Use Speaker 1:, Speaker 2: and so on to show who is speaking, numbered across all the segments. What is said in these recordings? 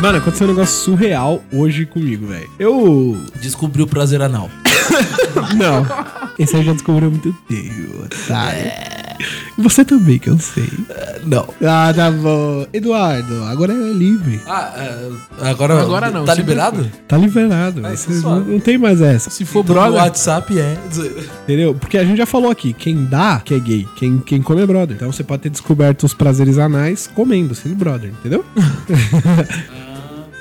Speaker 1: Mano, aconteceu um negócio surreal hoje comigo, velho. Eu.
Speaker 2: Descobriu o prazer anal.
Speaker 1: Não. Esse aí já descobriu há muito tempo, otário. Você também, que eu sei.
Speaker 2: Não.
Speaker 1: É. Ah, tá bom. Eduardo, agora é livre.
Speaker 2: Ah, é, agora,
Speaker 3: Agora não,
Speaker 2: Tá
Speaker 3: sempre
Speaker 2: liberado?
Speaker 1: Tá liberado. Você
Speaker 2: isso é
Speaker 1: não,
Speaker 2: suave.
Speaker 1: não tem mais essa.
Speaker 3: Se for
Speaker 2: Então, no
Speaker 3: brother,
Speaker 2: WhatsApp é.
Speaker 1: Entendeu? Porque a gente já falou aqui, quem dá que é gay, quem, quem come é brother. Então você pode ter descoberto os prazeres anais comendo, sendo brother, entendeu?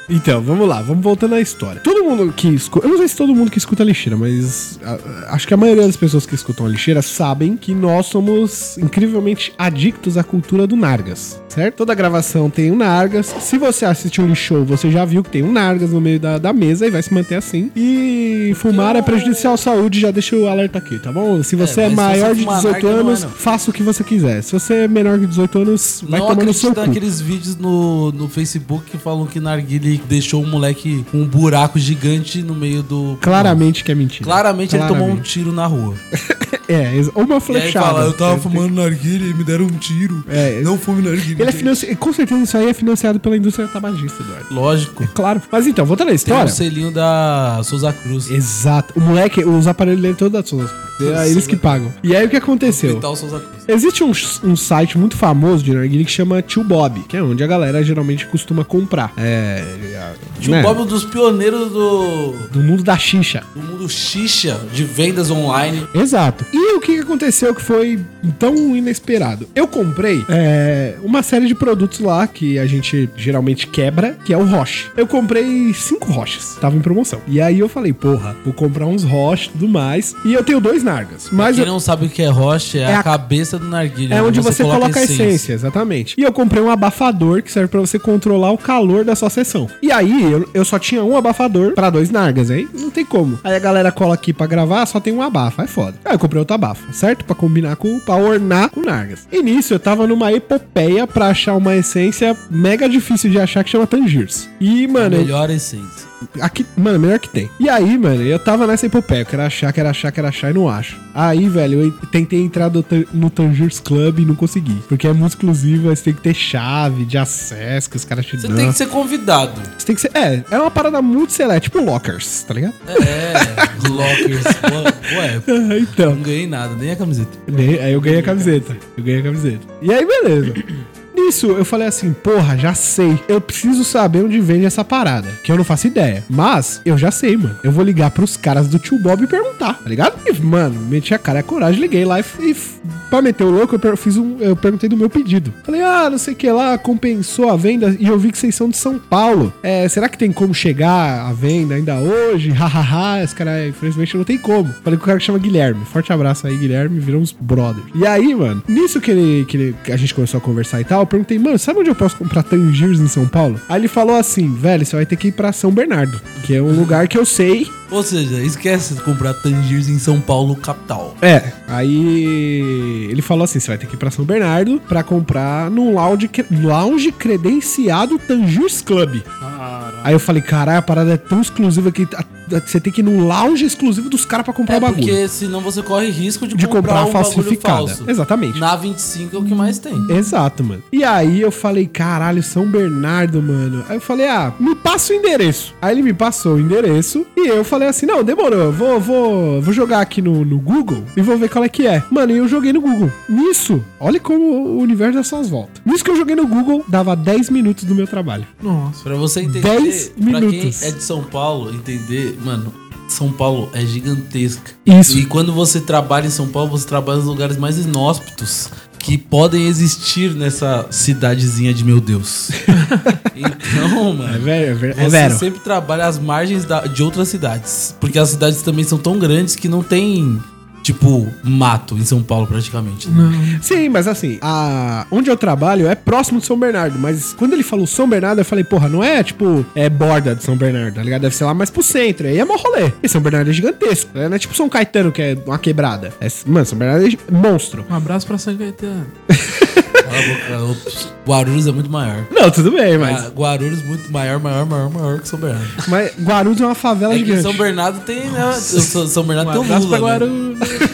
Speaker 1: Então, vamos lá, vamos voltando à história. Todo mundo que escuta. Eu não sei se todo mundo que escuta a lixeira, mas a- acho que a maioria das pessoas que escutam a lixeira sabem que nós somos incrivelmente adictos à cultura do Nargas, certo? Toda gravação tem um Nargas. Se você assistiu um show, você já viu que tem um Nargas no meio da, da mesa e vai se manter assim. E fumar é prejudicial à saúde, já deixa o alerta aqui, tá bom? Se você é,
Speaker 2: mas se você
Speaker 1: maior de
Speaker 2: fumar
Speaker 1: 18
Speaker 2: narga, não é,
Speaker 1: anos,
Speaker 2: não.
Speaker 1: faça o que você quiser. Se você é menor de 18 anos, vai
Speaker 2: não
Speaker 1: tomar no seu
Speaker 2: acredito tá
Speaker 1: cu.
Speaker 2: naqueles vídeos no, no Facebook que falam que Narguile deixou um moleque com um buraco gigante no meio do.
Speaker 1: Claramente que é mentira.
Speaker 2: Claramente, ele tomou um
Speaker 1: Claramente.
Speaker 2: tiro na rua.
Speaker 1: É, exa- ou uma
Speaker 2: E aí
Speaker 1: flechada.
Speaker 2: fala, eu tava
Speaker 1: Ele-
Speaker 2: fumando narguile e me deram um tiro.
Speaker 1: É,
Speaker 2: não fume narguile.
Speaker 1: Ele é financi... Com certeza isso aí é financiado pela indústria tabagista, Eduardo.
Speaker 2: Lógico.
Speaker 1: Claro. Mas então, voltando à
Speaker 2: Tem um
Speaker 1: história.
Speaker 2: selinho da Souza Cruz.
Speaker 1: é Exato. O moleque, os aparelhos dele todos da Souza.
Speaker 2: assim,
Speaker 1: É eles
Speaker 2: né?
Speaker 1: que pagam. E aí o que aconteceu?
Speaker 2: Hospital Souza Cruz.
Speaker 1: Existe um, um site muito famoso de narguilha que chama Tio Bob, que é onde a galera geralmente costuma comprar. É.
Speaker 2: Tio
Speaker 1: né?
Speaker 2: Bob é um dos pioneiros do,
Speaker 1: Do mundo da xixa.
Speaker 2: do mundo xixa de vendas online.
Speaker 1: Exato. E o que que aconteceu que foi tão inesperado? Eu comprei é, uma série de produtos lá que a gente geralmente quebra, que é o Roche. Eu comprei cinco Roches, tava em promoção. E aí eu falei, porra, vou comprar uns Roche e tudo mais. E eu tenho dois Nargas. Mas
Speaker 2: Quem
Speaker 1: eu-
Speaker 2: não sabe o que é rocha é,
Speaker 1: É
Speaker 2: a,
Speaker 1: a-
Speaker 2: cabeça do narguile.
Speaker 1: é onde você, coloca, a essência.
Speaker 2: essência.
Speaker 1: exatamente. E eu comprei um abafador que serve pra você controlar o calor da sua sessão. E aí, eu, eu só tinha um abafador pra dois nargas, hein? Não tem como. Aí a galera cola aqui pra gravar, só tem um abafa, é foda. Aí eu comprei outro abafa, certo? Pra combinar com, pra ornar com nargas. E nisso, eu tava numa epopeia pra achar uma essência mega difícil de achar que chama Tangiers. E, mano, eu-
Speaker 2: Melhor essência.
Speaker 1: Aqui, mano, melhor que tem. E aí, mano, eu tava nessa epopeia. Eu quero achar, quero achar, quero achar e não acho. Aí, velho, eu tentei entrar no, Tan- no Tangiers Club e não consegui. Porque é muito exclusivo, aí você tem que ter chave de acesso que os caras te
Speaker 2: Você
Speaker 1: dão.
Speaker 2: tem que ser convidado.
Speaker 1: Você tem que ser. É, é uma parada muito seleta, tipo lockers, tá ligado?
Speaker 2: É, Lockers. Ué, ué,
Speaker 1: então.
Speaker 2: não ganhei nada, nem a camiseta.
Speaker 1: Daí- Aí eu ganhei a camiseta. Eu ganhei a camiseta. E aí, beleza. Nisso, eu falei assim, porra, já sei. Eu preciso saber onde vende essa parada. Que eu não faço ideia. Mas, eu já sei, mano. Eu vou ligar pros caras do tio Bob e perguntar, tá ligado? E, mano, meti a cara e a coragem, liguei lá e, f- e f- pra meter o louco, eu, per- fiz um, eu perguntei do meu pedido. Falei, ah, não sei o que lá, compensou a venda. E eu vi que vocês são de São Paulo. É, será que tem como chegar à venda ainda hoje? Hahaha, esse cara, infelizmente, não tem como. Falei com o cara que chama Guilherme. Forte abraço aí, Guilherme. Viramos brothers. E aí, mano, nisso que, ele, que, ele- que a gente começou a conversar e tal, eu perguntei, mano, sabe onde eu posso comprar Tangiers em São Paulo? Aí ele falou assim, velho, você vai ter que ir pra São Bernardo, que é um lugar que eu sei.
Speaker 2: Ou seja, esquece de comprar Tangiers em São Paulo, capital.
Speaker 1: É. Aí ele falou assim: você vai ter que ir pra São Bernardo pra comprar num lounge, cre- lounge credenciado Tangiers Club. Aí eu falei, caralho, a parada é tão exclusiva que a- a- você tem que ir num lounge exclusivo dos caras pra comprar
Speaker 2: É
Speaker 1: o bagulho.
Speaker 2: porque senão você corre risco de,
Speaker 1: De comprar
Speaker 2: comprar, um bagulho
Speaker 1: falsificada.
Speaker 2: falso.
Speaker 1: Exatamente.
Speaker 2: Na 25 é o que mais tem.
Speaker 1: Exato, mano. E aí eu falei, caralho, São Bernardo, mano. Aí eu falei, ah, me passa o endereço. Aí ele me passou o endereço e eu falei assim, não, demorou, vou, vou, vou jogar aqui no, no Google e vou ver qual é que é. Mano, e eu joguei no Google. Nisso, olha como o universo dá suas voltas. Nisso que eu joguei no Google, dava 10 minutos do meu trabalho.
Speaker 3: nossa.
Speaker 2: Pra você entender,
Speaker 1: 10
Speaker 2: pra
Speaker 1: minutos.
Speaker 2: quem é de São Paulo, entender, mano, São Paulo é gigantesca.
Speaker 1: Isso.
Speaker 2: E quando você trabalha em São Paulo, você trabalha nos lugares mais inóspitos que podem existir nessa cidadezinha de meu Deus. então, mano.
Speaker 1: É vero,
Speaker 2: Você sempre trabalha às margens da- de outras cidades. Porque as cidades também são tão grandes que não tem, tipo, mato em São Paulo praticamente. né?
Speaker 1: Sim, mas assim, a... onde eu trabalho é próximo de São Bernardo, mas quando ele falou São Bernardo, eu falei, porra, não é tipo, é borda de São Bernardo, tá ligado? Deve ser lá mais pro centro, aí é mó rolê. E São Bernardo é gigantesco, né? não é tipo São Caetano, que é uma quebrada. É, mano, São Bernardo é gi- monstro.
Speaker 3: Um abraço pra São Caetano. Um
Speaker 2: Cala a boca, ops. Guarulhos é muito maior.
Speaker 1: Não, tudo bem, mas,
Speaker 2: Ah, Guarulhos muito maior, maior, maior, maior que São Bernardo.
Speaker 1: mas Guarulhos é uma favela
Speaker 2: É que
Speaker 1: gigante.
Speaker 2: São Bernardo tem, né? São, São
Speaker 3: Um
Speaker 2: Bernardo tem o né?
Speaker 3: abraço pra
Speaker 2: Lula. né?
Speaker 3: Guarulhos.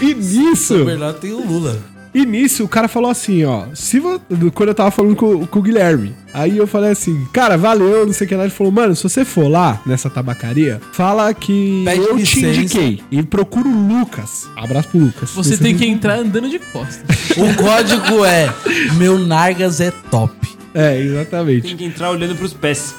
Speaker 1: E nisso...
Speaker 2: São Bernardo tem o Lula.
Speaker 1: E nisso o cara falou assim, ó. Se vo- Quando eu tava falando com, com o Guilherme. Aí eu falei assim, cara, valeu, não sei o que lá. Ele falou, mano, se você for lá nessa tabacaria, fala que
Speaker 2: Pede
Speaker 1: eu
Speaker 2: licença.
Speaker 1: te indiquei. E procura o Lucas. Abraço pro Lucas.
Speaker 3: Você tem que
Speaker 1: me-
Speaker 3: entrar andando de costas.
Speaker 2: O código é meu Nargas é top.
Speaker 1: É, exatamente.
Speaker 4: Tem que entrar olhando pros pés.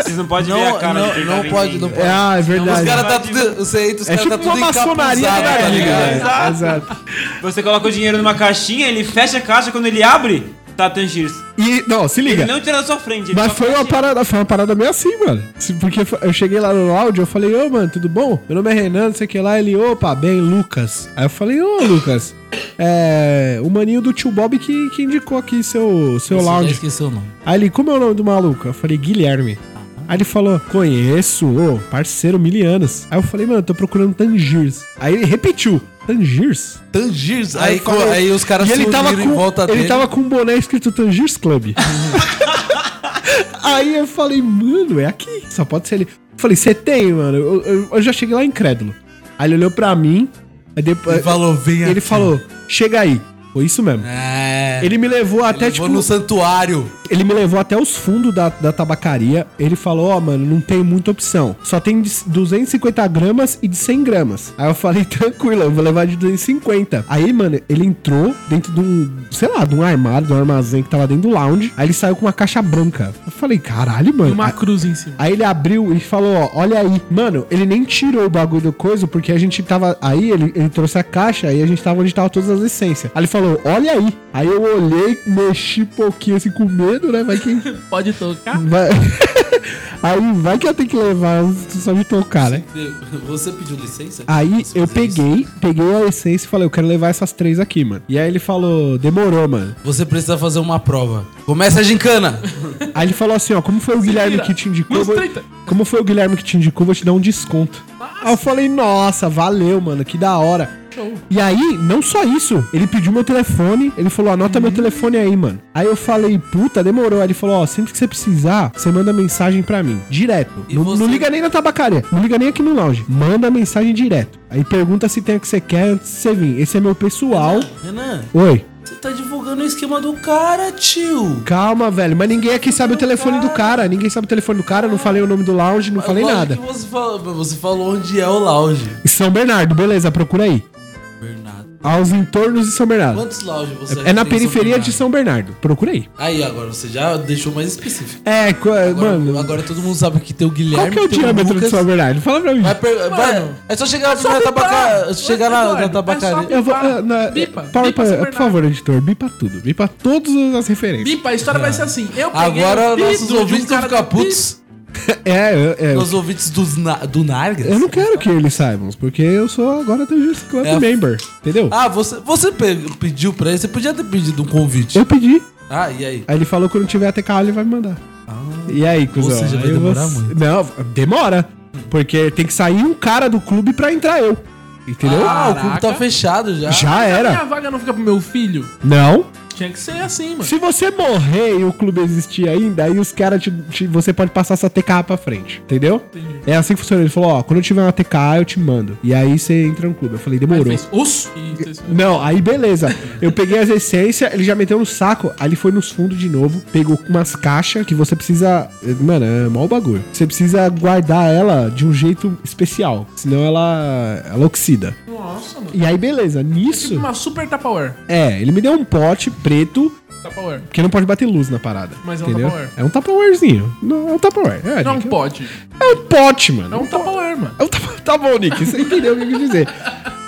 Speaker 4: Vocês não podem ver
Speaker 2: Não,
Speaker 4: a cara
Speaker 2: não,
Speaker 4: de quem tá
Speaker 2: não pode, não
Speaker 4: vendendo.
Speaker 1: É, ah, é
Speaker 2: Os
Speaker 1: verdade.
Speaker 2: caras tá tudo, você entra, os
Speaker 1: É
Speaker 2: caras
Speaker 1: tipo
Speaker 2: tá tudo
Speaker 1: uma maçonaria da
Speaker 2: encapuzado, tá
Speaker 1: narguilha.
Speaker 2: ligado?
Speaker 1: né?
Speaker 4: Exato.
Speaker 1: Exato.
Speaker 4: Você coloca o dinheiro numa caixinha, ele fecha a caixa, quando ele abre, tá Tangiers.
Speaker 1: E, não, se liga.
Speaker 4: Ele não tira da sua frente. ele
Speaker 1: Mas
Speaker 4: só
Speaker 1: foi uma,
Speaker 4: fecha.
Speaker 1: parada, foi uma parada meio assim, mano. Se- Porque fo- eu cheguei lá no áudio, eu falei, ô, mano, tudo bom? Meu nome é Renan, não sei o que lá. Ele, opa, bem, Lucas. Aí eu falei, ô, Lucas, é. O maninho do tio Bob que, que indicou aqui seu, seu
Speaker 2: Você já
Speaker 1: lounge.
Speaker 2: esqueceu o nome.
Speaker 1: Aí ele, como é o nome do maluco? Eu falei, Guilherme. Aí ele falou, conheço, ô, parceiro, milianos. Aí eu falei, mano, eu tô procurando Tangiers. Aí ele repetiu, Tangiers?
Speaker 2: Tangiers. Aí, co-
Speaker 1: falou-
Speaker 2: aí os caras
Speaker 1: E ele tava
Speaker 2: uniram
Speaker 1: com,
Speaker 2: em volta
Speaker 1: ele
Speaker 2: dele.
Speaker 1: tava com um boné escrito Tangiers Club. Aí eu falei, mano, é aqui. Só pode ser ele. Eu falei, você tem, mano. Eu, eu- eu já cheguei lá incrédulo. Aí ele olhou pra mim. Aí depois,
Speaker 2: Ele falou, vem
Speaker 1: ele
Speaker 2: aqui.
Speaker 1: falou, chega aí. Foi isso mesmo.
Speaker 2: É.
Speaker 1: Ele me levou até,
Speaker 2: levou
Speaker 1: tipo,
Speaker 2: no santuário.
Speaker 1: ele me levou até os fundos da, da tabacaria. Ele falou, ó, mano, não tem muita opção. Só tem de 250 gramas e de 100 gramas. Aí eu falei, tranquilo, eu vou levar de 250. Aí, mano, ele entrou dentro de um, sei lá, de um armário, de um armazém que tava dentro do lounge. Aí ele saiu com uma caixa branca. Eu falei, caralho,
Speaker 3: E
Speaker 1: mano.
Speaker 3: uma
Speaker 1: Aí-
Speaker 3: cruz em cima.
Speaker 1: Aí ele abriu e falou, ó, olha aí. Mano, ele nem tirou o bagulho do coisa, porque a gente tava. Aí ele, ele trouxe a caixa e a gente tava onde tava todas as essências. Aí ele falou, olha aí. Aí eu olhei, mexi um pouquinho assim com medo, né? Vai que.
Speaker 3: Pode tocar?
Speaker 1: vai- aí vai que eu tenho que levar só de tocar, né?
Speaker 2: Você pediu licença?
Speaker 1: Aí
Speaker 2: Posso
Speaker 1: eu
Speaker 2: fazer isso?
Speaker 1: peguei, peguei a essência e falei, eu quero levar essas três aqui, mano. E aí ele falou, demorou, mano.
Speaker 2: Você precisa fazer uma prova. Começa a gincana.
Speaker 1: Aí ele falou assim, ó, como foi o Guilherme
Speaker 3: vira.
Speaker 1: que te indicou? eu
Speaker 3: Nos
Speaker 1: vou-
Speaker 3: 30.
Speaker 1: Como foi o Guilherme que te indicou, eu vou te dar um desconto. Aí eu falei, nossa, valeu, mano, que da hora.
Speaker 3: Show.
Speaker 1: E aí, não só isso, ele pediu meu telefone, ele falou, anota
Speaker 2: Uhum.
Speaker 1: meu telefone aí, mano. Aí eu falei, puta, demorou. Aí ele falou, ó, sempre que você precisar, você manda mensagem pra mim, direto.
Speaker 2: E
Speaker 1: Não,
Speaker 2: você-
Speaker 1: não liga nem na tabacaria, não liga nem aqui no lounge. Manda mensagem direto. Aí pergunta se tem o que você quer antes de você vir. Esse é meu pessoal.
Speaker 2: Renan,
Speaker 1: Oi.
Speaker 2: você tá divulgando o esquema do cara, tio.
Speaker 1: Calma, velho, mas ninguém aqui sabe o telefone do cara. Ninguém sabe o telefone do cara, eu não falei o nome do lounge, não falei
Speaker 2: Lógico
Speaker 1: nada.
Speaker 2: que Você falou, você falou onde é o lounge.
Speaker 1: São Bernardo, beleza, procura aí.
Speaker 2: Bernardo.
Speaker 1: Aos entornos de São Bernardo.
Speaker 2: Quantos lounges você acha
Speaker 1: É na
Speaker 2: que tem em
Speaker 1: periferia de
Speaker 2: Bernardo?
Speaker 1: São Bernardo. Procura aí.
Speaker 2: Aí, agora você já deixou mais específico.
Speaker 1: É, co-
Speaker 2: Agora,
Speaker 1: mano.
Speaker 2: agora todo mundo sabe que tem o
Speaker 1: qual
Speaker 2: Guilherme.
Speaker 1: que é o
Speaker 2: tem
Speaker 1: diâmetro de
Speaker 2: Lucas.
Speaker 1: São Bernardo? Fala pra mim.
Speaker 2: Vai per- vai- é só chegar
Speaker 3: só
Speaker 2: na
Speaker 3: pipa.
Speaker 2: tabacaria. É só chegar na, na
Speaker 3: Eduardo, é
Speaker 2: tabacaria.
Speaker 3: só-
Speaker 1: Eu vou.
Speaker 3: bipa,
Speaker 1: ah, na-
Speaker 3: bipa,
Speaker 1: Power-
Speaker 3: bipa São
Speaker 1: por favor, editor, bipa tudo. Bipa todas as referências.
Speaker 3: Bipa, a história vai ser assim. Eu
Speaker 2: Ah.
Speaker 3: peguei
Speaker 2: Agora
Speaker 3: o dedo
Speaker 2: nossos
Speaker 3: de um
Speaker 2: ouvintes vão
Speaker 3: cara
Speaker 2: ficar
Speaker 3: do
Speaker 2: putos.
Speaker 1: É, eu- é, eu-
Speaker 2: Os ouvintes dos na- do Nargas.
Speaker 1: Eu não quero que eles saibam, porque eu sou agora do Justice Club
Speaker 2: É a-
Speaker 1: Member, entendeu?
Speaker 2: Ah, você, você pe- pediu pra ele, você podia ter pedido um convite.
Speaker 1: Eu pedi.
Speaker 2: Ah, e aí?
Speaker 1: Aí ele falou que quando tiver a TK, ele vai me mandar.
Speaker 2: Ah,
Speaker 1: E aí, cuzão?
Speaker 2: seja, vai
Speaker 1: aí eu vou-
Speaker 2: demorar muito.
Speaker 1: Não, demora. Porque tem que sair um cara do clube pra entrar eu. Entendeu?
Speaker 2: Ah, o clube tá
Speaker 3: Caraca.
Speaker 2: fechado já.
Speaker 1: Já
Speaker 3: A
Speaker 1: era.
Speaker 3: minha vaga não fica pro meu filho.
Speaker 1: Não.
Speaker 3: Tinha que ser assim, mano.
Speaker 1: Se você morrer e o clube existir ainda, aí os caras te, te- você pode passar essa TK pra frente, entendeu?
Speaker 3: Entendi.
Speaker 1: É assim que funciona. Ele falou, ó, quando eu tiver uma TK, eu te mando. E aí você entra no clube. Eu falei, demorou.
Speaker 3: Aí fez osso e fez-
Speaker 1: Não, aí beleza. Eu peguei as essências, ele já meteu no saco, aí ele foi nos fundos de novo, pegou umas caixas que você precisa. Mano, é mau bagulho. Você precisa guardar ela de um jeito especial, senão ela, ela oxida.
Speaker 3: Nossa, mano.
Speaker 1: E aí beleza,
Speaker 3: Tipo
Speaker 1: nisso.
Speaker 3: uma super Tupperware.
Speaker 1: É, ele me deu um pote preto
Speaker 3: Tupperware.
Speaker 1: porque não pode bater luz na parada.
Speaker 3: Mas é um
Speaker 1: entendeu?
Speaker 3: Tupperware.
Speaker 1: É um Tupperwarezinho. Não, é um Tupperware. É,
Speaker 3: Não
Speaker 1: Nick,
Speaker 3: pode.
Speaker 1: é um pote, mano.
Speaker 3: É um Tupperware, mano.
Speaker 1: É um Tupperware. Tá bom, Nick. Você entendeu o que eu quis dizer.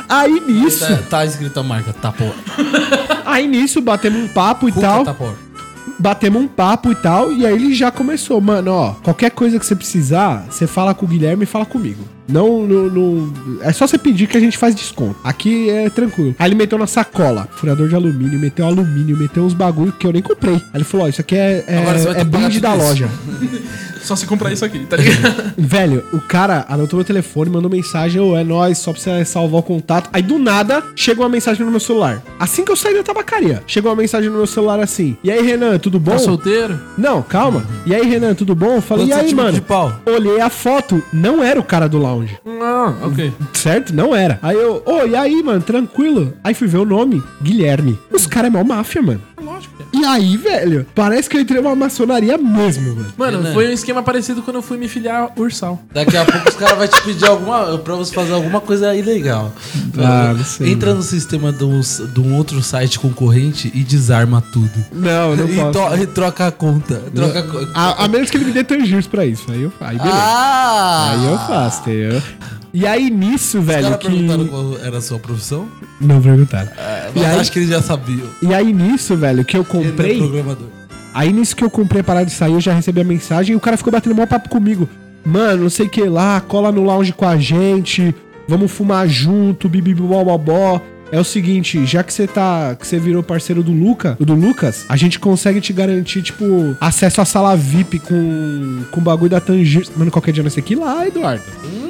Speaker 1: Aí nisso,
Speaker 3: É.
Speaker 2: Tá, tá escrito a marca, Tapor.
Speaker 1: aí nisso, batemos um papo e tal.
Speaker 2: Tapor.
Speaker 1: Batemos um papo e tal. E aí ele já começou, mano, ó. Qualquer coisa que você precisar, você fala com o Guilherme e fala comigo. Não, não, não- É só você pedir que a gente faz desconto. Aqui é tranquilo. Aí ele meteu na sacola, furador de alumínio, meteu alumínio, meteu uns bagulho que eu nem comprei. Aí ele falou: ó, isso aqui é, é,
Speaker 2: Agora você vai ter
Speaker 1: é
Speaker 2: que pagar
Speaker 1: brinde
Speaker 2: tudo
Speaker 1: da
Speaker 2: isso.
Speaker 1: loja.
Speaker 3: Só se comprar isso aqui, tá ligado?
Speaker 1: Velho, o cara anotou meu telefone, mandou mensagem, ô, é nóis, só pra você salvar o contato. Aí do nada, chegou uma mensagem no meu celular. Assim que eu saí da tabacaria, chegou uma mensagem no meu celular assim. E aí, Renan, tudo bom?
Speaker 3: Tá solteiro?
Speaker 1: Não, calma. E aí, Renan, tudo bom? Eu Falei, e aí, mano?
Speaker 2: de pau?
Speaker 1: Olhei a foto, não era o cara do Lounge.
Speaker 3: Ah, ok.
Speaker 1: Certo? Não era. Aí eu, ô, e aí, mano, tranquilo? Aí fui ver o nome, Guilherme. Os caras é mó máfia, mano.
Speaker 3: É Lógico. cara.
Speaker 1: E aí, velho, parece que eu entrei numa maçonaria mesmo, mano.
Speaker 3: Mano,
Speaker 2: Renan.
Speaker 3: foi um esquema parecido quando eu fui me filiar Ursal.
Speaker 2: Daqui a pouco os caras vão te pedir alguma. pra você fazer alguma coisa ilegal.
Speaker 1: Ah, não sei,
Speaker 2: Entra no sistema de um, de um outro site concorrente e desarma tudo.
Speaker 1: Não, não
Speaker 2: e,
Speaker 1: posso.
Speaker 2: to- e troca a conta. Troca a co-
Speaker 1: Então, A, a menos que ele me dê tangiers pra isso. Aí eu, aí beleza.
Speaker 2: Ah!
Speaker 1: Aí eu faço, entendeu? E aí nisso,
Speaker 2: Os
Speaker 1: velho,
Speaker 2: caras
Speaker 1: que...
Speaker 2: perguntaram É. qual era a sua profissão.
Speaker 1: Não perguntaram.
Speaker 2: Mas
Speaker 1: aí-
Speaker 2: acho que eles já sabiam.
Speaker 1: E aí nisso, velho, que eu
Speaker 2: Ele é
Speaker 1: comprei...
Speaker 2: programador.
Speaker 1: Aí nisso que eu comprei a parada de sair, eu já recebi a mensagem e o cara ficou batendo maior papo comigo. Mano, não sei o que lá, cola no lounge com a gente, vamos fumar junto, bibibobobó. É o seguinte, já que você tá. que você virou parceiro do Luca, do Lucas, a gente consegue te garantir, tipo, acesso à sala VIP com. com o bagulho da Tangiers. Mano, qualquer dia nós tem que ir lá, Eduardo.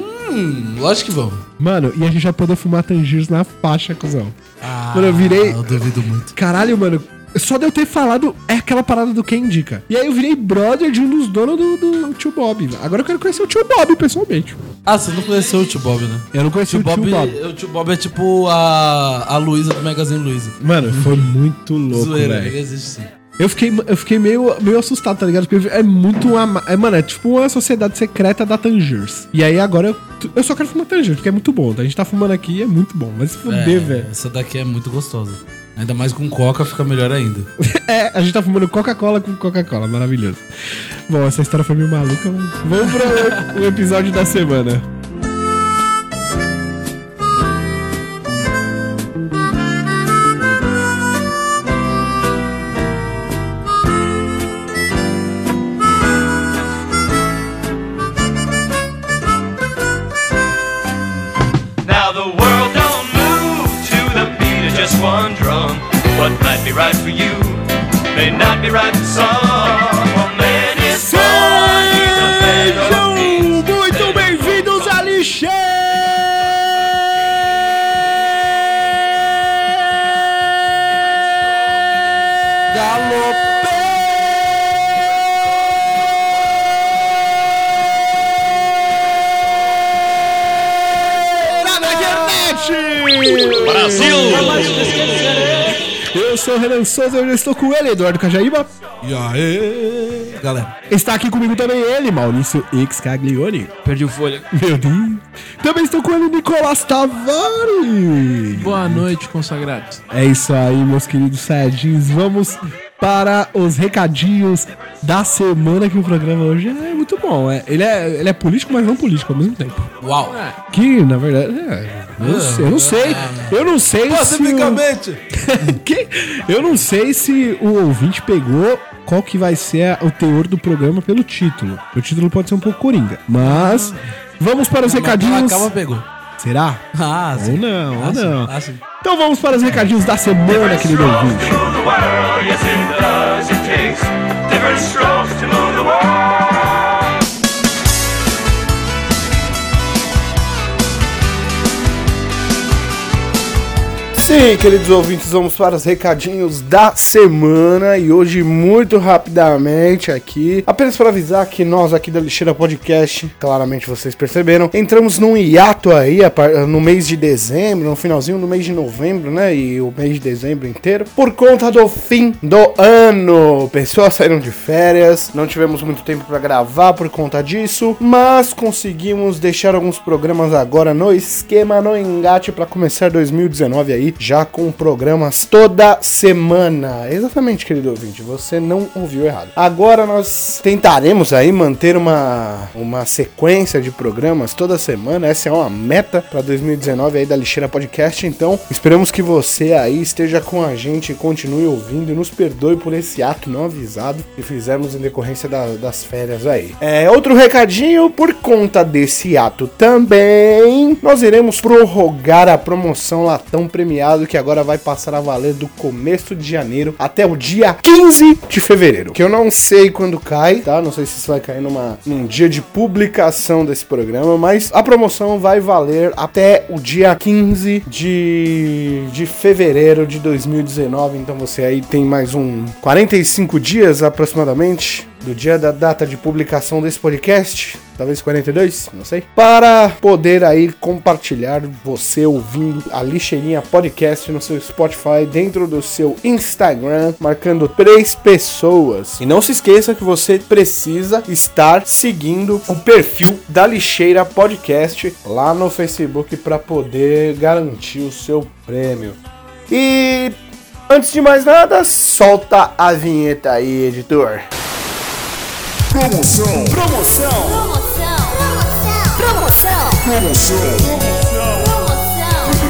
Speaker 2: Hum, lógico que vão.
Speaker 1: Mano, e a gente vai poder fumar Tangiers na faixa, cuzão.
Speaker 2: Ah,
Speaker 1: Mano, eu virei-
Speaker 2: Eu duvido muito.
Speaker 1: Caralho, mano. Só de eu ter falado é aquela parada do quem indica. E aí eu virei brother de um dos donos do, do tio Bob. Agora eu quero conhecer o tio Bob pessoalmente.
Speaker 2: Ah, você não conheceu o Tio Bob, né?
Speaker 1: Eu não conheci
Speaker 2: Tio Bob, o Tio Bob é tipo a, a Luísa do Magazine Luiza.
Speaker 1: Mano, foi muito louco,
Speaker 2: Zoeira,
Speaker 1: velho.
Speaker 2: ele existe sim.
Speaker 1: Eu fiquei, eu fiquei meio, meio assustado, tá ligado? Porque é muito uma. ma- É, mano, é tipo uma sociedade secreta da Tangiers. E aí agora eu, eu só quero fumar Tangiers, porque é muito bom. tá? A gente tá fumando aqui e é muito bom. Mas se fuder,
Speaker 2: É,
Speaker 1: velho.
Speaker 2: Essa daqui é muito gostosa. Ainda mais com coca fica melhor ainda.
Speaker 1: É, a gente tá fumando Coca-Cola com Coca-Cola, maravilhoso. Bom, essa história foi meio maluca, mas. Vamos pro o episódio da semana.
Speaker 5: Now the world don't move to the beat of just one drum. What might be right for you may not be right for some. A man is born, he's a man of
Speaker 1: Sejam
Speaker 5: means.
Speaker 1: muito bem-vindos a Lixeira
Speaker 5: Brasil!
Speaker 1: Eu sou o Renan Souza, eu estou com ele, Eduardo Cajaíba.
Speaker 2: E aí, galera?
Speaker 1: Está aqui comigo também ele, Maurício X Caglione.
Speaker 4: Perdi o folha.
Speaker 1: Meu Deus. Também estou com ele, Nicolás Tavares.
Speaker 3: Boa noite, consagrados.
Speaker 1: É isso aí, meus queridos Saiyajins. Vamos para os recadinhos da semana, que o programa hoje é muito bom. É, ele, é, ele é político, mas não político ao mesmo tempo.
Speaker 2: Uau!
Speaker 1: Que, na verdade, é, eu, não sei, eu não sei. Eu não sei se... o- Que? Eu não sei se o ouvinte pegou qual que vai ser a- o teor do programa pelo título. O título pode ser um pouco coringa, mas... Vamos para os recadinhos.
Speaker 2: Acaba pegou.
Speaker 1: Será?
Speaker 2: Ah,
Speaker 1: Ou não, ou
Speaker 2: Ah, sim.
Speaker 1: não.
Speaker 2: Ah, sim.
Speaker 1: Então vamos para os recadinhos da semana, querido ouvinte.
Speaker 5: Move the world, yes it does, it takes different strokes to move the world.
Speaker 6: Sim, queridos ouvintes, vamos para os recadinhos da semana e hoje muito rapidamente aqui, apenas para avisar que nós aqui da Lixeira Podcast, claramente vocês perceberam, entramos num hiato aí a par- no mês de dezembro, no finalzinho do mês de novembro, né, e o mês de dezembro inteiro, por conta do fim do ano. Pessoas saíram de férias, não tivemos muito tempo para gravar por conta disso, mas conseguimos deixar alguns programas agora no esquema, no engate para começar 2019 aí, já com programas toda semana. Exatamente, querido ouvinte, você não ouviu errado. Agora nós tentaremos aí manter uma, uma sequência de programas toda semana. Essa é uma meta para 2019 aí da Lixeira Podcast. Então, esperamos que você aí esteja com a gente, continue ouvindo e nos perdoe por esse ato não avisado que fizemos em decorrência da- das férias aí. É, outro recadinho, por conta desse ato também, nós iremos prorrogar a promoção Latão Premiado, que agora vai passar a valer do começo de janeiro até o dia 15 de fevereiro. Que eu não sei quando cai, tá? Não sei se isso vai cair numa, num dia de publicação desse programa, mas a promoção vai valer até o dia 15 de, de fevereiro de 2019. Então você aí tem mais um 45 dias aproximadamente do dia da data de publicação desse podcast, talvez 42, não sei, para poder aí compartilhar você ouvindo a lixeirinha podcast no seu Spotify, dentro do seu Instagram, marcando três pessoas. E não se esqueça que você precisa estar seguindo o perfil da lixeira podcast lá no Facebook para poder garantir o seu prêmio. E antes de mais nada, solta a vinheta aí, editor.
Speaker 7: Promoção. Promoção. Promoção. Promoção.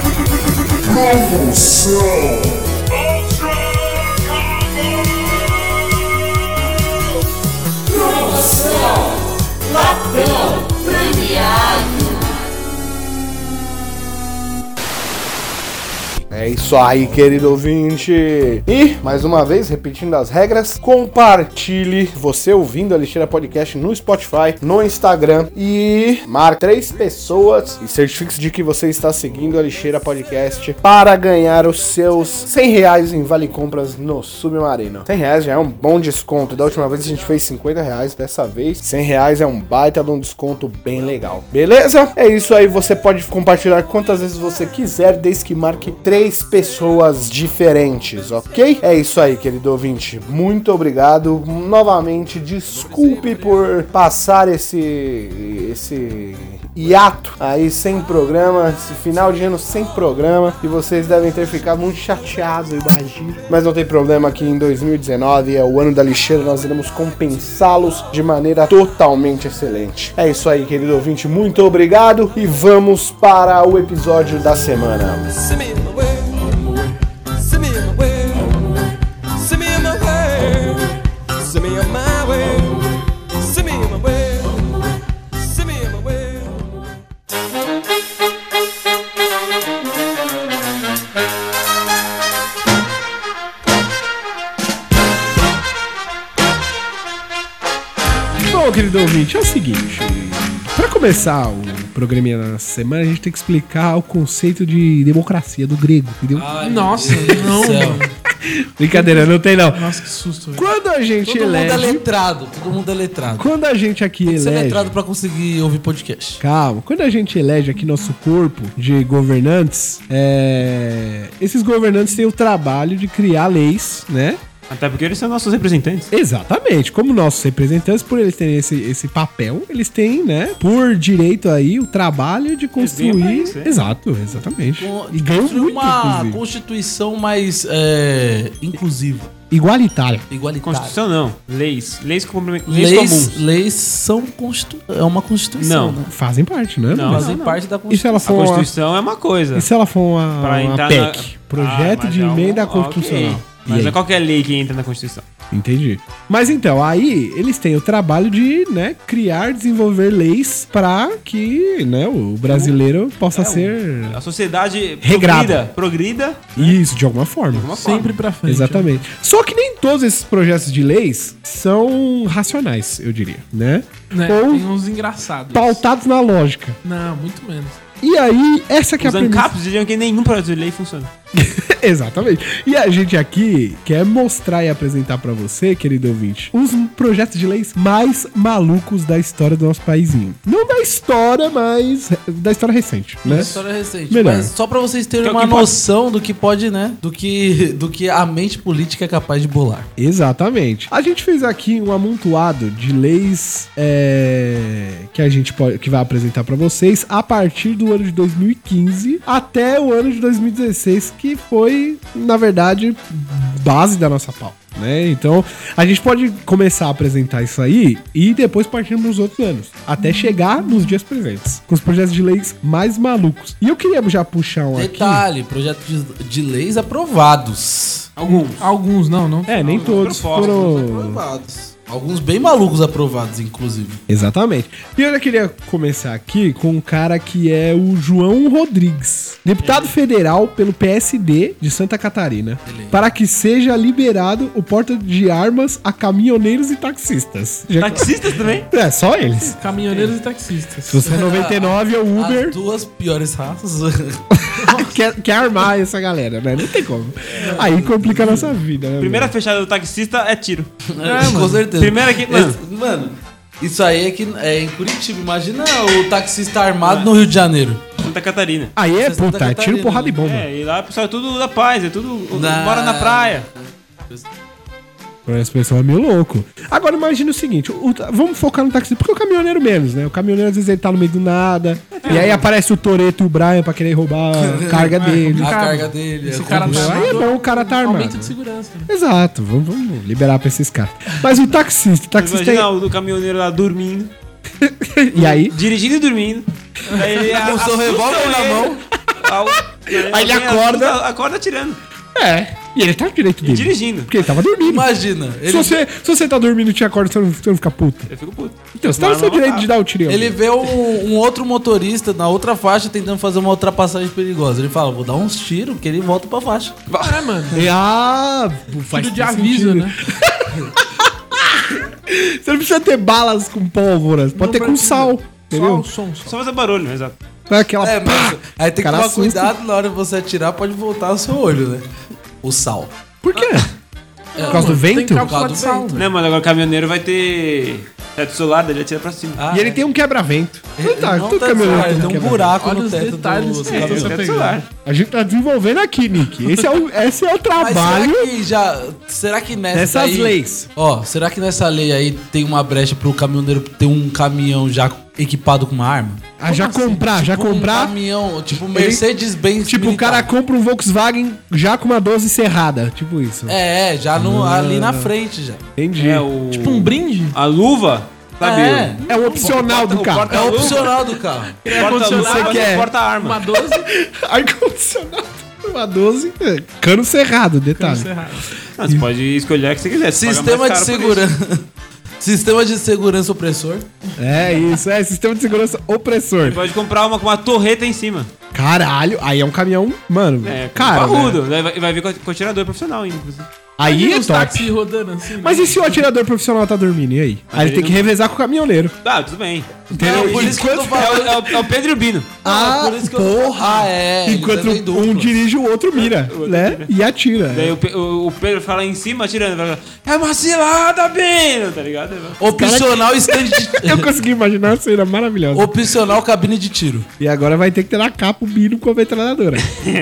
Speaker 6: É isso aí, querido ouvinte. E, mais uma vez, repetindo as regras, compartilhe você ouvindo a Lixeira Podcast no Spotify, no Instagram e marque três pessoas e certifique-se de que você está seguindo a Lixeira Podcast para ganhar os seus 100 reais em Vale Compras no Submarino. 100 reais já é um bom desconto. Da última vez a gente fez 50 reais, dessa vez 100 reais é um baita de um desconto bem legal. Beleza? É isso aí, você pode compartilhar quantas vezes você quiser, desde que marque três pessoas diferentes, ok? É isso aí, querido ouvinte. Muito obrigado. Novamente, desculpe por passar esse. esse hiato aí sem programa, esse final de ano sem programa, e vocês devem ter ficado muito chateados, eu imagino. Mas não tem problema que em 2019 é o ano da lixeira, nós iremos compensá-los de maneira totalmente excelente. É isso aí, querido ouvinte, muito obrigado e vamos para o episódio da semana.
Speaker 8: Send me in the way. Send me in the way. Send me in the way. Send me in my way. Send me in my way. Send me in my way.
Speaker 1: Bom, querido ouvinte, é o seguinte. Pra começar o programinha da semana, a gente tem que explicar o conceito de democracia do grego, entendeu?
Speaker 3: Nossa, não.
Speaker 1: Brincadeira, não tem não.
Speaker 3: Nossa, que susto. velho.
Speaker 1: Quando a gente
Speaker 2: Todo mundo é
Speaker 1: elege...
Speaker 2: letrado, todo mundo é letrado.
Speaker 1: Quando a gente aqui
Speaker 2: Você é
Speaker 1: elege...
Speaker 2: letrado pra conseguir ouvir podcast.
Speaker 1: Calma, quando a gente elege aqui nosso corpo de governantes, é, esses governantes têm o trabalho de criar leis, né?
Speaker 4: Até porque eles são nossos representantes.
Speaker 1: Exatamente, como nossos representantes, por eles terem esse, esse papel, eles têm, né, por direito aí, o trabalho de
Speaker 4: ganham pra
Speaker 1: construir.
Speaker 4: isso, é.
Speaker 1: Exato, exatamente. E ganham
Speaker 2: Construir
Speaker 1: muito,
Speaker 2: uma
Speaker 1: inclusive.
Speaker 2: constituição mais é, inclusiva,
Speaker 1: Igualitária.
Speaker 2: igualitária.
Speaker 4: Constituição não. Leis. Leis, complemen- leis,
Speaker 2: Leis,
Speaker 4: comuns.
Speaker 2: leis são constitu... é uma constituição,
Speaker 4: Não.
Speaker 2: né?
Speaker 1: Fazem parte, né?
Speaker 4: Não,
Speaker 1: Mas-
Speaker 2: Fazem parte da
Speaker 1: E se
Speaker 2: constituição.
Speaker 1: ela
Speaker 4: A
Speaker 1: for uma,
Speaker 4: Constituição é uma coisa.
Speaker 1: e se ela for uma,
Speaker 4: Pra
Speaker 1: uma
Speaker 4: entrar na-
Speaker 1: PEC? Projeto
Speaker 4: Ah, mas
Speaker 1: de
Speaker 4: é um-
Speaker 1: emenda
Speaker 4: ok.
Speaker 1: constitucional. E
Speaker 4: Mas
Speaker 1: aí?
Speaker 4: não é qualquer lei que entra na Constituição.
Speaker 1: Entendi. Mas então, aí eles têm o trabalho de, né, criar, desenvolver leis pra que, né, o brasileiro possa
Speaker 4: É um-
Speaker 1: ser
Speaker 4: A sociedade
Speaker 1: Regrada.
Speaker 4: progrida, progrida
Speaker 1: isso de alguma forma.
Speaker 4: uma
Speaker 3: Sempre pra frente. né?
Speaker 1: Exatamente. Só que nem todos esses projetos de leis são racionais, eu diria, né?
Speaker 3: Né?
Speaker 1: Ou
Speaker 3: Tem uns engraçados.
Speaker 1: pautados na lógica.
Speaker 3: Não, muito menos.
Speaker 1: E aí, essa que é a
Speaker 4: Os
Speaker 1: premissa.
Speaker 4: ANCAPs diriam que nenhum projeto de lei funciona.
Speaker 1: Exatamente. E a gente aqui quer mostrar e apresentar pra você, querido ouvinte, os projetos de leis mais malucos da história do nosso paizinho. Não da história, mas da história recente, né?
Speaker 2: É história recente.
Speaker 1: Melhor.
Speaker 2: Mas só pra vocês terem
Speaker 4: Que é o
Speaker 2: uma
Speaker 4: que pode-
Speaker 2: noção do que pode, né? Do que, do que a mente política é capaz de bolar.
Speaker 1: Exatamente. A gente fez aqui um amontoado de leis é, que a gente pode, que vai apresentar pra vocês a partir do ano de 2015 até o ano de 2016, que foi, na verdade, base da nossa pauta. Né? Então, a gente pode começar a apresentar isso aí e depois partir para os outros anos, até chegar nos dias presentes, com os projetos de leis mais malucos. E eu queria já puxar um aqui.
Speaker 2: Detalhe, projeto de, de leis aprovados.
Speaker 4: Alguns.
Speaker 3: Alguns, não, não.
Speaker 1: É, nem todos
Speaker 4: propostas,
Speaker 1: foram.
Speaker 2: Aprovados. Alguns bem malucos aprovados, inclusive.
Speaker 1: Exatamente. E eu já queria começar aqui com um cara que é o João Rodrigues, deputado federal pelo PSD de Santa Catarina, para que seja liberado o porte de armas a caminhoneiros e taxistas.
Speaker 4: Tá.
Speaker 1: Já que-
Speaker 4: Taxistas também?
Speaker 1: É, só eles.
Speaker 3: Caminhoneiros e taxistas.
Speaker 1: Se você é 99 é o
Speaker 2: As
Speaker 1: Uber.
Speaker 2: duas piores raças.
Speaker 1: quer, quer armar essa galera, né? Não tem como. Aí complica a nossa vida, né?
Speaker 4: Primeira fechada do taxista é tiro.
Speaker 2: Com certeza.
Speaker 4: Primeiro aqui- mano.
Speaker 2: Esse- mano, isso aí é, que, é em Curitiba. Imagina o taxista armado no Rio de Janeiro.
Speaker 4: Santa Catarina.
Speaker 1: Aí é
Speaker 2: Santa
Speaker 1: puta,
Speaker 2: Catarina,
Speaker 1: tiro porrada e bomba.
Speaker 4: É, e lá o pessoal é tudo da paz, é tudo.
Speaker 2: Na-
Speaker 4: Mora na praia.
Speaker 1: Esse pessoal é meio louco. Agora imagina o seguinte: o- o- vamos focar no taxista, porque o caminhoneiro menos, né? O caminhoneiro às vezes ele tá no meio do nada. e aí aparece o Toreto e o Brian pra querer roubar a carga dele.
Speaker 2: A carga dele.
Speaker 3: Esse
Speaker 2: é
Speaker 3: cara
Speaker 2: complicado.
Speaker 3: tá
Speaker 1: Aí é
Speaker 3: armado,
Speaker 1: bom o cara tá
Speaker 3: Aumento
Speaker 1: armado.
Speaker 3: de segurança. né?
Speaker 1: Exato, vamos, vamos liberar pra esses caras. Mas o taxista, o taxista. é-
Speaker 4: Imagina o do caminhoneiro lá dormindo,
Speaker 1: E aí?
Speaker 4: dirigindo e dormindo. Aí ele
Speaker 2: Com seu
Speaker 4: assustam
Speaker 2: revólver na
Speaker 4: ele.
Speaker 2: mão.
Speaker 4: Au.
Speaker 1: Aí ele
Speaker 4: alguém
Speaker 1: acorda.
Speaker 4: assusta, acorda atirando.
Speaker 1: É. E ele tá no direito dele.
Speaker 4: dirigindo.
Speaker 1: Porque ele tava dormindo.
Speaker 2: Imagina.
Speaker 1: se,
Speaker 2: Ele,
Speaker 1: você, se você tá dormindo e te acorda, você não, você não fica puto.
Speaker 4: Eu fico puto.
Speaker 1: Então, você tá no seu direito de dar o tiro. em alguém.
Speaker 2: ele vê um, um outro motorista na outra faixa tentando fazer uma ultrapassagem perigosa. Ele fala, vou dar uns tiros que ele volta pra faixa.
Speaker 3: É, mano.
Speaker 1: E, Ah, faz
Speaker 3: Tudo de
Speaker 1: todo
Speaker 3: aviso,
Speaker 1: sentido.
Speaker 3: né?
Speaker 1: Você não precisa ter balas com pólvoras, pode
Speaker 3: Não
Speaker 1: ter com
Speaker 3: precisa.
Speaker 1: sal. Entendeu?
Speaker 3: Só o som, só.
Speaker 4: Só fazer barulho, né? exato.
Speaker 1: Não é Aquela
Speaker 2: É,
Speaker 1: pá.
Speaker 2: mas aí tem que
Speaker 1: Cara
Speaker 2: tomar
Speaker 1: assusta.
Speaker 2: cuidado na hora de você atirar, pode voltar o seu olho, né? O sal. É,
Speaker 1: Por quê? Por causa do
Speaker 3: Tem que
Speaker 1: vento?
Speaker 3: calcular de
Speaker 2: Por causa do
Speaker 3: sal.
Speaker 2: vento.
Speaker 4: Né, mano? Agora o caminhoneiro vai ter. Teto solar, dele atira pra cima.
Speaker 2: Ah,
Speaker 1: E ele
Speaker 2: é.
Speaker 1: tem um quebra-vento. Não tá,
Speaker 2: Não
Speaker 1: tudo
Speaker 2: tá
Speaker 1: caminhoneiro
Speaker 2: certo,
Speaker 1: tem um
Speaker 2: tem um
Speaker 1: quebra-vento.
Speaker 2: buraco
Speaker 3: Olha
Speaker 2: no
Speaker 3: os
Speaker 2: teto
Speaker 3: detalhes
Speaker 2: do
Speaker 3: que
Speaker 2: do
Speaker 3: tem.
Speaker 2: caminhão.
Speaker 3: Tá
Speaker 4: Teto
Speaker 3: pegando.
Speaker 4: solar.
Speaker 1: A gente tá desenvolvendo aqui, Nick. Esse é o, esse é o
Speaker 2: Mas será
Speaker 1: trabalho.
Speaker 2: que já. Será que nessa.
Speaker 1: Nessas
Speaker 2: aí-
Speaker 1: leis.
Speaker 2: Ó, será que nessa lei aí tem uma brecha pro caminhoneiro ter um caminhão já equipado com uma arma?
Speaker 1: Ah, já comprar, já
Speaker 2: Tipo Um
Speaker 1: comprar.
Speaker 2: caminhão, tipo Mercedes-Benz.
Speaker 1: Tipo, o
Speaker 2: militar.
Speaker 1: cara compra um Volkswagen já com uma 12 serrada. Tipo isso.
Speaker 2: É, é, já no, ali na frente já.
Speaker 1: Entendi.
Speaker 4: É
Speaker 1: É o,
Speaker 4: o.
Speaker 3: Tipo um brinde.
Speaker 4: A luva, sabe?
Speaker 2: É.
Speaker 1: opcional do
Speaker 4: o
Speaker 1: carro.
Speaker 4: porta-
Speaker 2: É opcional do carro.
Speaker 4: Porta-luva,
Speaker 1: Você quer.
Speaker 3: Uma
Speaker 4: porta-arma.
Speaker 3: 12
Speaker 1: Ar-condicionado. Uma 12. é, Cano cerrado, detalhe.
Speaker 4: Não, Você pode escolher o que você quiser. Você paga
Speaker 2: Sistema
Speaker 4: mais
Speaker 2: de
Speaker 4: caro por isso.
Speaker 2: segurança. Sistema de segurança opressor.
Speaker 1: É isso, é sistema de segurança opressor.
Speaker 4: Pode comprar uma com uma torreta em cima.
Speaker 1: Caralho, aí é um caminhão, mano.
Speaker 4: É,
Speaker 1: cara. né?
Speaker 4: parrudo. Daí Vai, vai vir com com atirador profissional ainda. inclusive.
Speaker 1: Aí é
Speaker 3: os
Speaker 1: top.
Speaker 3: táxis rodando assim.
Speaker 1: Mas
Speaker 3: né?
Speaker 1: e se o atirador profissional tá dormindo? E aí? Aí ele tem que revezar com o caminhoneiro.
Speaker 4: Ah, tudo bem.
Speaker 2: Não, por isso que eu tô
Speaker 4: É o,
Speaker 2: falando.
Speaker 4: é o- é o Pedro e o Bino.
Speaker 1: Ah,
Speaker 2: por isso que eu-
Speaker 1: porra!
Speaker 2: Ah, é. eles
Speaker 1: Enquanto
Speaker 2: andam em dupla.
Speaker 1: um dirige, o outro mira, né? E atira.
Speaker 4: Daí o, Pe- o- o Pedro fala em cima atirando. Fala, é uma cilada, Bino! Tá ligado?
Speaker 2: Opcional estande de...
Speaker 1: Eu consegui imaginar a cena maravilhosa.
Speaker 2: Opcional cabine de tiro.
Speaker 1: E agora vai ter que ter na capa o Bino com a metralhadora.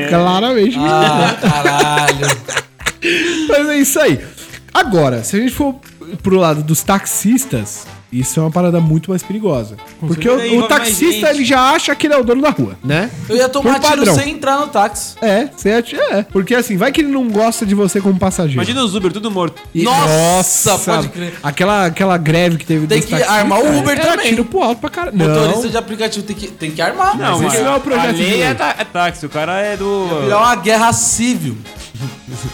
Speaker 1: Claramente.
Speaker 2: Ah, caralho.
Speaker 1: Mas é isso aí. Agora, se a gente for pro lado dos taxistas, isso é uma parada muito mais perigosa. Porque
Speaker 4: certeza.
Speaker 1: o, o
Speaker 4: Envolve mais
Speaker 1: taxista,
Speaker 4: gente.
Speaker 1: ele já acha que ele é o dono da rua, né?
Speaker 2: Eu ia tomar
Speaker 1: Por
Speaker 2: tiro
Speaker 1: padrão.
Speaker 2: sem entrar no táxi.
Speaker 1: É, você acha- é. Porque assim, vai que ele não gosta de você como passageiro.
Speaker 4: Imagina os Uber, tudo morto.
Speaker 1: E-
Speaker 2: Nossa, pode crer.
Speaker 1: Aquela, aquela greve que teve
Speaker 2: Tem
Speaker 1: dos
Speaker 2: que armar o Uber
Speaker 1: era
Speaker 2: também.
Speaker 1: tiro pro alto pra caralho.
Speaker 2: Motorista
Speaker 1: Não,
Speaker 2: de aplicativo tem que, tem que armar. né?
Speaker 4: Não,
Speaker 1: mas
Speaker 4: mas
Speaker 1: esse não é o projeto
Speaker 4: a
Speaker 1: de
Speaker 4: lei
Speaker 1: lei.
Speaker 4: é, tá- é táxi, o cara é do
Speaker 2: Virar uma guerra civil.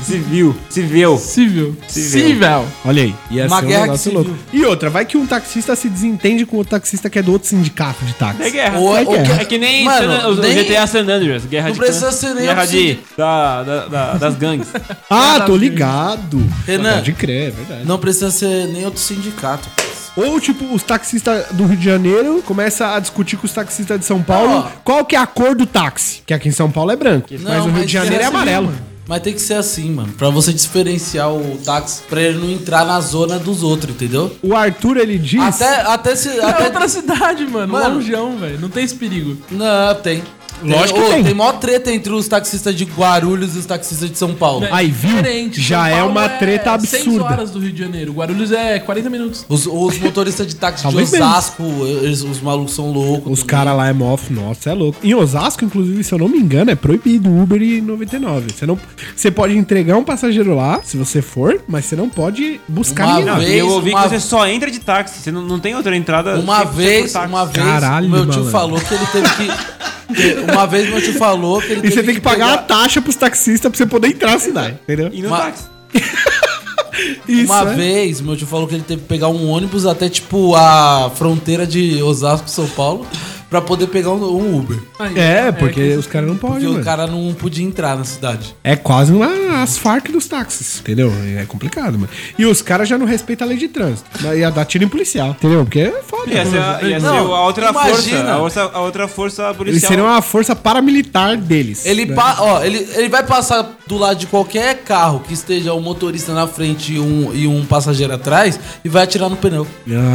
Speaker 4: civil, civil.
Speaker 3: Cível.
Speaker 4: Cível.
Speaker 1: olha aí. Ia
Speaker 2: Uma
Speaker 1: ser um
Speaker 2: guerra
Speaker 1: negócio
Speaker 2: civil.
Speaker 1: louco. E outra, vai que um taxista se desentende com outro taxista que é do outro sindicato de táxi.
Speaker 4: É guerra.
Speaker 2: Ou-
Speaker 1: é
Speaker 2: ou
Speaker 1: guerra.
Speaker 4: É que nem
Speaker 2: Mano,
Speaker 4: San- o
Speaker 2: nem-
Speaker 4: GTA San Andreas, guerra
Speaker 2: Não
Speaker 4: de
Speaker 2: precisa
Speaker 4: clã-
Speaker 2: ser nem
Speaker 1: um
Speaker 4: guerra de,
Speaker 2: auxílio.
Speaker 4: da, da- da- das gangues.
Speaker 1: Ah, tô ligado.
Speaker 2: Renan.
Speaker 1: Pode crer, é verdade.
Speaker 2: Não precisa ser nem outro sindicato.
Speaker 1: Ou, tipo, os taxistas do Rio de Janeiro começam a discutir com os taxistas de São Paulo
Speaker 2: Ó.
Speaker 1: qual que é a cor do táxi. Que aqui em São Paulo é branco, mas
Speaker 2: Não,
Speaker 1: o Rio de
Speaker 2: mas
Speaker 1: Janeiro é
Speaker 2: guerra civil,
Speaker 1: amarelo.
Speaker 2: Mas tem que ser assim, mano. Pra você diferenciar o táxi, pra ele não entrar na zona dos outros, entendeu?
Speaker 1: O Arthur, ele diz...
Speaker 2: Até, até se.
Speaker 3: É
Speaker 2: até-
Speaker 3: outra cidade, mano.
Speaker 2: Mano.
Speaker 3: Longeão, velho. Não tem esse perigo.
Speaker 2: Não, tem.
Speaker 1: Lógico que
Speaker 2: tem. Ô,
Speaker 1: tem.
Speaker 2: Tem maior treta entre os taxistas de Guarulhos e os taxistas de São Paulo.
Speaker 3: É
Speaker 1: Aí, viu?
Speaker 3: diferente.
Speaker 1: Já
Speaker 3: São
Speaker 1: é
Speaker 3: Paulo
Speaker 1: uma treta
Speaker 3: seis
Speaker 1: absurda.
Speaker 3: horas do Rio de Janeiro. Guarulhos é 40 minutos.
Speaker 2: Os, os motoristas de táxi de
Speaker 1: Talvez mesmo.
Speaker 2: Osasco, eles- os malucos são loucos.
Speaker 1: Os
Speaker 2: também.
Speaker 1: caras lá é mó, nossa, é louco. Em Osasco, inclusive, se eu não me engano, é proibido o Uber e 99. Você, não, você pode entregar um passageiro lá, se você for, mas você não pode buscar
Speaker 2: Uma
Speaker 1: ninguém lá.
Speaker 4: Não, e eu ouvi
Speaker 2: uma-
Speaker 4: que você só entra de táxi, você não, não tem outra entrada.
Speaker 2: Uma
Speaker 4: 100%
Speaker 2: vez,
Speaker 4: táxi.
Speaker 2: uma vez,
Speaker 1: Caralho,
Speaker 2: meu tio
Speaker 1: malandro.
Speaker 2: falou que ele teve que. que- Uma vez meu tio falou que ele
Speaker 1: E
Speaker 2: teve
Speaker 1: você tem que pagar
Speaker 2: pegar-
Speaker 1: a taxa pros taxistas pra você poder entrar na cidade, entendeu?
Speaker 4: E no
Speaker 2: uma-
Speaker 4: táxi.
Speaker 1: Isso,
Speaker 2: uma
Speaker 1: né?
Speaker 2: vez, meu tio falou que ele teve que pegar um ônibus até tipo a fronteira de Osasco e São Paulo pra poder pegar um, um Uber.
Speaker 3: Aí,
Speaker 1: É, porque
Speaker 3: que-
Speaker 1: os caras não podem,
Speaker 2: Porque o
Speaker 1: mano.
Speaker 2: cara não podia entrar na cidade.
Speaker 1: É quase uma, as Farc dos táxis, entendeu? É complicado, mano. E os caras já não respeitam a lei de trânsito. Mas Ia dar tiro em policial, entendeu? Porque é foda.
Speaker 4: Ia ser, a- ia ser
Speaker 2: Não,
Speaker 4: a outra
Speaker 2: imagina.
Speaker 4: força. A, outra, a outra força policial.
Speaker 1: Eles seriam a força paramilitar deles.
Speaker 2: Ele,
Speaker 1: né?
Speaker 2: pa- ó, ele, ele vai passar do lado de qualquer carro que esteja um motorista na frente e um, e um passageiro atrás e vai atirar no pneu.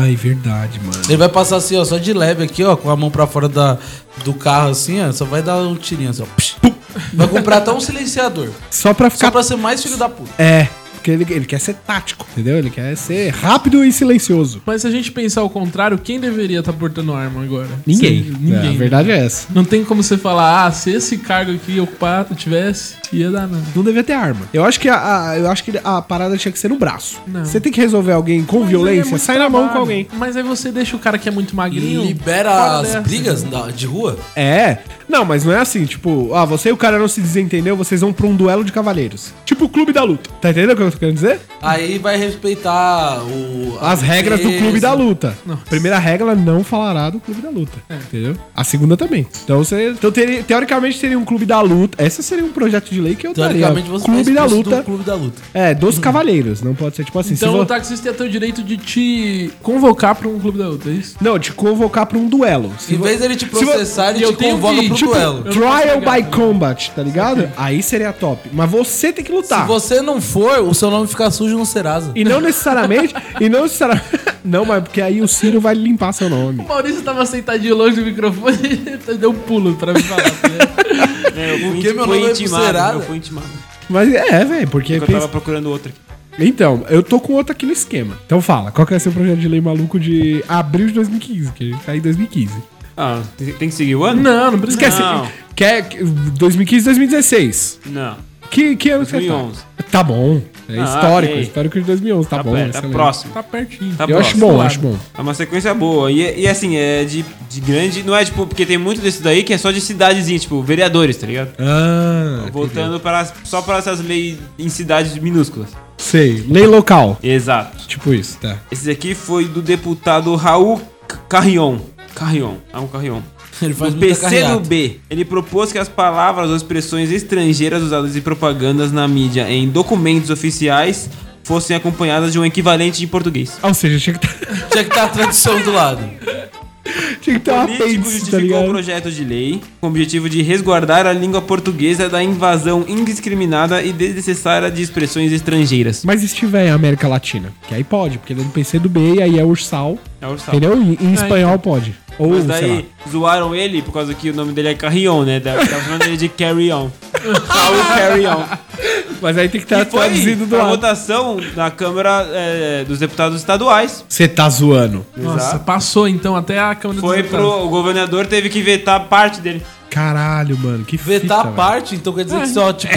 Speaker 1: Ai, verdade, mano.
Speaker 2: Ele vai passar assim, ó, só de leve aqui, ó, com a mão pra fora da, do carro, assim, ó, só vai dar um tirinho, assim, ó. psh, pum. Vai comprar até um silenciador.
Speaker 1: Só pra
Speaker 2: Só
Speaker 1: ficar.
Speaker 2: pra ser mais filho da puta.
Speaker 1: É. Porque ele, ele quer ser tático, entendeu? Ele quer ser rápido e silencioso.
Speaker 3: Mas se a gente pensar ao contrário, quem deveria estar portando arma agora?
Speaker 1: Ninguém.
Speaker 3: Se-
Speaker 1: É, a
Speaker 3: ninguém.
Speaker 1: verdade é essa.
Speaker 3: não tem como você falar, ah, se esse cargo aqui ocupar tivesse, ia dar nada.
Speaker 1: Não devia ter arma. Eu acho que a, a- eu acho que a parada tinha que ser no braço.
Speaker 3: Não.
Speaker 1: Você tem que resolver alguém com
Speaker 3: Mas aí é
Speaker 1: violência,
Speaker 3: muito
Speaker 1: sai na mão com
Speaker 3: trabalho.
Speaker 1: alguém.
Speaker 3: Mas aí você deixa o cara que é muito magrinho.
Speaker 2: Libera
Speaker 3: fora
Speaker 2: as
Speaker 3: dessa.
Speaker 2: brigas da- de rua.
Speaker 1: É. Não, mas não é assim, tipo, ah, você e o cara não se desentendeu, vocês vão pra um duelo de cavaleiros. Tipo o clube da luta. Tá entendendo o que eu tô querendo dizer?
Speaker 2: Aí vai respeitar o.
Speaker 1: As regras do clube da
Speaker 2: luta.
Speaker 1: luta. Primeira regra, ela não falará do clube da luta.
Speaker 2: É.
Speaker 1: Entendeu? A segunda também. Então você. Então, teria- teoricamente seria um clube da luta. Esse seria um projeto de lei que eu daria.
Speaker 2: Teoricamente você
Speaker 1: clube
Speaker 2: faz
Speaker 1: da
Speaker 2: isso do
Speaker 1: luta.
Speaker 2: Clube tá- da luta.
Speaker 1: É, dos cavaleiros. Não pode ser tipo assim. se
Speaker 3: Então
Speaker 1: vo-
Speaker 3: o taxista ia ter o direito de te convocar pra um clube da outra, é isso?
Speaker 1: Não, te convocar pra um duelo. Se
Speaker 2: Em
Speaker 1: vo-
Speaker 2: vez dele te
Speaker 1: vo-
Speaker 2: processar,
Speaker 3: e
Speaker 2: ele
Speaker 3: eu
Speaker 2: te
Speaker 3: tenho
Speaker 2: convoca
Speaker 3: que-
Speaker 2: pro
Speaker 3: tipo,
Speaker 2: Então é um duelo.
Speaker 3: eu não posso
Speaker 1: Trial
Speaker 3: pegar,
Speaker 1: by
Speaker 3: né?
Speaker 1: combat, tá ligado? Aí seria top. Mas você tem que lutar.
Speaker 2: Se você não for, o seu nome fica sujo no Serasa.
Speaker 1: tá. E não necessariamente. e não necessariamente. Não, mas porque aí o Ciro vai limpar seu nome.
Speaker 3: O Maurício tava sentadinho longe do microfone e deu um pulo pra me falar. né?
Speaker 4: É, eu fui
Speaker 2: Porque meu nome
Speaker 4: fui
Speaker 2: é
Speaker 4: intimado,
Speaker 2: Bucerada.
Speaker 4: Eu fui intimado.
Speaker 1: Mas é, velho, porque.
Speaker 4: Eu tava procurando outra.
Speaker 1: Então, eu tô com outro aqui no esquema. Então fala, qual que é o seu projeto de lei maluco de abril de 2015? Que a gente tá em 2015.
Speaker 4: Ah, tem tem que seguir o ano?
Speaker 3: não, não precisa.
Speaker 1: Esquece.
Speaker 4: Não.
Speaker 1: Quer. 2015, 2016.
Speaker 4: Não.
Speaker 1: Que, que ano que você
Speaker 4: 2011.
Speaker 1: tá? Tá bom. É
Speaker 4: Ah,
Speaker 1: histórico,
Speaker 4: ok.
Speaker 1: histórico de 2011. Tá,
Speaker 4: Tá,
Speaker 1: bom.
Speaker 4: perto, tá
Speaker 1: excelente.
Speaker 4: próximo.
Speaker 3: Tá pertinho.
Speaker 4: Tá
Speaker 1: Eu acho
Speaker 4: próximo.
Speaker 1: bom, acho bom.
Speaker 4: É uma sequência boa. E, e assim, é de, de grande. Não é tipo, porque tem muito desse daí que é só de cidadezinha, tipo, vereadores, tá ligado?
Speaker 1: Ah,
Speaker 4: Voltando para, as- só para essas leis em cidades minúsculas.
Speaker 1: sei. Lei local.
Speaker 4: Exato.
Speaker 1: Tipo isso, tá.
Speaker 4: Esse aqui foi do deputado Raul C- Carrion. Carrion, Raul Carrion.
Speaker 2: Ele faz
Speaker 4: do
Speaker 2: muita carreata.
Speaker 4: PCdoB. Ele propôs que as palavras ou expressões estrangeiras usadas em propagandas na mídia em documentos oficiais fossem acompanhadas de um equivalente em português.
Speaker 1: Ah, Ou seja, tinha que ter,
Speaker 2: Tinha que estar a tradução do lado.
Speaker 1: tinha que ter um
Speaker 2: Ah,
Speaker 4: O político
Speaker 1: apêndice, tá
Speaker 4: justificou o
Speaker 1: ligado?
Speaker 4: projeto de lei com o objetivo de resguardar a língua portuguesa da invasão indiscriminada e desnecessária de expressões estrangeiras.
Speaker 1: Mas e se tiver em América Latina? Que aí pode, porque ele é do PC do B e aí é ursal.
Speaker 4: É ursal.
Speaker 1: Entendeu? E em espanhol pode. Ou,
Speaker 4: Mas
Speaker 1: sei lá.
Speaker 4: daí zoaram ele por causa que o nome dele é Carrion, né? Tava chamando ele de Carry On. Raul Carry On.
Speaker 1: Mas aí tem que estar
Speaker 4: E foi
Speaker 1: Tá traduzido do
Speaker 4: a
Speaker 1: lado.
Speaker 4: votação na Câmara é, dos Deputados Estaduais.
Speaker 1: Você tá zoando.
Speaker 3: Nossa,
Speaker 4: Exato.
Speaker 3: passou então até a Câmara
Speaker 4: Foi
Speaker 3: dos Deputados.
Speaker 4: pro. O governador teve que vetar parte dele.
Speaker 1: Caralho, mano. Que
Speaker 2: Vetar
Speaker 4: tá
Speaker 2: a
Speaker 1: velho.
Speaker 2: parte, então quer dizer que só, tipo,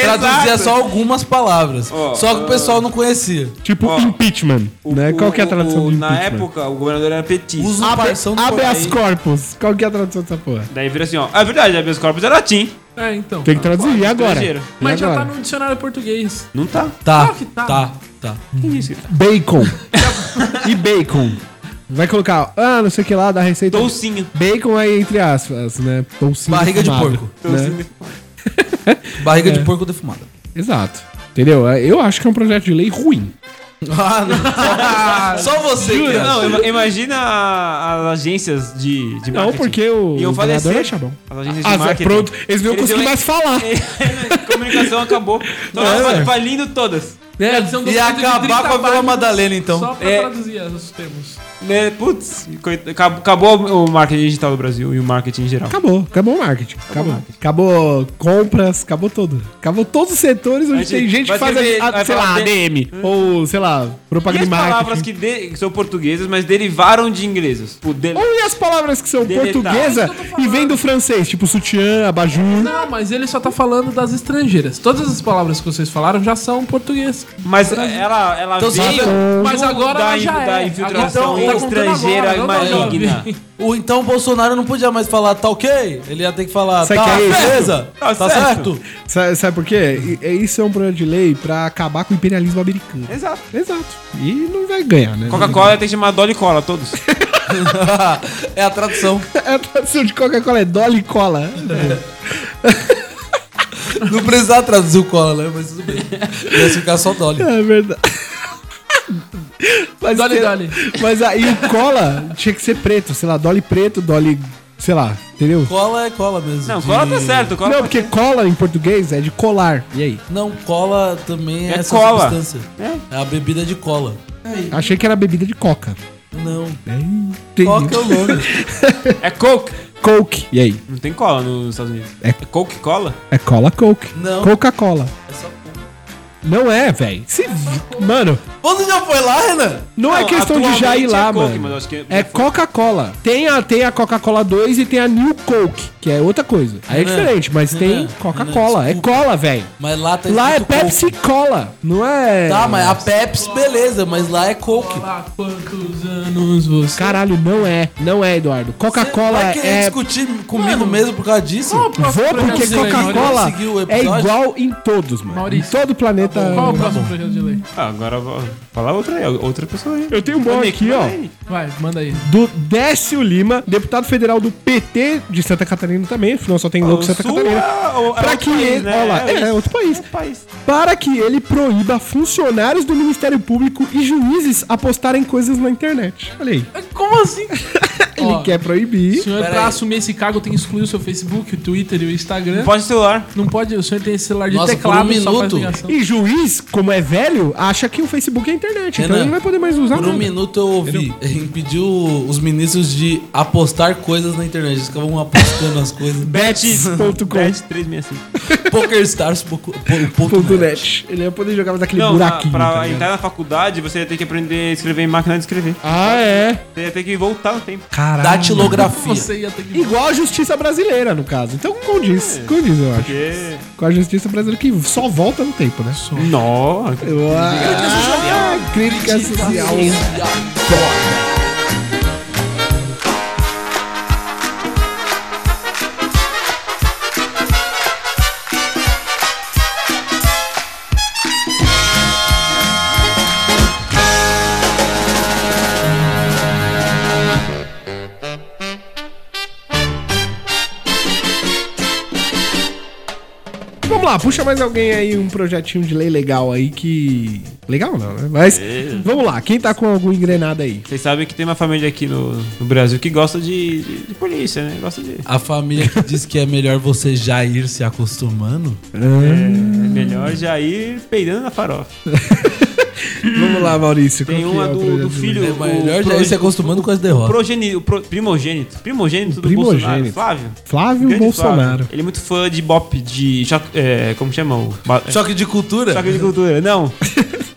Speaker 2: traduzia
Speaker 4: Exato.
Speaker 2: só algumas palavras.
Speaker 4: Ó, ah.
Speaker 2: só que o pessoal não conhecia.
Speaker 1: Tipo
Speaker 4: Ó,
Speaker 1: impeachment.
Speaker 4: O-
Speaker 1: né? Qual que é a
Speaker 4: o-
Speaker 1: tradução
Speaker 4: o-
Speaker 1: do
Speaker 4: Na
Speaker 1: impeachment?
Speaker 4: época, o governador era petista.
Speaker 2: Usa o
Speaker 1: Habe-
Speaker 2: parção do
Speaker 1: habeas
Speaker 2: corpo.
Speaker 1: corpus. Qual que é a tradução dessa porra?
Speaker 4: Daí vira assim, ó. É verdade, habeas corpus é latim.
Speaker 3: É, então.
Speaker 1: Tem que traduzir. e agora?
Speaker 4: estrangeiro.
Speaker 1: E
Speaker 3: Mas já tá
Speaker 1: agora?
Speaker 3: no dicionário português.
Speaker 4: Não tá.
Speaker 2: Tá,
Speaker 3: Claro que tá.
Speaker 2: tá, tá.
Speaker 1: Bacon. e bacon. Vai colocar, ah, não sei o que lá, da receita.
Speaker 4: Toucinho.
Speaker 1: Bacon aí, entre aspas, né? Toucinho
Speaker 2: Barriga de
Speaker 1: defumado,
Speaker 2: porco.
Speaker 1: né?
Speaker 4: Toucinho.
Speaker 2: Barriga
Speaker 1: É.
Speaker 2: de porco defumada.
Speaker 1: Exato. Entendeu? É, Eu acho que é um projeto de lei ruim.
Speaker 2: Ah, não. Só você, que acha.
Speaker 4: Ah, Não, ima- imagina a- as agências de, de
Speaker 1: Não,
Speaker 4: marketing.
Speaker 1: porque o
Speaker 4: Iam
Speaker 1: governador
Speaker 4: falecer.
Speaker 1: é chabão.
Speaker 4: As agências de
Speaker 1: Ah,
Speaker 4: assim, marketing.
Speaker 1: pronto. Eles não
Speaker 4: Eles é
Speaker 1: conseguem
Speaker 4: iam-
Speaker 1: mais falar.
Speaker 4: Comunicação acabou. Então,
Speaker 1: É,
Speaker 4: fa-
Speaker 1: velho.
Speaker 4: falindo todas.
Speaker 2: É,
Speaker 3: Deve ser um
Speaker 2: e
Speaker 3: documento de
Speaker 2: acabar
Speaker 3: 30
Speaker 2: com a Vila
Speaker 3: páginas
Speaker 2: Madalena, então.
Speaker 3: Só pra
Speaker 4: É.
Speaker 3: traduzir os termos.
Speaker 4: Né? Putz, coit- acab- acabou o marketing digital do Brasil e o marketing em geral.
Speaker 1: Acabou, acabou o marketing. Acabou. Acabou compras, acabou tudo. Acabou todos os setores onde
Speaker 4: Vai
Speaker 1: tem
Speaker 4: ter-
Speaker 1: gente que
Speaker 4: vai
Speaker 1: faz,
Speaker 4: ter-
Speaker 1: a, a-
Speaker 4: vai
Speaker 1: sei
Speaker 4: falar
Speaker 1: lá,
Speaker 4: de-
Speaker 1: ADM. Ou, sei lá,
Speaker 4: E
Speaker 1: propaganda
Speaker 4: as
Speaker 1: de
Speaker 4: palavras que,
Speaker 1: marketing.
Speaker 4: de- que são portuguesas, mas derivaram de inglesas. Tipo, de-
Speaker 1: Ou e as palavras que são
Speaker 4: Deletar.
Speaker 1: portuguesa e vem do francês, tipo sutiã, abajur.
Speaker 3: Não, mas ele só tá falando das estrangeiras. Todas as palavras que vocês falaram já são português.
Speaker 4: Mas é, ela, ela
Speaker 2: Então, sabe-
Speaker 4: veio
Speaker 3: Mas agora
Speaker 4: da,
Speaker 3: ela já
Speaker 4: da
Speaker 3: é.
Speaker 4: infiltração
Speaker 3: Agora- tá contando
Speaker 4: estrangeira
Speaker 3: agora, não tá
Speaker 4: maligna.
Speaker 3: jovem.
Speaker 2: Ou então o Bolsonaro não podia mais falar tá ok, ele ia ter que falar
Speaker 1: Sabe
Speaker 2: tá
Speaker 1: que é isso?
Speaker 2: beleza, tá,
Speaker 4: Tá
Speaker 2: certo.
Speaker 4: certo.
Speaker 1: Sabe, sabe por quê? E- e Isso é um projeto de lei pra acabar com o imperialismo americano.
Speaker 4: Exato.
Speaker 1: Exato. E não vai ganhar, né?
Speaker 4: Coca-Cola tem que chamar Dolly Cola, todos.
Speaker 2: é a tradução.
Speaker 1: É a tradução de Coca-Cola, é Dolly Cola.
Speaker 2: Não precisava traduzir o cola, né? Mas tudo bem. Ia ficar só Dolly.
Speaker 1: É verdade. Mas,
Speaker 3: Dolly,
Speaker 1: tem-
Speaker 3: Dolly.
Speaker 1: Mas aí o cola tinha que ser preto, sei lá, Dolly preto, Dolly, sei lá, entendeu?
Speaker 2: Cola é cola mesmo.
Speaker 4: Não,
Speaker 2: de-
Speaker 4: cola tá certo, cola
Speaker 1: Não,
Speaker 4: tá-
Speaker 1: porque cola em português é de colar. E aí?
Speaker 2: Não, cola também é,
Speaker 4: É
Speaker 2: essa
Speaker 4: cola.
Speaker 2: substância. É. a bebida de cola.
Speaker 1: Achei que era bebida de coca.
Speaker 2: Não.
Speaker 1: Entendi.
Speaker 2: Coca é o nome.
Speaker 4: É Coke.
Speaker 1: Coke. E aí?
Speaker 4: Não tem cola nos Estados Unidos.
Speaker 1: É-
Speaker 4: É, Coca-Cola?
Speaker 1: É cola Coke.
Speaker 2: Não.
Speaker 1: Coca-Cola. Não é, velho. Se... Mano,
Speaker 2: Você já foi lá, Renan?
Speaker 1: não, é
Speaker 4: Não,
Speaker 1: questão de já ir
Speaker 4: atualmente é
Speaker 1: lá,
Speaker 4: Coke,
Speaker 1: mano.
Speaker 4: mas eu acho que
Speaker 1: é
Speaker 4: já foi.
Speaker 1: Coca-Cola. Tem a, tem a Coca-Cola 2 e tem a New Coke, que é outra coisa. Aí é
Speaker 2: Não,
Speaker 1: diferente, mas
Speaker 2: não,
Speaker 1: tem
Speaker 2: não,
Speaker 1: Coca-Cola. É
Speaker 2: desculpa.
Speaker 1: cola, velho.
Speaker 2: Mas lá tá
Speaker 1: Lá é
Speaker 2: escrito
Speaker 1: Pepsi Cola, não é?
Speaker 2: Coke. Tá, mas a Pepsi, beleza, mas lá é Coke.
Speaker 3: Há quantos anos você...
Speaker 1: Caralho, não é. Não é, Eduardo. Coca-Cola
Speaker 2: Vai querer
Speaker 1: é.
Speaker 2: discutir comigo mesmo por causa disso?
Speaker 1: Vou porque
Speaker 3: Maurício,
Speaker 1: Coca-Cola
Speaker 2: Maurício, seguiu o
Speaker 1: é
Speaker 2: episódio?
Speaker 1: igual em todos, mano.
Speaker 3: Maurício. tá
Speaker 1: Em todo o planeta.
Speaker 3: Qual o próximo projeto de lei?
Speaker 4: Ah, agora vou falar outra aí, outra pessoa aí.
Speaker 1: Eu tenho um bom
Speaker 4: Ô, Nick,
Speaker 1: aqui,
Speaker 4: manda
Speaker 1: ó.
Speaker 4: aí.
Speaker 3: Vai, manda aí.
Speaker 1: Do Décio Lima, deputado federal do PT de Santa Catarina também, afinal só tem louco em Santa
Speaker 4: Sua-
Speaker 1: Catarina.
Speaker 4: ou- é
Speaker 1: Pra
Speaker 4: outro
Speaker 1: que
Speaker 4: país,
Speaker 1: ele.
Speaker 4: né?
Speaker 1: ó lá, é, é outro país.
Speaker 4: país.
Speaker 1: Para que ele proíba funcionários do Ministério Público e juízes a postarem coisas na internet. Olha aí.
Speaker 3: Como assim?
Speaker 1: Ele
Speaker 3: Ó,
Speaker 1: quer
Speaker 3: O
Speaker 1: proibir.
Speaker 3: senhor,
Speaker 2: Pera
Speaker 3: pra
Speaker 2: aí.
Speaker 3: assumir esse cargo, tem que excluir o seu Facebook, o Twitter e o Instagram.
Speaker 4: Pode celular.
Speaker 3: Não pode, o senhor tem esse celular de
Speaker 2: Nossa, por
Speaker 3: teclado
Speaker 2: um
Speaker 3: e só faz
Speaker 2: minuto.
Speaker 3: ligação.
Speaker 1: E juiz, como é velho, acha que o Facebook é internet. então
Speaker 2: Renan,
Speaker 1: ele não vai poder mais usar
Speaker 2: Por um
Speaker 1: nada.
Speaker 2: minuto eu ouvi. Impediu os ministros de apostar coisas na internet. Eles ficavam apostando as coisas.
Speaker 1: Bets.com.net.
Speaker 4: Bet365.
Speaker 2: PokerStars. Poco, po, né? ponto
Speaker 1: né.
Speaker 2: net.
Speaker 1: Ele ia poder jogar mais aquele
Speaker 4: Não, na,
Speaker 1: buraquinho.
Speaker 4: pra
Speaker 1: tá ligado?
Speaker 4: entrar na faculdade, você ia ter que aprender a escrever em máquina de escrever.
Speaker 1: Ah, é.
Speaker 4: Você ia ter que voltar no tempo.
Speaker 1: Caralho.
Speaker 2: Datilografia.
Speaker 3: Você ia ter que...
Speaker 1: Igual a justiça brasileira, no caso. Então
Speaker 4: É.
Speaker 1: condiz. Condiz, eu acho.
Speaker 4: Porque...
Speaker 1: Com a justiça brasileira que só volta no tempo, né?
Speaker 4: Nossa.
Speaker 1: Ah, crítica social. Vamos lá, puxa mais alguém aí, um projetinho de lei legal aí que. Legal não, né? Mas
Speaker 4: É.
Speaker 1: vamos lá, quem tá com algum engrenado aí?
Speaker 4: Vocês sabem que tem uma família aqui no, no Brasil que gosta de, de- de polícia, né? Gosta de...
Speaker 2: A família que diz que é melhor você já ir se acostumando.
Speaker 1: Hum.
Speaker 4: É melhor já ir peidando na farofa.
Speaker 1: Vamos lá, Maurício.
Speaker 4: Hum. Tem
Speaker 1: qual que
Speaker 4: uma
Speaker 1: é o
Speaker 4: do,
Speaker 1: projeto
Speaker 4: do
Speaker 1: de lei?
Speaker 4: filho...
Speaker 2: É
Speaker 4: o
Speaker 2: melhor já ir se
Speaker 4: proje-
Speaker 2: acostumando com as derrotas.
Speaker 4: Progeni, o pro- primogênito. Primogênito do
Speaker 1: Primogênito.
Speaker 4: Bolsonaro. Flávio.
Speaker 1: Flávio
Speaker 4: Grande
Speaker 1: Bolsonaro.
Speaker 4: Flávio. Ele é muito fã de bop, de. choque- é, como chama? O, ba- é,
Speaker 2: Choque de cultura.
Speaker 4: choque de cultura. Não.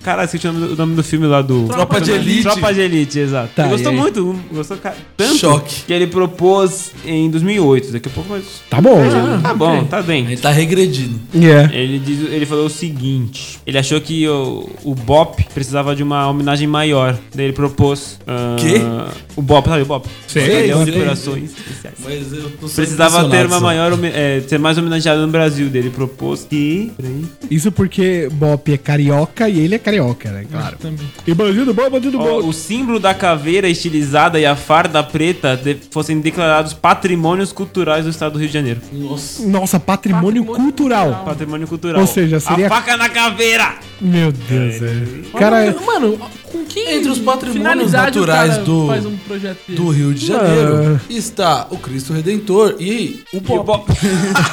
Speaker 4: Cara, esqueci o nome, o nome do filme lá do.
Speaker 2: Tropa de Elite.
Speaker 4: Tropa de Elite, exato.
Speaker 1: Tá,
Speaker 4: ele gostou
Speaker 1: e aí?
Speaker 4: muito. um- Gostou ca- tanto.
Speaker 2: Choque.
Speaker 4: Que ele propôs em 2008. Daqui a pouco mais.
Speaker 1: Tá bom.
Speaker 4: tá bom, tá bem.
Speaker 2: Ele tá regredindo.
Speaker 1: Yeah.
Speaker 4: Ele, diz, ele falou o seguinte: ele achou que o, o Bop precisava de uma homenagem maior. Daí ele propôs. ah,
Speaker 2: Quê?
Speaker 4: O Bop, sabe o Bop?
Speaker 1: Sei,
Speaker 4: Batalhão de
Speaker 2: sei.
Speaker 4: Corações Especiais.
Speaker 2: Mas eu tô
Speaker 4: Precisava ter uma maior home- é, ser mais homenageado no Brasil dele. Propôs que. Peraí.
Speaker 1: Isso porque Bop é carioca e ele é carioca, né? Claro. E bandido bom, bandido
Speaker 4: Ó,
Speaker 1: bom.
Speaker 4: o símbolo da caveira estilizada e a farda preta de- fossem declarados patrimônios culturais do estado do Rio de Janeiro. Um
Speaker 2: Nossa.
Speaker 1: Nossa, patrimônio, cultural.
Speaker 4: Patrimônio cultural.
Speaker 1: Ou seja, seria-
Speaker 4: A faca na caveira!
Speaker 1: Meu Deus, velho. Cara, é-
Speaker 3: Mano, com que
Speaker 2: Entre os patrimônios
Speaker 3: finalidade o
Speaker 2: naturais
Speaker 3: cara
Speaker 2: do-
Speaker 3: faz um projeto desse?
Speaker 2: Do Rio de Janeiro está o Cristo Redentor Ah. e o
Speaker 4: E o
Speaker 2: Bob.
Speaker 4: Bob-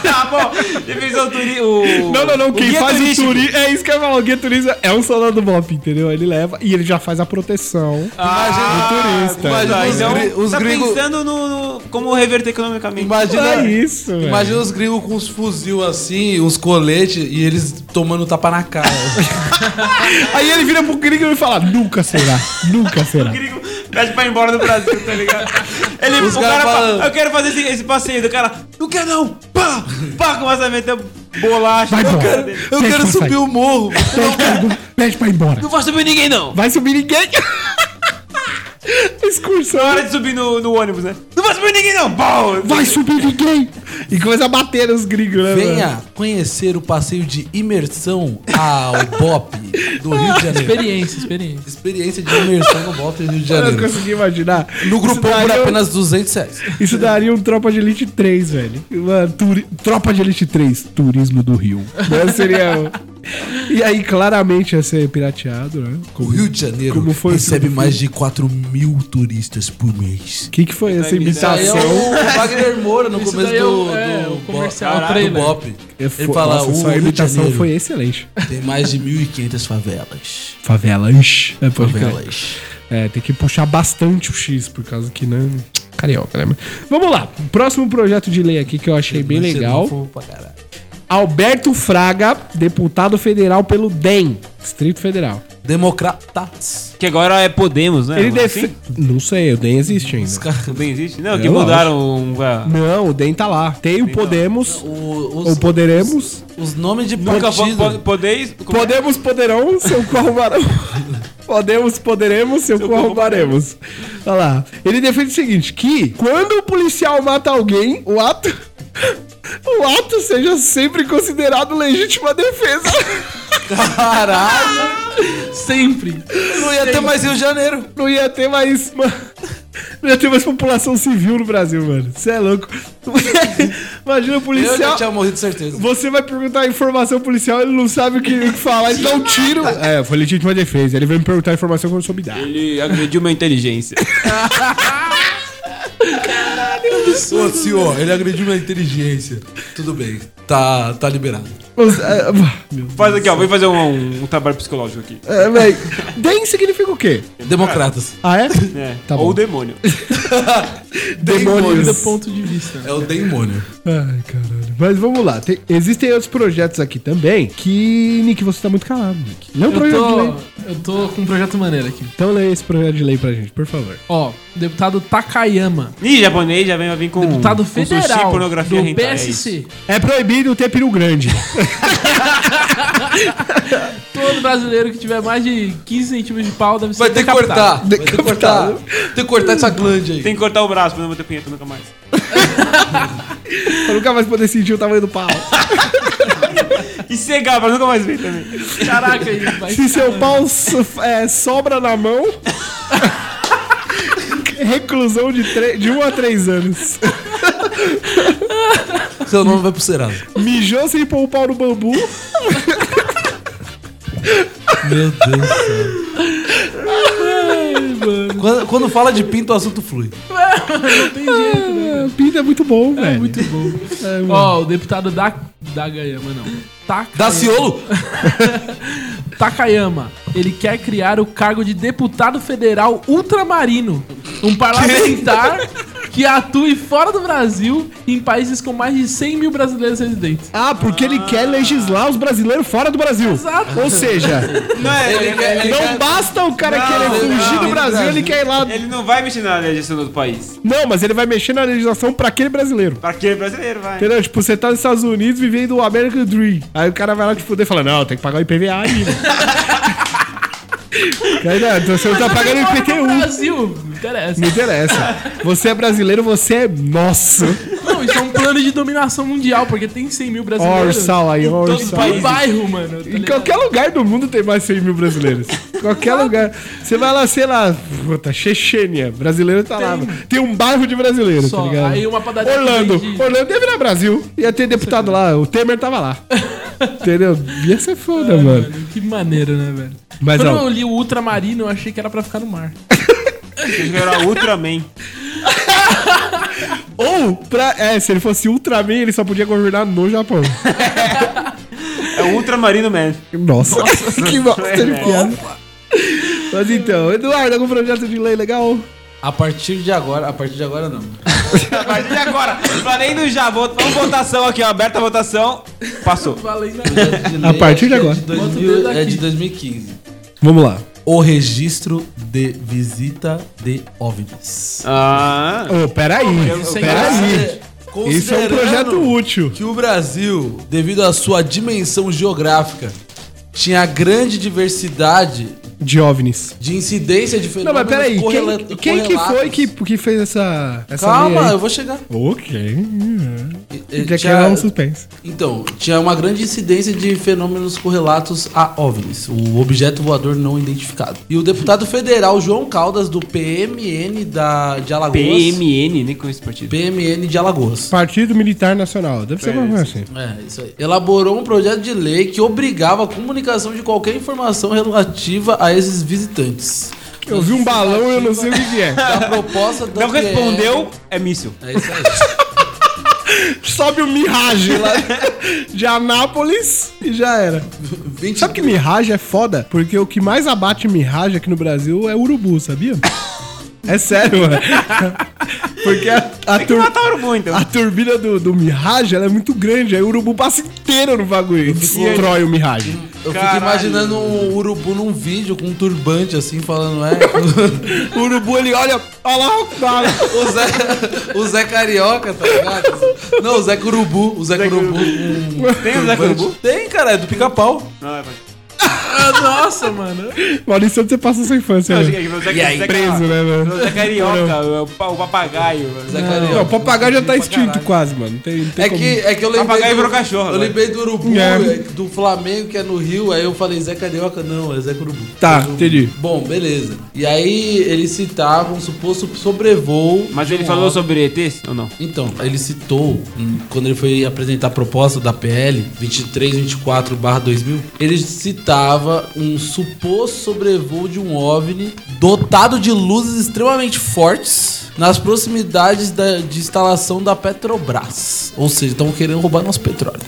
Speaker 4: tá bom. Ele fez o turi... o-
Speaker 1: Não, não, não. Quem
Speaker 4: guia
Speaker 1: faz o
Speaker 4: turístico.
Speaker 1: turismo. É isso que eu ia falar. O guia turismo é um soldado do Bop, entendeu? Ele leva e ele já faz a proteção.
Speaker 4: Ah,
Speaker 1: do turista.
Speaker 4: Imagina,
Speaker 2: Imagina os
Speaker 4: então,
Speaker 2: gri- os
Speaker 4: tá
Speaker 2: gringos-
Speaker 4: pensando no, no- como reverter economicamente.
Speaker 2: Imagina
Speaker 1: É isso, velho.
Speaker 2: Imagina os gringos com os fuzil assim, uns coletes e eles tomando tapa na cara.
Speaker 1: Aí ele vira pro gringo e fala: Nunca será, nunca será.
Speaker 4: gringo pede pra ir embora do Brasil, tá ligado? Ele,
Speaker 2: Os
Speaker 4: o
Speaker 2: cara
Speaker 4: cara, fala,
Speaker 2: falando.
Speaker 4: eu quero fazer esse, esse passeio do cara, não quer não, pá, pá, começa a meter bolacha.
Speaker 1: Vai
Speaker 4: Eu
Speaker 1: embora.
Speaker 4: quero-
Speaker 2: Eu
Speaker 1: Pede
Speaker 2: quero
Speaker 1: pra
Speaker 2: subir
Speaker 1: sair.
Speaker 2: o morro.
Speaker 1: Pede pra, ir- pede pra ir embora.
Speaker 4: Não vai subir ninguém não.
Speaker 1: Vai subir ninguém. Excursão.
Speaker 4: Para de subir no, no ônibus, né? Não vai subir ninguém não, pau.
Speaker 1: Vai subir ninguém. E começa a bater nos gringos, né? mano?
Speaker 2: Venha conhecer o passeio de imersão ao BOP do Rio de Janeiro.
Speaker 3: Experiência, experiência.
Speaker 2: Experiência de imersão no BOP do Rio de
Speaker 1: Eu não
Speaker 2: Janeiro.
Speaker 1: consegui imaginar.
Speaker 2: No
Speaker 1: grupo
Speaker 2: grupão por apenas 200 reais.
Speaker 1: Isso daria um Tropa de Elite 3, velho. Mano, turi- Tropa de Elite 3, Turismo do Rio. Né? Seria. um- E aí, claramente, ia ser pirateado, né?
Speaker 2: O
Speaker 1: Como-
Speaker 2: Rio de Janeiro
Speaker 1: Como foi o
Speaker 2: recebe
Speaker 1: filme?
Speaker 2: mais de 4 mil turistas por mês.
Speaker 1: O que, que foi essa
Speaker 2: Aí é
Speaker 1: imitação?
Speaker 2: o Wagner Moura no
Speaker 3: Isso
Speaker 2: começo
Speaker 3: daí é o-
Speaker 2: do,
Speaker 3: é,
Speaker 2: do
Speaker 3: o
Speaker 2: Bo-
Speaker 3: comercial,
Speaker 2: do
Speaker 3: trailer.
Speaker 2: Bop.
Speaker 1: Eu
Speaker 2: Ele
Speaker 1: É fo-
Speaker 2: fala,
Speaker 1: Nossa,
Speaker 2: o
Speaker 1: sua
Speaker 2: Rio de
Speaker 1: imitação
Speaker 2: Janeiro
Speaker 1: foi excelente.
Speaker 2: tem mais de 1.500 favelas.
Speaker 1: Favelas. É, pode crer.
Speaker 2: Favelas.
Speaker 1: É, tem que puxar bastante o X, por causa que, né? Carioca, né? Mas- Vamos lá. Próximo projeto de lei aqui que eu achei bem
Speaker 2: Mas você
Speaker 1: legal.
Speaker 2: não for pra caralho.
Speaker 1: Alberto Fraga, deputado federal pelo DEM, Distrito Federal.
Speaker 2: Democratas.
Speaker 4: Que agora é Podemos, né?
Speaker 1: Ele
Speaker 4: Mas
Speaker 1: defende. Não assim? sei, o DEM existe
Speaker 2: Os
Speaker 1: ainda.
Speaker 2: caras.
Speaker 4: Também existe? Não,
Speaker 1: É,
Speaker 4: que
Speaker 1: eu
Speaker 4: mudaram um. ah,
Speaker 1: Não, o DEM tá lá. Tem o Podemos,
Speaker 2: O-
Speaker 1: ou
Speaker 2: os,
Speaker 1: Poderemos.
Speaker 2: os nomes de
Speaker 4: Nunca po- po-
Speaker 2: partido.
Speaker 4: podeis. como é?
Speaker 1: Podemos, poderão, seu cu arrumarão. Podemos, poderemos, seu cu arrumaremos. Olha lá. Ele defende o seguinte, que quando o policial mata alguém, o ato... O ato seja sempre considerado legítima defesa.
Speaker 2: Caralho!
Speaker 3: Sempre.
Speaker 2: Não ia ter mais Rio de Janeiro.
Speaker 1: Não ia ter mais... mano, Não ia ter mais população civil no Brasil, mano. Você é louco. Imagina o
Speaker 2: Eu já
Speaker 1: policial...
Speaker 2: tinha morrido de certeza.
Speaker 1: Você vai perguntar a informação policial, ele não sabe o que, o que falar, ele dá um tiro. É, foi legítima defesa. Ele veio me perguntar a informação que eu não soube dar.
Speaker 4: Ele agrediu minha inteligência.
Speaker 2: Ô, senhor, ele agrediu minha inteligência. Tudo bem, tá, tá liberado.
Speaker 1: Os- é,
Speaker 4: Faz aqui, ó. Vem fazer um, um trabalho psicológico aqui.
Speaker 1: é, véi, DEM significa o quê?
Speaker 2: Democratas.
Speaker 1: Ah, é?
Speaker 4: É.
Speaker 1: Tá
Speaker 4: Ou
Speaker 1: bom.
Speaker 4: o demônio.
Speaker 1: Demônios.
Speaker 3: Do ponto de vista.
Speaker 2: É o demônio.
Speaker 1: Ai, caralho. Mas vamos lá. Tem- existem outros projetos aqui também que, Nick, você tá muito calado, Nick. Lê um
Speaker 3: Eu
Speaker 1: projeto de lei.
Speaker 3: tô, eu tô com um projeto maneiro aqui.
Speaker 1: Então lê esse projeto de lei pra gente, por favor.
Speaker 3: Ó, deputado Takayama,
Speaker 4: Ih, japonês já vem, vai vir com.
Speaker 2: Hum.
Speaker 3: deputado
Speaker 4: com sushi,
Speaker 3: federal
Speaker 4: pornografia
Speaker 3: do
Speaker 4: hentai, é isso.
Speaker 3: PSC,
Speaker 1: É proibido ter peru grande.
Speaker 3: todo brasileiro que tiver mais de 15 centímetros de pau deve ser
Speaker 2: Vai ter que
Speaker 3: decapitado.
Speaker 2: cortar. Vai ter que cortar. Tem que cortar essa glande aí.
Speaker 4: Tem que cortar o braço pra não bater punheta nunca mais.
Speaker 1: Eu nunca mais poder sentir o tamanho do pau.
Speaker 4: E cegar pra nunca mais ver também.
Speaker 3: Caraca, então. ele vai
Speaker 1: Se seu pau so- é, sobra na mão. Reclusão de, tre- de 1 a 3 anos.
Speaker 2: Seu nome vai pro Serasa.
Speaker 1: Mijou sem pôr o pau no bambu.
Speaker 2: Meu Deus do céu. Quando, quando fala de pinto, o assunto flui.
Speaker 1: É, Pinto é muito bom, velho. É muito bom. Hum.
Speaker 3: Ó, o deputado da Dagayama não. Takayama,
Speaker 2: Daciolo?
Speaker 3: Takayama, ele quer criar o cargo de deputado federal ultramarino, um parlamentar que atue fora do Brasil em países com mais de 100 mil brasileiros residentes.
Speaker 1: Ah, porque ele quer legislar os brasileiros fora do Brasil.
Speaker 3: Exato.
Speaker 1: Ou seja,
Speaker 4: Não, é, ele, ele, ele,
Speaker 1: não basta o cara querer
Speaker 4: ele-
Speaker 1: fugir
Speaker 4: não,
Speaker 1: do
Speaker 4: ele-
Speaker 1: Brasil, ele quer ir lá.
Speaker 4: não vai mexer na legislação do país.
Speaker 1: Não, mas ele vai mexer na legislação pra aquele brasileiro.
Speaker 4: Pra que brasileiro, vai.
Speaker 1: Entendeu? Tipo, você tá nos Estados Unidos vivendo o American Dream. Aí o cara vai lá te fuder e fala: Não, tem que pagar o IPVA ainda. Cara, não, então você não tá pagando o
Speaker 3: No
Speaker 1: IPTU.
Speaker 3: Brasil, não interessa.
Speaker 1: Não interessa. Você é brasileiro, você é nosso.
Speaker 3: Não, isso é um plano de dominação mundial, porque tem 100 mil brasileiros.
Speaker 1: Orsal aí, orsal.
Speaker 3: Por bairro, mano. tá
Speaker 1: Em
Speaker 3: ligado?
Speaker 1: qualquer lugar do mundo tem mais 100 mil brasileiros. qualquer lugar. Você vai lá, sei lá, puta, Chechênia. Brasileiro tá lá. mano. Tem um bairro de brasileiro,
Speaker 3: Só,
Speaker 1: tá ligado?
Speaker 3: aí uma padaria que
Speaker 1: Orlando.
Speaker 3: vende-
Speaker 1: Orlando ia virar Brasil. Ia ter deputado lá. O Temer tava lá. Entendeu? Ia ser foda, mano.
Speaker 3: Mano, que maneiro, né, velho?
Speaker 1: Mas,
Speaker 3: Quando
Speaker 1: ó.
Speaker 3: eu li o Ultramarino, eu achei que era pra ficar no mar.
Speaker 4: Ele era Ultraman.
Speaker 1: Ou, pra, é, se ele fosse Ultraman, ele só podia governar no Japão.
Speaker 4: É o Ultramarino Man.
Speaker 1: Nossa, que bosta de
Speaker 4: É.
Speaker 1: piada. Mas então, Eduardo, algum projeto de lei legal?
Speaker 2: A partir de agora, a partir de agora não.
Speaker 4: A partir de agora, valendo já. Vou, vamos votação aqui, ó. Aberta a votação. Passou.
Speaker 3: Falei na
Speaker 1: A partir de agora.
Speaker 2: É de, 2000
Speaker 3: Bota o dedo
Speaker 2: é
Speaker 3: aqui.
Speaker 2: de 2015.
Speaker 1: Vamos lá.
Speaker 2: O registro de visita de OVNIs.
Speaker 4: Ah.
Speaker 1: Ô, peraí. Peraí.
Speaker 2: Considerando
Speaker 1: Isso é um projeto útil.
Speaker 2: Que o Brasil, devido à sua dimensão geográfica, tinha grande diversidade
Speaker 1: de OVNIs.
Speaker 2: De incidência de
Speaker 1: Não, mas
Speaker 2: fenômenos
Speaker 1: peraí,
Speaker 2: correla-
Speaker 1: quem, quem que
Speaker 2: correlatos.
Speaker 1: foi que, que fez essa, essa
Speaker 2: Calma,
Speaker 1: lei
Speaker 2: eu
Speaker 1: aí?
Speaker 2: vou chegar.
Speaker 1: Ok. é.
Speaker 2: Eh,
Speaker 1: Já que
Speaker 2: tinha-
Speaker 1: era um suspense.
Speaker 2: Então, tinha uma grande incidência de fenômenos correlatos a OVNIs, o objeto voador não identificado. E o deputado federal João Caldas, do PMN da, de Alagoas.
Speaker 4: PMN, nem conheço esse partido.
Speaker 2: PMN de Alagoas.
Speaker 1: Partido Militar Nacional. Deve ser uma coisa assim.
Speaker 2: É, isso aí. Elaborou um projeto de lei que obrigava a comunicação de qualquer informação relativa a esses visitantes.
Speaker 1: Eu vi um balão e eu não sei o que, que é.
Speaker 2: A proposta da
Speaker 4: Não
Speaker 2: PF
Speaker 4: respondeu, é míssil.
Speaker 2: É isso aí.
Speaker 1: Sobe o Mirage lá de Anápolis e já era.
Speaker 2: 20
Speaker 1: Sabe que Mirage é foda? Porque o que mais abate Mirage aqui no Brasil é urubu, sabia? É sério, mano. Porque a, a, tur-
Speaker 4: Matar urubu, então.
Speaker 1: a turbina do, do Mirage ela é muito grande, aí o urubu passa inteiro no bagulho e destrói o Mirage.
Speaker 2: Eu fico
Speaker 4: Caralho.
Speaker 2: imaginando um urubu num vídeo com um turbante assim, falando, é.
Speaker 1: O urubu ele olha, olha lá o cara.
Speaker 2: O Zé, o Zé Carioca, tá ligado? Não, o Zé Curubu. O Zé, Curubu. um-
Speaker 4: Tem o Zé Curubu?
Speaker 2: Tem, cara, é do pica-pau.
Speaker 4: é,
Speaker 3: Nossa, mano.
Speaker 1: Maurício, onde você passa a sua infância?
Speaker 4: Não,
Speaker 1: mano?
Speaker 2: é
Speaker 4: chega aqui, meu Zé-
Speaker 2: E aí,
Speaker 4: Zé-
Speaker 1: Preso, né, mano?
Speaker 4: Zé Carioca, o pa- o papagaio.
Speaker 2: Zé
Speaker 1: Não, o
Speaker 2: Carioca.
Speaker 1: papagaio já tá extinto
Speaker 2: caralho.
Speaker 1: quase, mano. Não tem, não tem
Speaker 2: É
Speaker 1: como-
Speaker 2: que, é que eu lembrei.
Speaker 4: Papagaio
Speaker 2: Do,
Speaker 4: virou cachorro
Speaker 2: eu
Speaker 4: agora.
Speaker 2: lembrei do Urubu,
Speaker 1: É.
Speaker 2: é, do Flamengo, que é no Rio. Aí eu falei, Zé Carioca, não, é Zé Curubu.
Speaker 1: Tá,
Speaker 2: Curubu.
Speaker 1: entendi.
Speaker 2: Bom, beleza. E aí eles citavam um suposto sobrevoo.
Speaker 4: Mas
Speaker 2: de
Speaker 4: ele
Speaker 2: um
Speaker 4: falou
Speaker 2: alvo.
Speaker 4: sobre ETs ou não?
Speaker 2: Então, ele citou, hum, quando ele foi apresentar a proposta da PL 2324-2000, ele citava um suposto sobrevoo de um OVNI dotado de luzes extremamente fortes nas proximidades da, de instalação da Petrobras. Ou seja, estão querendo roubar nosso petróleo.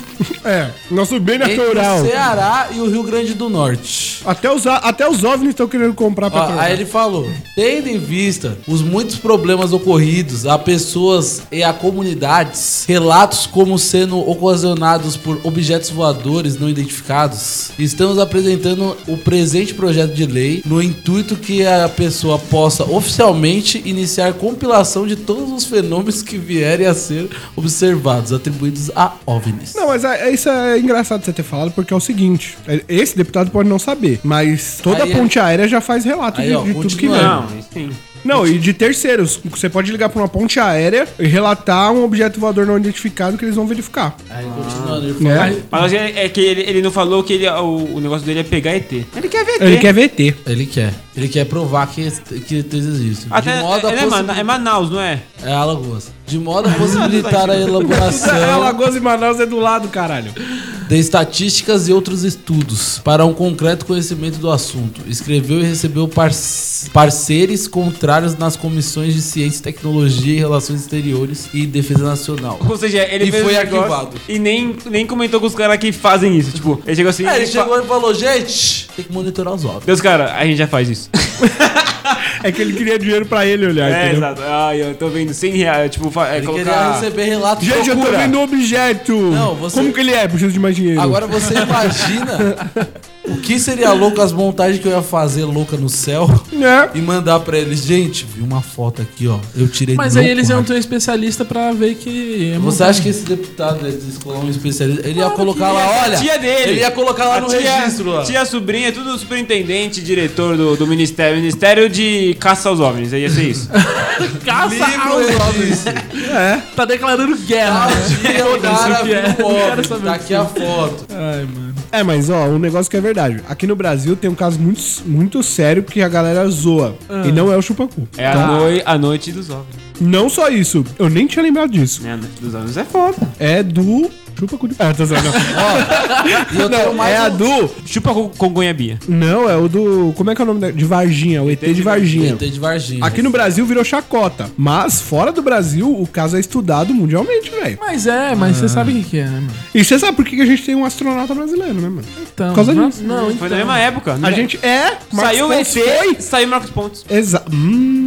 Speaker 1: É, nosso bem
Speaker 2: Entre
Speaker 1: natural.
Speaker 2: o Ceará e o Rio Grande do Norte.
Speaker 1: Até os, até os OVNIs estão querendo comprar pra
Speaker 2: Ó, aí ele falou: tendo em vista os muitos problemas ocorridos a pessoas e a comunidades, relatos como sendo ocasionados por objetos voadores não identificados, estamos apresentando o presente projeto de lei no intuito que a pessoa possa oficialmente iniciar compilação de todos os fenômenos que vierem a ser observados, atribuídos a OVNIs.
Speaker 1: Não, mas é- é- isso é engraçado você ter falado, porque é o seguinte: é- esse deputado pode não saber, mas toda
Speaker 2: Aí é-
Speaker 1: ponte aérea já faz relato
Speaker 2: Aí,
Speaker 1: de,
Speaker 2: ó,
Speaker 1: de tudo que
Speaker 2: continuando.
Speaker 1: vem.
Speaker 4: Não, sim.
Speaker 1: Não, e de terceiros. Você pode ligar pra uma ponte aérea e relatar um objeto voador não identificado que eles vão verificar.
Speaker 2: Aí continuando, ele falou.
Speaker 1: Né?
Speaker 4: Mas é é que ele, ele não falou que ele- o, o negócio dele é pegar ET. Ele quer ver ET.
Speaker 1: Ele quer VT.
Speaker 2: Ele quer. Ele quer provar que, que ETs existem.
Speaker 4: Até,
Speaker 2: de modo a
Speaker 4: é, é,
Speaker 2: possibil-
Speaker 4: Mana- é Manaus, não é?
Speaker 2: É Alagoas. De modo a possibilitar Tá a
Speaker 1: É,
Speaker 2: elaboração
Speaker 1: Alagoas e Manaus é do lado, caralho.
Speaker 2: de estatísticas e outros estudos para um concreto conhecimento do assunto. Escreveu e recebeu par parceiros contrários nas comissões de Ciência, Tecnologia e Relações Exteriores e Defesa Nacional.
Speaker 4: Ou seja, ele
Speaker 2: E
Speaker 4: fez
Speaker 2: foi
Speaker 4: um negócio
Speaker 2: arquivado.
Speaker 4: E nem, nem comentou com os caras que fazem isso. Tipo, ele chegou assim.
Speaker 2: É, ele
Speaker 4: fa-
Speaker 2: chegou e falou, gente, tem que monitorar os ovos.
Speaker 4: Deus, cara, a gente já faz isso.
Speaker 1: É que ele queria dinheiro pra ele olhar,
Speaker 4: é,
Speaker 1: entendeu?
Speaker 4: exato. Ai, eu tô vendo 100 reais. Tipo, fa- é,
Speaker 2: Ele queria
Speaker 4: colocar.
Speaker 2: receber relatos.
Speaker 1: Gente, eu tô
Speaker 4: Procura.
Speaker 1: vendo um objeto.
Speaker 2: Não, você-
Speaker 1: Como que ele é? Preciso de mais dinheiro.
Speaker 2: Agora você imagina o que seria louco as montagens que eu ia fazer louca no céu
Speaker 1: Né?
Speaker 2: e mandar pra eles, gente, vi uma foto aqui, ó. Eu tirei
Speaker 3: Mas
Speaker 2: do
Speaker 3: aí
Speaker 2: meu
Speaker 3: eles iam
Speaker 2: quarto."
Speaker 3: ter um especialista pra ver que. é
Speaker 2: Você
Speaker 3: montagem.
Speaker 2: acha que esse deputado ia descolar um especialista? Ele ia colocar
Speaker 3: é.
Speaker 2: lá, olha.
Speaker 4: A tia dele.
Speaker 2: Ele ia colocar lá no
Speaker 4: tia,
Speaker 2: registro, ó.
Speaker 4: Tia sobrinha, tudo superintendente, diretor do, do ministério. Ministério de Caça aos Homens. Aí ia ser isso.
Speaker 3: Caça
Speaker 2: Livro
Speaker 3: aos
Speaker 2: registro.
Speaker 3: ovnis. Tá declarando guerra.
Speaker 2: Tal dia o cara
Speaker 3: o que é.
Speaker 2: viu
Speaker 3: Não quero
Speaker 2: pobre.
Speaker 3: saber
Speaker 2: Tá
Speaker 3: disso.
Speaker 2: aqui a foto.
Speaker 1: É, mas ó, um negócio que é verdade. Aqui no Brasil tem um caso muito, muito sério que a galera zoa. E não é o chupacu.
Speaker 4: É a, noi- a noite dos homens.
Speaker 1: Não só isso, eu nem tinha lembrado disso.
Speaker 4: Né? A noite dos homens é foda.
Speaker 1: É do. Chupacu de. Ah, tô zoando. não.
Speaker 2: E eu tenho
Speaker 1: Não, é
Speaker 2: mais
Speaker 1: a
Speaker 2: um-
Speaker 1: do.
Speaker 4: Chupa com, com gonhabia.
Speaker 1: Não, é o do. Como é que é o nome da... de Varginha? O ET de Varginha.
Speaker 2: Tem de Varginha.
Speaker 1: Aqui no Brasil virou chacota. Mas fora do Brasil, o caso é estudado mundialmente, velho.
Speaker 3: Mas é, mas você sabe o que, que é, né, mano?
Speaker 1: E você sabe por que que a gente tem um astronauta brasileiro, né, mano?
Speaker 3: Então,
Speaker 1: Por causa
Speaker 3: não,
Speaker 1: disso. né?
Speaker 3: Não,
Speaker 4: Foi
Speaker 3: então.
Speaker 4: na mesma época.
Speaker 1: A
Speaker 4: né?
Speaker 1: gente é. Marcos
Speaker 4: Saiu o
Speaker 1: Pontes
Speaker 4: ET, saiu Marcos Pontes.
Speaker 1: Exa hum.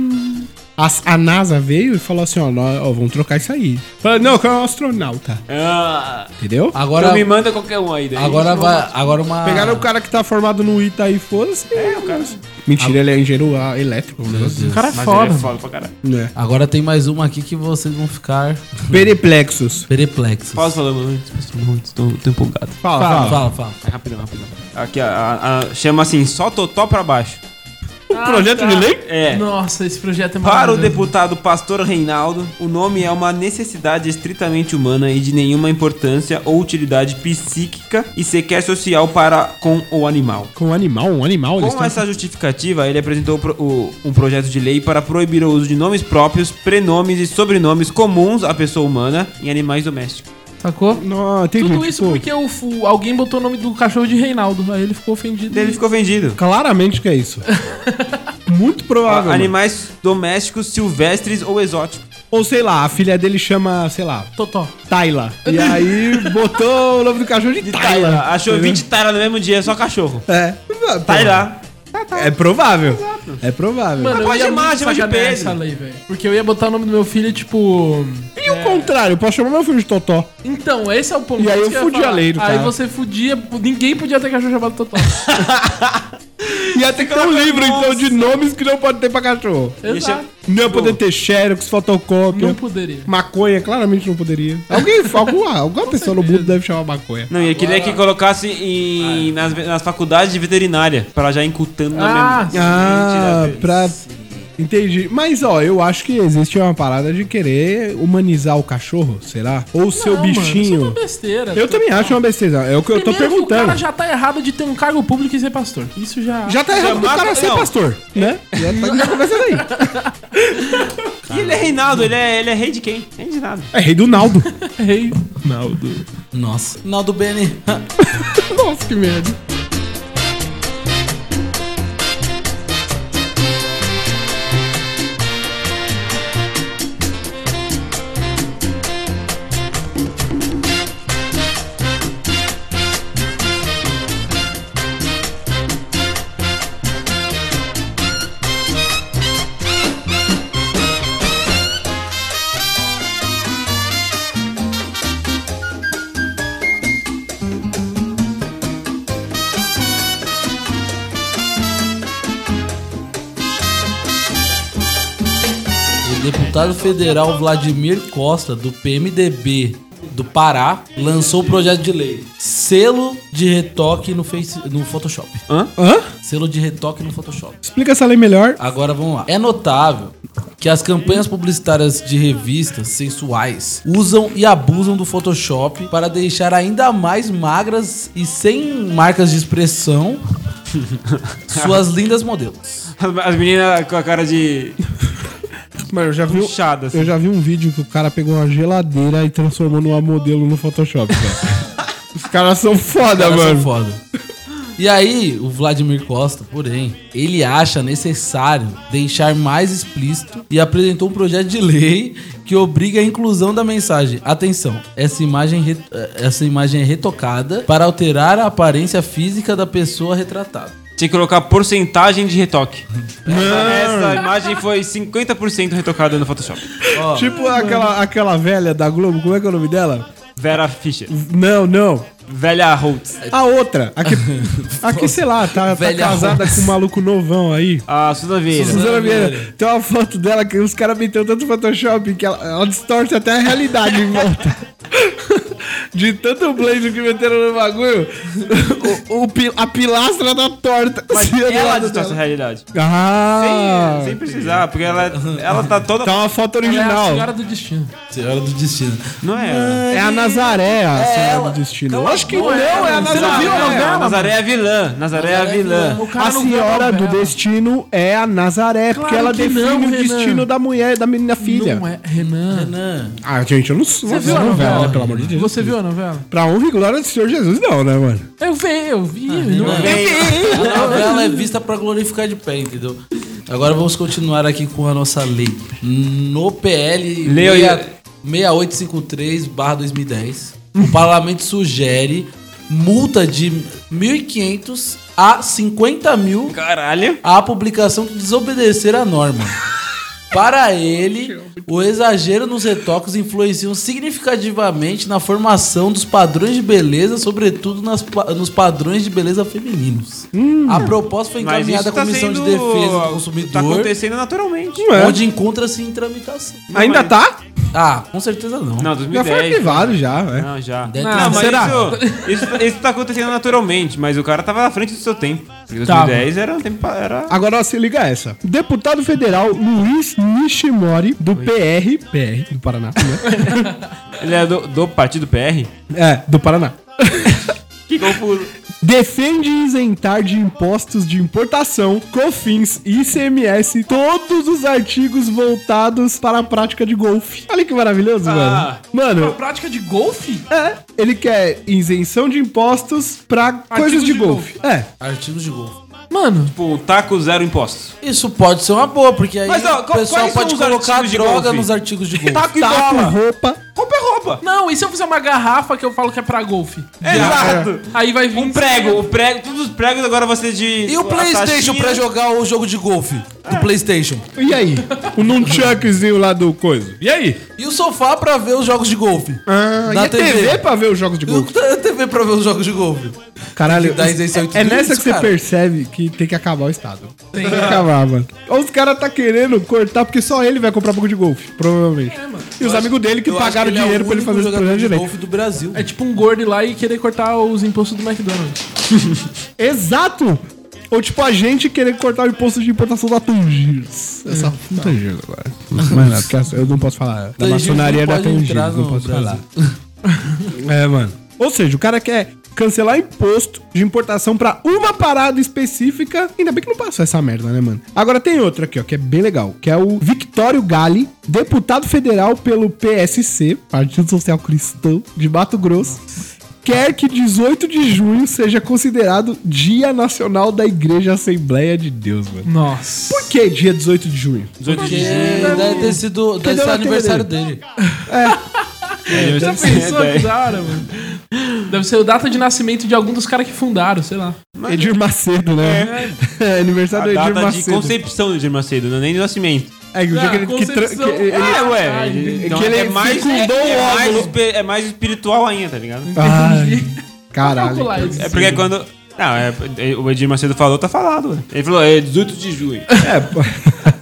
Speaker 1: A, a NASA veio e falou assim, ó, nós, ó, vamos trocar isso aí. Falou, não, eu quero um astronauta.
Speaker 4: Ah,
Speaker 1: Entendeu?
Speaker 2: Agora,
Speaker 4: então me manda qualquer um aí. Daí.
Speaker 2: agora vai. Agora uma.
Speaker 1: Pegaram o cara que tá formado no ITA aí, foda-se. É, o cara. Mentira, ele é engenheiro ah, elétrico. né?
Speaker 3: O cara é
Speaker 4: Mas
Speaker 3: foda.
Speaker 4: ele é foda pra caralho.
Speaker 1: Né?
Speaker 2: Agora tem mais uma aqui que vocês vão ficar
Speaker 1: Periplexos.
Speaker 2: perplexos.
Speaker 4: Posso falar muito? Posso falar muito? Tô, tô empolgado.
Speaker 1: Fala,
Speaker 2: fala,
Speaker 1: fala.
Speaker 2: fala, fala.
Speaker 4: É rapidão, rapidão. Aqui, a, a- a- chama assim, só totó pra baixo.
Speaker 3: O projeto de lei?
Speaker 4: É.
Speaker 3: Nossa, esse projeto é
Speaker 4: Para o
Speaker 3: maravilhoso.
Speaker 4: deputado Pastor Reinaldo, o nome é uma necessidade estritamente humana e de nenhuma importância ou utilidade psíquica e sequer social para com o animal.
Speaker 1: Com um animal, um animal. eles
Speaker 4: Com
Speaker 1: tão-
Speaker 4: essa justificativa, ele apresentou pro- o- um projeto de lei para proibir o uso de nomes próprios, prenomes e sobrenomes comuns à pessoa humana em animais domésticos.
Speaker 3: Sacou?
Speaker 1: um- Não, tem
Speaker 3: Tudo
Speaker 1: gente,
Speaker 3: isso
Speaker 1: pô,
Speaker 3: porque o, o- alguém botou o nome do cachorro de Reinaldo. Aí ele ficou ofendido.
Speaker 4: Daí Então, Ele ficou ofendido.
Speaker 1: Claramente que é isso. Muito provável. mano.
Speaker 4: Animais domésticos, silvestres ou exóticos.
Speaker 1: Ou sei lá, a filha dele chama, sei lá,
Speaker 3: Totó.
Speaker 1: Tayla. E aí botou o nome do cachorro de, Tayla.
Speaker 4: Achou 20 Taila no mesmo dia, só cachorro.
Speaker 1: É.
Speaker 4: Taila.
Speaker 1: É provável. É provável.
Speaker 3: Mano, eu
Speaker 4: pode
Speaker 3: ia
Speaker 4: chamar,
Speaker 3: muito
Speaker 4: chama de
Speaker 3: sacanear
Speaker 4: Pedro.
Speaker 3: essa lei, velho. Porque eu ia botar o nome do meu filho, tipo...
Speaker 1: E o contrário? Eu posso chamar meu filho de Totó.
Speaker 3: Então, esse é o ponto.
Speaker 1: E aí
Speaker 3: isso
Speaker 1: eu
Speaker 3: que ia
Speaker 1: fudi a
Speaker 3: falar.
Speaker 1: lei do
Speaker 3: Aí
Speaker 1: cara.
Speaker 3: você fudia... Ninguém podia ter cachorro chamado Totó.
Speaker 1: E até que ter um livro, então, de nomes que não pode ter pra cachorro.
Speaker 3: Exato.
Speaker 1: Não ia poder ter xerox, fotocópia.
Speaker 3: Não poderia.
Speaker 1: Maconha, claramente não poderia. Alguém, alguma, alguma pessoa no mundo deve chamar maconha.
Speaker 4: Não, e queria que colocasse em, nas, nas faculdades de veterinária, pra já incultando
Speaker 3: Ah,
Speaker 4: na
Speaker 3: sim.
Speaker 4: memória.
Speaker 1: Ah,
Speaker 4: Mentira,
Speaker 1: pra. Entendi. Mas, ó, eu acho que existe uma parada de querer humanizar o cachorro, será? Ou o seu
Speaker 3: Não, mano, isso é
Speaker 1: bichinho.
Speaker 3: uma besteira.
Speaker 1: eu também acho uma besteira. É o que eu tô
Speaker 3: Primeiro que O cara
Speaker 1: perguntando. Já...
Speaker 3: já tá errado de ter um cargo público e ser pastor. Isso já...
Speaker 1: tá errado do
Speaker 4: mata-
Speaker 1: cara ser
Speaker 4: não.
Speaker 1: pastor, né? Já tá já começa daí.
Speaker 4: E ele é Reinaldo, ele é, ele é rei de quem? Rei de nada.
Speaker 1: É rei do Naldo.
Speaker 3: errei.
Speaker 1: Naldo.
Speaker 2: Nossa. Final do Beni.
Speaker 1: Nossa, que merda.
Speaker 2: O deputado federal Vladimir Costa, do PMDB do Pará, lançou o projeto de lei. Selo de retoque no, face, no Photoshop.
Speaker 1: Hã?
Speaker 2: Selo de retoque no Photoshop.
Speaker 1: Explica essa lei melhor.
Speaker 2: Agora vamos lá. É notável que as campanhas publicitárias de revistas sensuais usam e abusam do Photoshop para deixar ainda mais magras e sem marcas de expressão suas lindas modelos.
Speaker 4: As meninas com a cara de
Speaker 1: Mano, eu já vi.
Speaker 4: puxada, assim.
Speaker 1: Eu já vi um vídeo que o cara pegou uma geladeira e transformou numa modelo no Photoshop, cara. Os caras são foda, Tá,
Speaker 2: Cara,
Speaker 1: mano.
Speaker 2: são foda. E aí, o Vladimir Costa, porém, ele acha necessário deixar mais explícito e apresentou um projeto de lei que obriga a inclusão da mensagem. Atenção, essa imagem, re- eh, essa imagem é retocada para alterar a aparência física da pessoa retratada.
Speaker 4: Tinha que colocar porcentagem de retoque. Essa imagem foi 50% retocada no Photoshop.
Speaker 1: Tipo aquela, aquela velha da Globo, como é que é o nome dela?
Speaker 4: Vera Fischer.
Speaker 1: Não, não.
Speaker 4: Velha Holtz.
Speaker 1: A outra. A que, a que, sei lá, tá, tá
Speaker 2: Velha
Speaker 1: casada
Speaker 2: Rose.
Speaker 1: com um maluco novão aí.
Speaker 4: A Suda Vieira.
Speaker 1: Suzana Vieira. Tem uma foto dela que os caras meteu tanto Photoshop que ela, ela distorce até a realidade em volta. De tanto blade que meteram no bagulho, o- o pi- a pilastra tá torta.
Speaker 4: Mas
Speaker 1: assim, do
Speaker 4: ela
Speaker 1: lado
Speaker 4: distorce a
Speaker 1: dela.
Speaker 4: realidade.
Speaker 1: Ah!
Speaker 4: sem, sem precisar, porque ela, ela tá toda...
Speaker 1: Tá uma foto
Speaker 3: É a senhora
Speaker 1: original.
Speaker 3: do destino.
Speaker 2: Senhora do destino.
Speaker 4: Não é ela.
Speaker 1: É a Nazaré, a senhora do destino. Eu acho que não, é a
Speaker 3: Você não
Speaker 1: Nazaré.
Speaker 3: viu a novela?
Speaker 4: Nazaré é a vilã. Nazaré é a vilã.
Speaker 3: O cara
Speaker 1: A
Speaker 3: não viu
Speaker 1: senhora do
Speaker 3: novela.
Speaker 1: destino é a Nazaré, porque ela
Speaker 3: que
Speaker 1: define
Speaker 3: não,
Speaker 1: o
Speaker 3: Renan.
Speaker 1: destino da mulher, da menina filha.
Speaker 3: Não é, Renan.
Speaker 2: Renan,
Speaker 1: Ah, gente, eu não sou né,
Speaker 3: Você viu a novela?
Speaker 1: É.
Speaker 3: Você viu a novela?
Speaker 1: Pra honra e glória do Senhor Jesus, não, né, mano?
Speaker 3: Eu vi, eu vi.
Speaker 1: Ah,
Speaker 3: não-
Speaker 2: A novela é vista para glorificar de pé, entendeu? Agora vamos continuar aqui com a nossa lei. No PL
Speaker 4: Leia aí.
Speaker 2: 6853 2010, o parlamento sugere multa de 1.500 a 50 mil
Speaker 4: Caralho.
Speaker 2: à publicação que desobedecer a norma. Para ele, o exagero nos retoques influenciam significativamente na formação dos padrões de beleza, sobretudo nas pa- nos padrões de beleza femininos. A proposta foi
Speaker 4: Mas
Speaker 2: encaminhada
Speaker 4: isso
Speaker 2: à
Speaker 4: tá
Speaker 2: Comissão
Speaker 4: sendo...
Speaker 2: de Defesa do
Speaker 4: Tá
Speaker 2: Consumidor,
Speaker 4: acontecendo né? naturalmente.
Speaker 1: é.
Speaker 2: onde encontra-se em tramitação.
Speaker 1: Ainda tá?
Speaker 2: Ah, com certeza não.
Speaker 4: Não,
Speaker 1: Já
Speaker 4: 2010.
Speaker 1: foi arquivado já, né?
Speaker 4: Não, já.
Speaker 2: Deve
Speaker 4: não,
Speaker 2: ter-
Speaker 4: mas
Speaker 2: será?
Speaker 4: Isso, isso, isso tá acontecendo naturalmente, mas o cara tava na frente do seu tempo. Porque
Speaker 3: Tava.
Speaker 4: 2010 era um tempo. pa- Era...
Speaker 1: Agora ó, se liga essa. Deputado federal Luiz Nishimori, do PR, PR, do Paraná, né?
Speaker 2: Ah.
Speaker 4: Ele é do, do partido PR.
Speaker 1: É, do Paraná.
Speaker 4: Que confuso.
Speaker 1: Defende isentar de impostos de importação, COFINS e ICMS todos os artigos voltados para a prática de golfe. Olha que maravilhoso,
Speaker 4: Ah.
Speaker 1: mano. Mano,
Speaker 3: prática de golfe?
Speaker 1: é, ele quer isenção de impostos para coisas de,
Speaker 3: de
Speaker 1: golfe. É.
Speaker 2: Artigos de golfe.
Speaker 3: Mano,
Speaker 4: Tipo, taco zero impostos.
Speaker 2: Isso pode ser uma boa, porque aí
Speaker 4: Mas, ó,
Speaker 2: o
Speaker 4: qual-
Speaker 2: pessoal
Speaker 4: quais são
Speaker 2: pode
Speaker 4: os
Speaker 2: colocar
Speaker 4: artigos de
Speaker 2: droga
Speaker 4: golfe? Tá
Speaker 2: nos artigos de golfe.
Speaker 4: Taco e
Speaker 1: Taco,
Speaker 4: bola.
Speaker 1: roupa.
Speaker 4: Roupa é roupa.
Speaker 3: não, e se eu fizer uma garrafa que eu falo que é pra golfe?
Speaker 4: Exato.
Speaker 3: Aí vai vir.
Speaker 4: Um prego, o prego, todos os pregos agora você de.
Speaker 2: É. E o
Speaker 4: a
Speaker 2: PlayStation
Speaker 4: taxinha.
Speaker 2: pra jogar o jogo de golfe
Speaker 4: Ah.
Speaker 2: do PlayStation?
Speaker 1: E aí? O nunchuckzinho lá do coisa. E aí?
Speaker 2: E o sofá pra ver os jogos de golfe?
Speaker 1: Ah,
Speaker 2: Na
Speaker 1: e a TV.
Speaker 2: TV
Speaker 1: pra ver os jogos de
Speaker 2: E o
Speaker 1: golfe.
Speaker 2: t- TV pra ver os jogos de golfe?
Speaker 1: Caralho,
Speaker 2: dá
Speaker 1: os-
Speaker 2: isenção em
Speaker 1: é
Speaker 2: tudo
Speaker 1: nessa
Speaker 2: isso,
Speaker 1: que você
Speaker 2: cara.
Speaker 1: percebe que tem que acabar o Estado. Tem que acabar, mano. Ou os caras tá querendo cortar, porque só ele vai comprar um pouco de golfe, provavelmente. E os amigos dele que
Speaker 2: É, Eu acho
Speaker 1: pagaram
Speaker 2: que é
Speaker 1: dinheiro
Speaker 2: o
Speaker 1: pra ele
Speaker 2: único
Speaker 1: fazer esse
Speaker 2: jogador
Speaker 1: projeto
Speaker 2: de
Speaker 1: direito.
Speaker 2: golfe do Brasil.
Speaker 3: É tipo um gordo ir lá e querer cortar os impostos do McDonald's.
Speaker 1: Exato! Ou tipo a gente querer cortar o imposto de importação da Tangiers. Essa não Tangiers agora. Mas não, porque essa- eu não posso falar. Da
Speaker 2: Tangiers É, tá. não
Speaker 1: maçonaria da
Speaker 2: pode
Speaker 1: Tangiers,
Speaker 2: entrar
Speaker 1: não
Speaker 2: no
Speaker 1: posso falar.
Speaker 2: Brasil.
Speaker 1: é, mano. Ou seja, o cara quer cancelar imposto de importação pra uma parada específica. Ainda bem que não passou essa merda, né, mano? Agora tem outro aqui, ó, que é bem legal, que é o Victório Gali, deputado federal pelo PSC, Partido Social Cristão de Mato Grosso. Quer que 18 de junho seja considerado Dia Nacional da Igreja Assembleia de Deus, mano.
Speaker 3: Nossa.
Speaker 1: Por que dia 18 de junho?
Speaker 4: 18
Speaker 2: Porque
Speaker 4: de
Speaker 2: deve ter sido deve
Speaker 1: deu
Speaker 2: ser
Speaker 1: na
Speaker 2: aniversário
Speaker 1: TV
Speaker 2: dele.
Speaker 4: junho.
Speaker 3: Já pensou
Speaker 4: é. né?
Speaker 3: que da hora, mano? Deve ser a data de nascimento de algum dos caras que fundaram, sei lá.
Speaker 1: Edir Macedo, né? É,
Speaker 4: A
Speaker 1: aniversário do Edir
Speaker 4: data de Ah,
Speaker 1: Macedo.
Speaker 4: concepção do Edir Macedo, não é nem do nascimento.
Speaker 1: É, o dia que ele, que tra-
Speaker 3: Concepção.
Speaker 1: que ele-
Speaker 4: É, ué.
Speaker 3: Ai,
Speaker 4: Então
Speaker 1: que ele
Speaker 4: é mais,
Speaker 1: fecundou
Speaker 4: é,
Speaker 1: o
Speaker 4: é mais,
Speaker 1: óvulo.
Speaker 4: espi- é mais espiritual ainda, tá ligado?
Speaker 1: Ai, caralho.
Speaker 3: Calcular isso.
Speaker 4: É porque quando. Não, é, é- o Edir Macedo falou, tá falado. ué. Ele falou, é 18 de junho.
Speaker 1: É, pô. É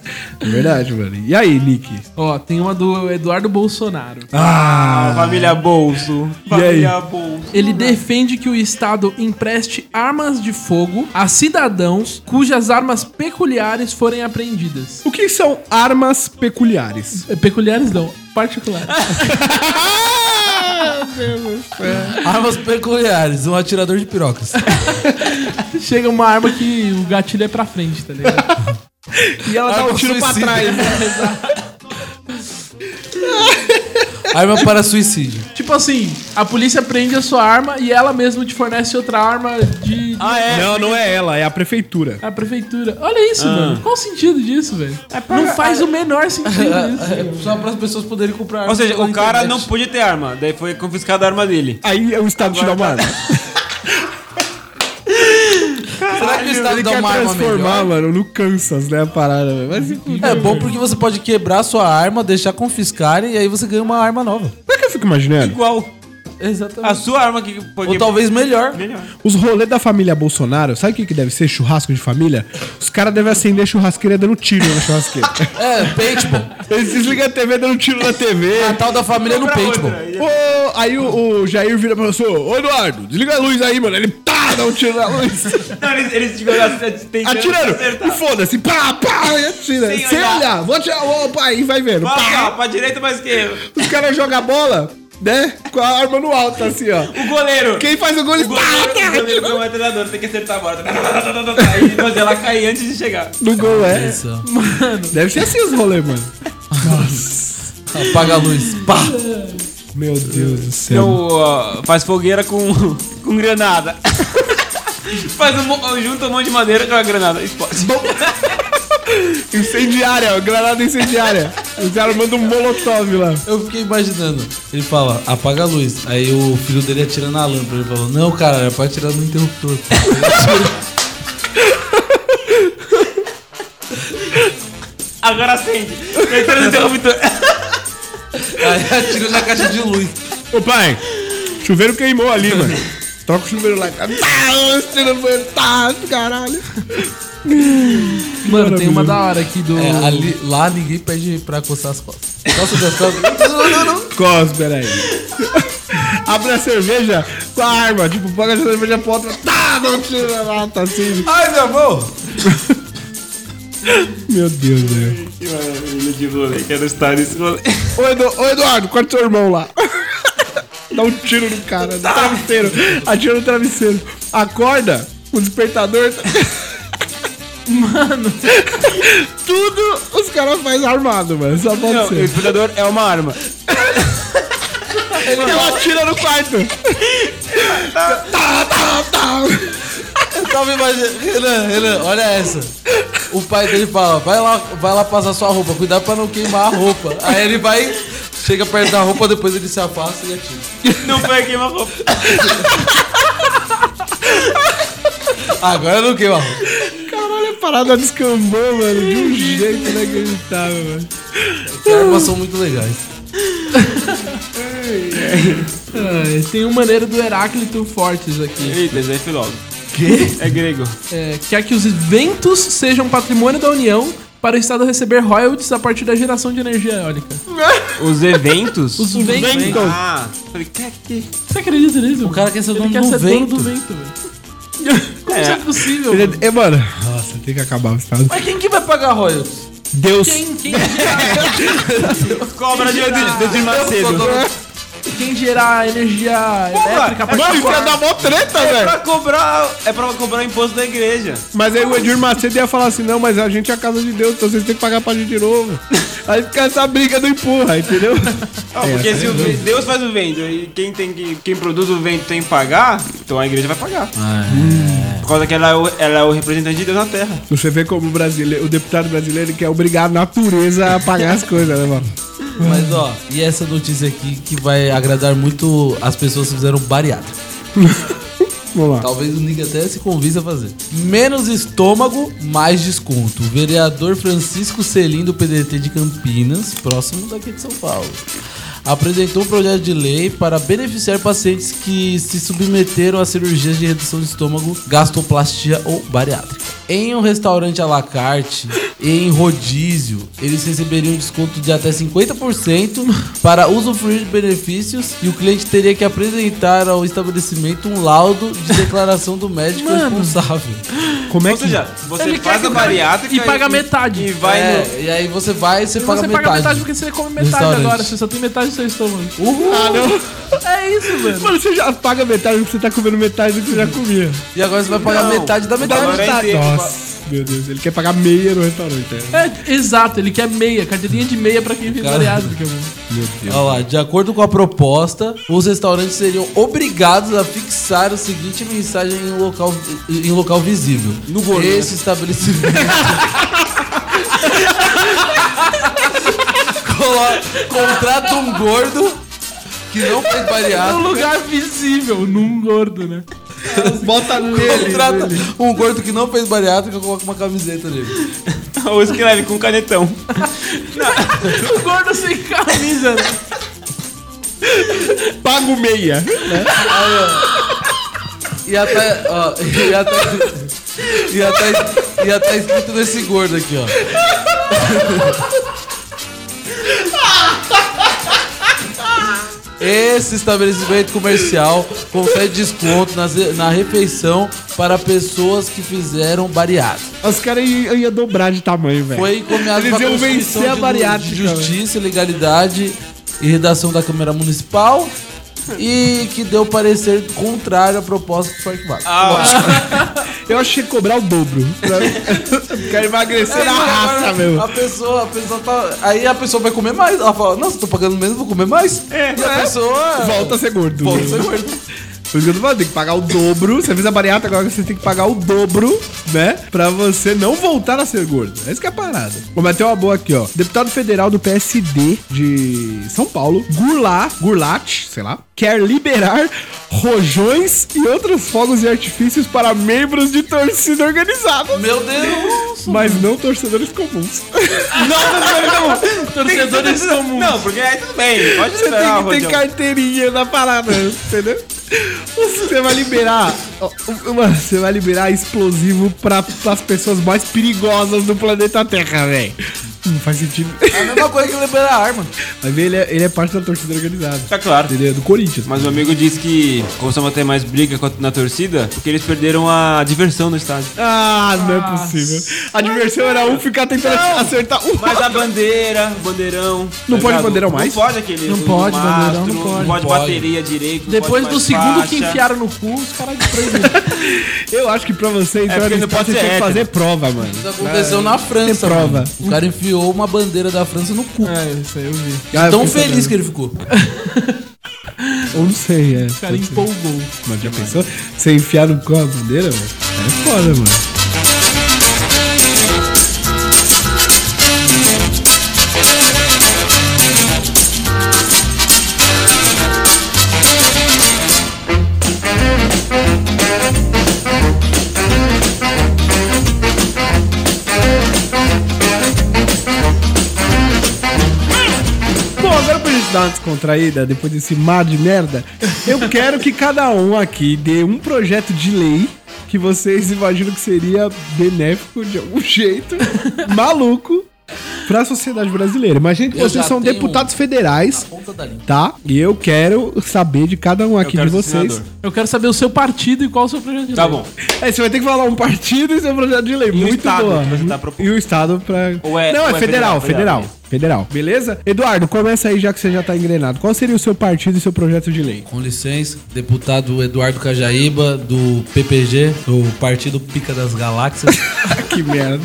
Speaker 1: Verdade, mano. E aí, Nick?
Speaker 3: Ó, tem uma do Eduardo Bolsonaro.
Speaker 4: Ah, família Bolso. Família Bolso.
Speaker 3: Ele defende que o Estado empreste armas de fogo a cidadãos cujas armas peculiares forem apreendidas.
Speaker 1: O que são armas peculiares?
Speaker 3: É, Peculiares não, particulares.
Speaker 2: Armas peculiares, um atirador de pirocas.
Speaker 3: Chega uma arma que o gatilho é pra frente, tá ligado?
Speaker 1: E ela dá
Speaker 2: Arma
Speaker 1: um tiro
Speaker 2: suicida.
Speaker 1: pra trás. né?
Speaker 2: Arma para suicídio.
Speaker 3: tipo assim, a polícia prende a sua arma e ela mesma te fornece outra arma de.
Speaker 4: Ah, é?
Speaker 1: Não, não é ela, é a prefeitura.
Speaker 3: A prefeitura. Olha isso, mano. Qual o sentido disso, velho? Não faz o menor sentido isso.
Speaker 2: Só para as pessoas poderem comprar
Speaker 4: Ou seja,
Speaker 2: pela
Speaker 4: o cara
Speaker 2: internet.
Speaker 4: não podia ter arma. Daí foi confiscada a arma dele.
Speaker 1: Aí é o Estado te dá uma arma.
Speaker 2: Será que o Estado
Speaker 1: Ele
Speaker 2: dá
Speaker 1: quer
Speaker 2: uma arma
Speaker 1: transformar,
Speaker 2: melhor?
Speaker 1: mano, no Kansas, né, a parada. velho. Vai se fuder.
Speaker 2: É bom porque você pode quebrar sua arma, deixar confiscarem e aí você ganha uma arma nova.
Speaker 1: Sabe o que eu fico imaginando?
Speaker 4: Igual. A
Speaker 2: Exatamente.
Speaker 4: sua arma que. Porque...
Speaker 2: Ou talvez melhor.
Speaker 4: Melhor.
Speaker 1: Os rolês da família Bolsonaro, sabe o que, que deve ser? Churrasco de família? Os caras devem acender a churrasqueira dando tiro na churrasqueira.
Speaker 2: É, paintball.
Speaker 1: Eles desligam a TV dando tiro na TV.
Speaker 2: Natal da família no paintball.
Speaker 1: Ô, aí o, o Jair vira pra você, ô Eduardo, desliga a luz aí, mano. Ele pá, dá um tiro na luz.
Speaker 4: Não, eles, eles ficam tentando
Speaker 1: atirando.
Speaker 4: acertar.
Speaker 1: E foda-se, pá, pá, e atira.
Speaker 4: Sem
Speaker 1: Sem,
Speaker 4: olhar.
Speaker 1: olhar. Vou atirar, opa, aí vai vendo.
Speaker 4: Pra
Speaker 1: Pá.
Speaker 4: cá, pra direita ou pra esquerda?
Speaker 1: Os caras jogam a bola, né? Com a arma no alto, assim, ó.
Speaker 4: O goleiro!
Speaker 1: Quem faz o gol,
Speaker 4: O
Speaker 1: ele
Speaker 4: goleiro, o
Speaker 1: pá,
Speaker 4: goleiro
Speaker 1: tá,
Speaker 4: como é treinador, tem que acertar a bola. Tá, Aí fazer ela cair antes de chegar.
Speaker 1: No gol, é.
Speaker 2: Isso.
Speaker 1: Deve ser assim os rolês, mano.
Speaker 2: Apaga a luz. Pá.
Speaker 1: Meu Deus do céu.
Speaker 4: Então, ó, faz fogueira com, com granada. faz um, mo- junta um monte de madeira e joga granada. Explode.
Speaker 1: Incendiária, ó, granada incendiária. Os caras mandam um molotov lá.
Speaker 2: Eu fiquei imaginando. Ele fala, apaga a luz. Aí o filho dele atira na lâmpada. Ele falou, não, cara, era pra atirar no interruptor.
Speaker 4: Agora acende. Entrando no interruptor.
Speaker 2: Aí atira na caixa de luz.
Speaker 1: Ô pai, chuveiro queimou ali, mano. Troca o chuveiro lá. Não, estirando o tá, caralho.
Speaker 3: Mano, tem uma da hora aqui do.
Speaker 2: É, ali, lá ninguém pede pra coçar as costas. Nossa, Deus, não, não, não.
Speaker 1: Cosme, peraí. Abre a cerveja com a arma, tipo, paga a cerveja pra outra. Tá, não tira lá, tá assim.
Speaker 2: Ai, meu amor.
Speaker 1: Meu Deus, velho.
Speaker 4: Que maravilha de rolê. Quero estar nesse rolê.
Speaker 1: Ô, Edu- ô, Eduardo, corta seu irmão lá. Dá um tiro no cara, no travesseiro. Atira no travesseiro. Acorda, o despertador. tá-
Speaker 3: Mano,
Speaker 1: Tudo os caras fazem armado, mano. Só pode
Speaker 4: Não, o
Speaker 1: ser.
Speaker 4: despertador é uma arma.
Speaker 1: Ela atira no quarto. tá, tá, tá.
Speaker 2: Tava imaginando. Renan, Renan, olha essa. O pai dele fala, vai lá, vai lá passar sua roupa, cuidado pra não queimar a roupa. Aí ele vai, chega perto da roupa, depois ele se afasta e atira.
Speaker 4: Não foi aqui uma roupa.
Speaker 2: Agora não queima a roupa.
Speaker 1: Caralho, a parada descambou, mano. De um jeito
Speaker 3: tá,
Speaker 1: inacreditável, mano.
Speaker 2: Tem armas são muito legais.
Speaker 3: ai, tem um maneiro do Heráclito Fortes aqui.
Speaker 4: Eita, esse aí foi logo. É grego.
Speaker 3: É, quer que os ventos sejam patrimônio da União para o Estado receber royalties a partir da geração de energia eólica.
Speaker 4: Os eventos?
Speaker 3: Os ventos.
Speaker 4: Ah, falei, que que...
Speaker 3: Você acredita nisso?
Speaker 2: O cara quer ser
Speaker 3: Ele
Speaker 2: dono
Speaker 3: quer
Speaker 2: do
Speaker 3: ser dono
Speaker 2: vento.
Speaker 3: do vento, velho. Como isso é possível? mano?
Speaker 1: É, mano. Nossa, tem que acabar tá o estado.
Speaker 2: Mas quem que vai pagar royalties?
Speaker 1: Deus.
Speaker 3: Quem, quem, gerar,
Speaker 4: Cobra de Edir Macedo.
Speaker 3: quem gerar energia elétrica pra
Speaker 1: Mano, isso ia dar mó treta, velho.
Speaker 4: Pra cobrar... É pra cobrar o imposto da igreja.
Speaker 1: Mas aí o Edir Macedo ia falar assim: não, mas a gente é a casa de Deus, então vocês têm que pagar pra gente de novo. Aí fica essa briga do empurra, entendeu? É, tá
Speaker 4: Ah, porque se o ve- Deus faz o vento e quem, tem que, quem produz o vento tem que pagar, então a igreja vai pagar.
Speaker 1: Ah,
Speaker 4: Por causa que ela é, o, ela é o representante de Deus na Terra.
Speaker 1: Você vê como o, brasileiro, o deputado brasileiro quer obrigar a natureza a pagar as coisas, né, mano?
Speaker 2: Mas ó, e essa notícia aqui que vai agradar muito as pessoas que fizeram bariátrica.
Speaker 1: Vamos lá.
Speaker 2: Talvez o Nick até se convise a fazer. Menos estômago, mais desconto. O vereador Francisco Celim, do PDT de Campinas, próximo daqui de São Paulo, apresentou um projeto de lei para beneficiar pacientes que se submeteram a cirurgias de redução de estômago, gastroplastia ou bariátrica. Em um restaurante à la carte e em rodízio, eles receberiam desconto de até 50% para usufruir de benefícios e o cliente teria que apresentar ao estabelecimento um laudo de declaração do médico responsável.
Speaker 1: Como é
Speaker 4: Ou
Speaker 1: que.
Speaker 4: seja, você
Speaker 3: Ele quer
Speaker 4: faz
Speaker 3: que
Speaker 4: a
Speaker 3: o cara-
Speaker 4: bariátrica
Speaker 3: e paga metade.
Speaker 4: E vai
Speaker 2: É,
Speaker 4: no...
Speaker 2: E aí você vai e você,
Speaker 3: E
Speaker 2: paga,
Speaker 3: você
Speaker 2: metade.
Speaker 3: paga metade porque você come metade
Speaker 2: Restaurante.
Speaker 3: agora, você só tem metade do seu estômago.
Speaker 2: Uhul.
Speaker 1: Ah, não.
Speaker 3: É isso, mano.
Speaker 1: Mano, você já paga metade do que você tá comendo metade do que você já comia.
Speaker 2: E agora você vai pagar
Speaker 4: Não.
Speaker 2: metade da metade.
Speaker 4: Agora é inteiro.
Speaker 1: Nossa, meu Deus, ele quer pagar meia no restaurante. né?
Speaker 3: É, exato, ele quer meia, cadeirinha de meia pra quem fez
Speaker 2: Cara.
Speaker 3: bariátrica, mano.
Speaker 2: Olha lá, de acordo com a proposta, os restaurantes seriam obrigados a fixar o seguinte mensagem em um local, em local visível. No
Speaker 4: gordo, né?
Speaker 2: Esse estabelecimento. Colo- Contrata um gordo que não fez
Speaker 3: Num
Speaker 2: bariátrica.
Speaker 3: É um lugar visível, num gordo, né?
Speaker 1: Bota nele.
Speaker 2: Contrata um gordo que não fez bariátrica, coloca uma camiseta nele.
Speaker 4: Ou escreve com canetão.
Speaker 3: O Um gordo sem camisa, né?
Speaker 1: Pago meia.
Speaker 2: E até, ó, e até, e até, e até escrito nesse gordo aqui, ó. Esse estabelecimento comercial confere desconto nas- na refeição para pessoas que fizeram bariátrica.
Speaker 1: Os caras iam ia dobrar de tamanho, velho.
Speaker 2: É. Foi encaminhado
Speaker 1: Eles
Speaker 2: para
Speaker 1: iam
Speaker 2: Comissão
Speaker 1: vencer a
Speaker 2: de
Speaker 1: bariátrica, né?
Speaker 2: Justiça, Legalidade e Redação da Câmara Municipal e que deu parecer contrário à proposta do Parque Mar.
Speaker 1: Eu achei que cobrar o dobro. É, Quero emagrecer
Speaker 2: Aí
Speaker 1: na
Speaker 2: agora
Speaker 1: raça, meu.
Speaker 2: A pessoa, a pessoa tá. Aí a pessoa vai comer
Speaker 1: É, né?
Speaker 2: mais. Ela fala, nossa, tô pagando menos, vou comer mais. e a pessoa.
Speaker 1: Volta a ser gordo.
Speaker 2: Volta a ser gordo.
Speaker 1: Por isso que eu tô falando, tem que pagar o dobro. Você fez a bariata, agora você tem que pagar o dobro, né? Pra você não voltar a ser gordo. É isso que é a parada. Vou meter uma boa aqui, ó. Deputado federal do PSD de São Paulo, Gurlat, Gurlat, sei lá, quer liberar rojões e outros fogos e artifícios para membros de torcida organizada.
Speaker 2: Meu Deus!
Speaker 1: Mas não torcedores comuns.
Speaker 3: Torcedores comuns.
Speaker 4: Não, porque aí tudo bem. Pode
Speaker 1: Você
Speaker 2: Ah,
Speaker 4: esperar,
Speaker 1: tem que ter
Speaker 4: Rodião.
Speaker 1: carteirinha na parada, entendeu? Você vai liberar. ó, um, Mano, você vai liberar explosivo pra, as pessoas mais perigosas do planeta Terra, velho. Não faz sentido.
Speaker 2: É a mesma coisa que liberar arma.
Speaker 1: Mas ele é, ele é parte da torcida organizada.
Speaker 4: Tá claro.
Speaker 1: Entendeu? Do Corinthians.
Speaker 4: Mas o amigo disse que começou a ter mais briga com a- na torcida porque eles perderam a diversão no estádio.
Speaker 1: Ah, não é possível. A diversão era um ficar tentando acertar um.
Speaker 4: Mas a bandeira, o bandeirão.
Speaker 1: Não
Speaker 4: tá
Speaker 1: pode
Speaker 4: ligado?
Speaker 1: bandeirão mais?
Speaker 4: Não pode aquele.
Speaker 3: Não
Speaker 4: o
Speaker 3: pode
Speaker 4: mastro,
Speaker 3: bandeirão, não pode.
Speaker 4: Não pode
Speaker 2: Pode.
Speaker 4: bateria direito. não
Speaker 3: Depois
Speaker 4: pode
Speaker 3: do
Speaker 4: mais
Speaker 3: segundo que
Speaker 4: faixa.
Speaker 3: enfiaram no cu, os caras proibiram.
Speaker 1: Eu acho que pra você
Speaker 2: É
Speaker 1: entrar
Speaker 4: porque
Speaker 1: no
Speaker 4: não
Speaker 1: estádio,
Speaker 4: pode
Speaker 1: você
Speaker 4: ser
Speaker 1: tem que
Speaker 4: hétero.
Speaker 1: fazer prova, mano.
Speaker 2: Isso aconteceu na França.
Speaker 1: Tem prova.
Speaker 2: mano. O cara enfiou uma bandeira da França no cu.
Speaker 3: é, isso aí eu vi. O
Speaker 1: Ah, eu
Speaker 2: Tão
Speaker 1: fiquei
Speaker 2: feliz que ele ficou.
Speaker 1: sabendo. Eu não sei, é.
Speaker 3: cara empolgou.
Speaker 1: Mas já pensou? Você enfiar no cu a bandeira, mano? É foda, mano. Bom, agora pra gente dar uma descontraída, depois desse mar de merda, eu quero que cada um aqui dê um projeto de lei que vocês imaginam que seria benéfico de algum jeito, maluco, pra sociedade brasileira. Imagina que
Speaker 2: Eu
Speaker 1: vocês
Speaker 2: já
Speaker 1: são
Speaker 2: tenho um.
Speaker 1: deputados
Speaker 2: Na
Speaker 1: federais,
Speaker 2: ponta da língua.
Speaker 1: tá? E eu quero saber de cada um aqui de
Speaker 4: quero ser
Speaker 1: vocês.
Speaker 4: senador.
Speaker 3: Eu quero saber o seu partido e qual o seu projeto de
Speaker 4: Tá
Speaker 3: lei.
Speaker 4: bom.
Speaker 1: É, você vai ter que falar um partido e né? seu projeto de lei.
Speaker 4: o
Speaker 1: Muito
Speaker 4: estado
Speaker 1: boa.
Speaker 4: que você tá propondo.
Speaker 1: E o Estado pra.
Speaker 4: Ou é-
Speaker 1: Não,
Speaker 4: ou
Speaker 1: é,
Speaker 4: é
Speaker 1: federal,
Speaker 4: federal,
Speaker 1: federal, federal. Beleza? Eduardo, começa aí já que você já tá engrenado. Qual seria o seu partido e seu projeto de lei?
Speaker 2: Com licença, deputado Eduardo Cajaíba, do PPG, do Partido Pica das Galáxias.
Speaker 1: que merda.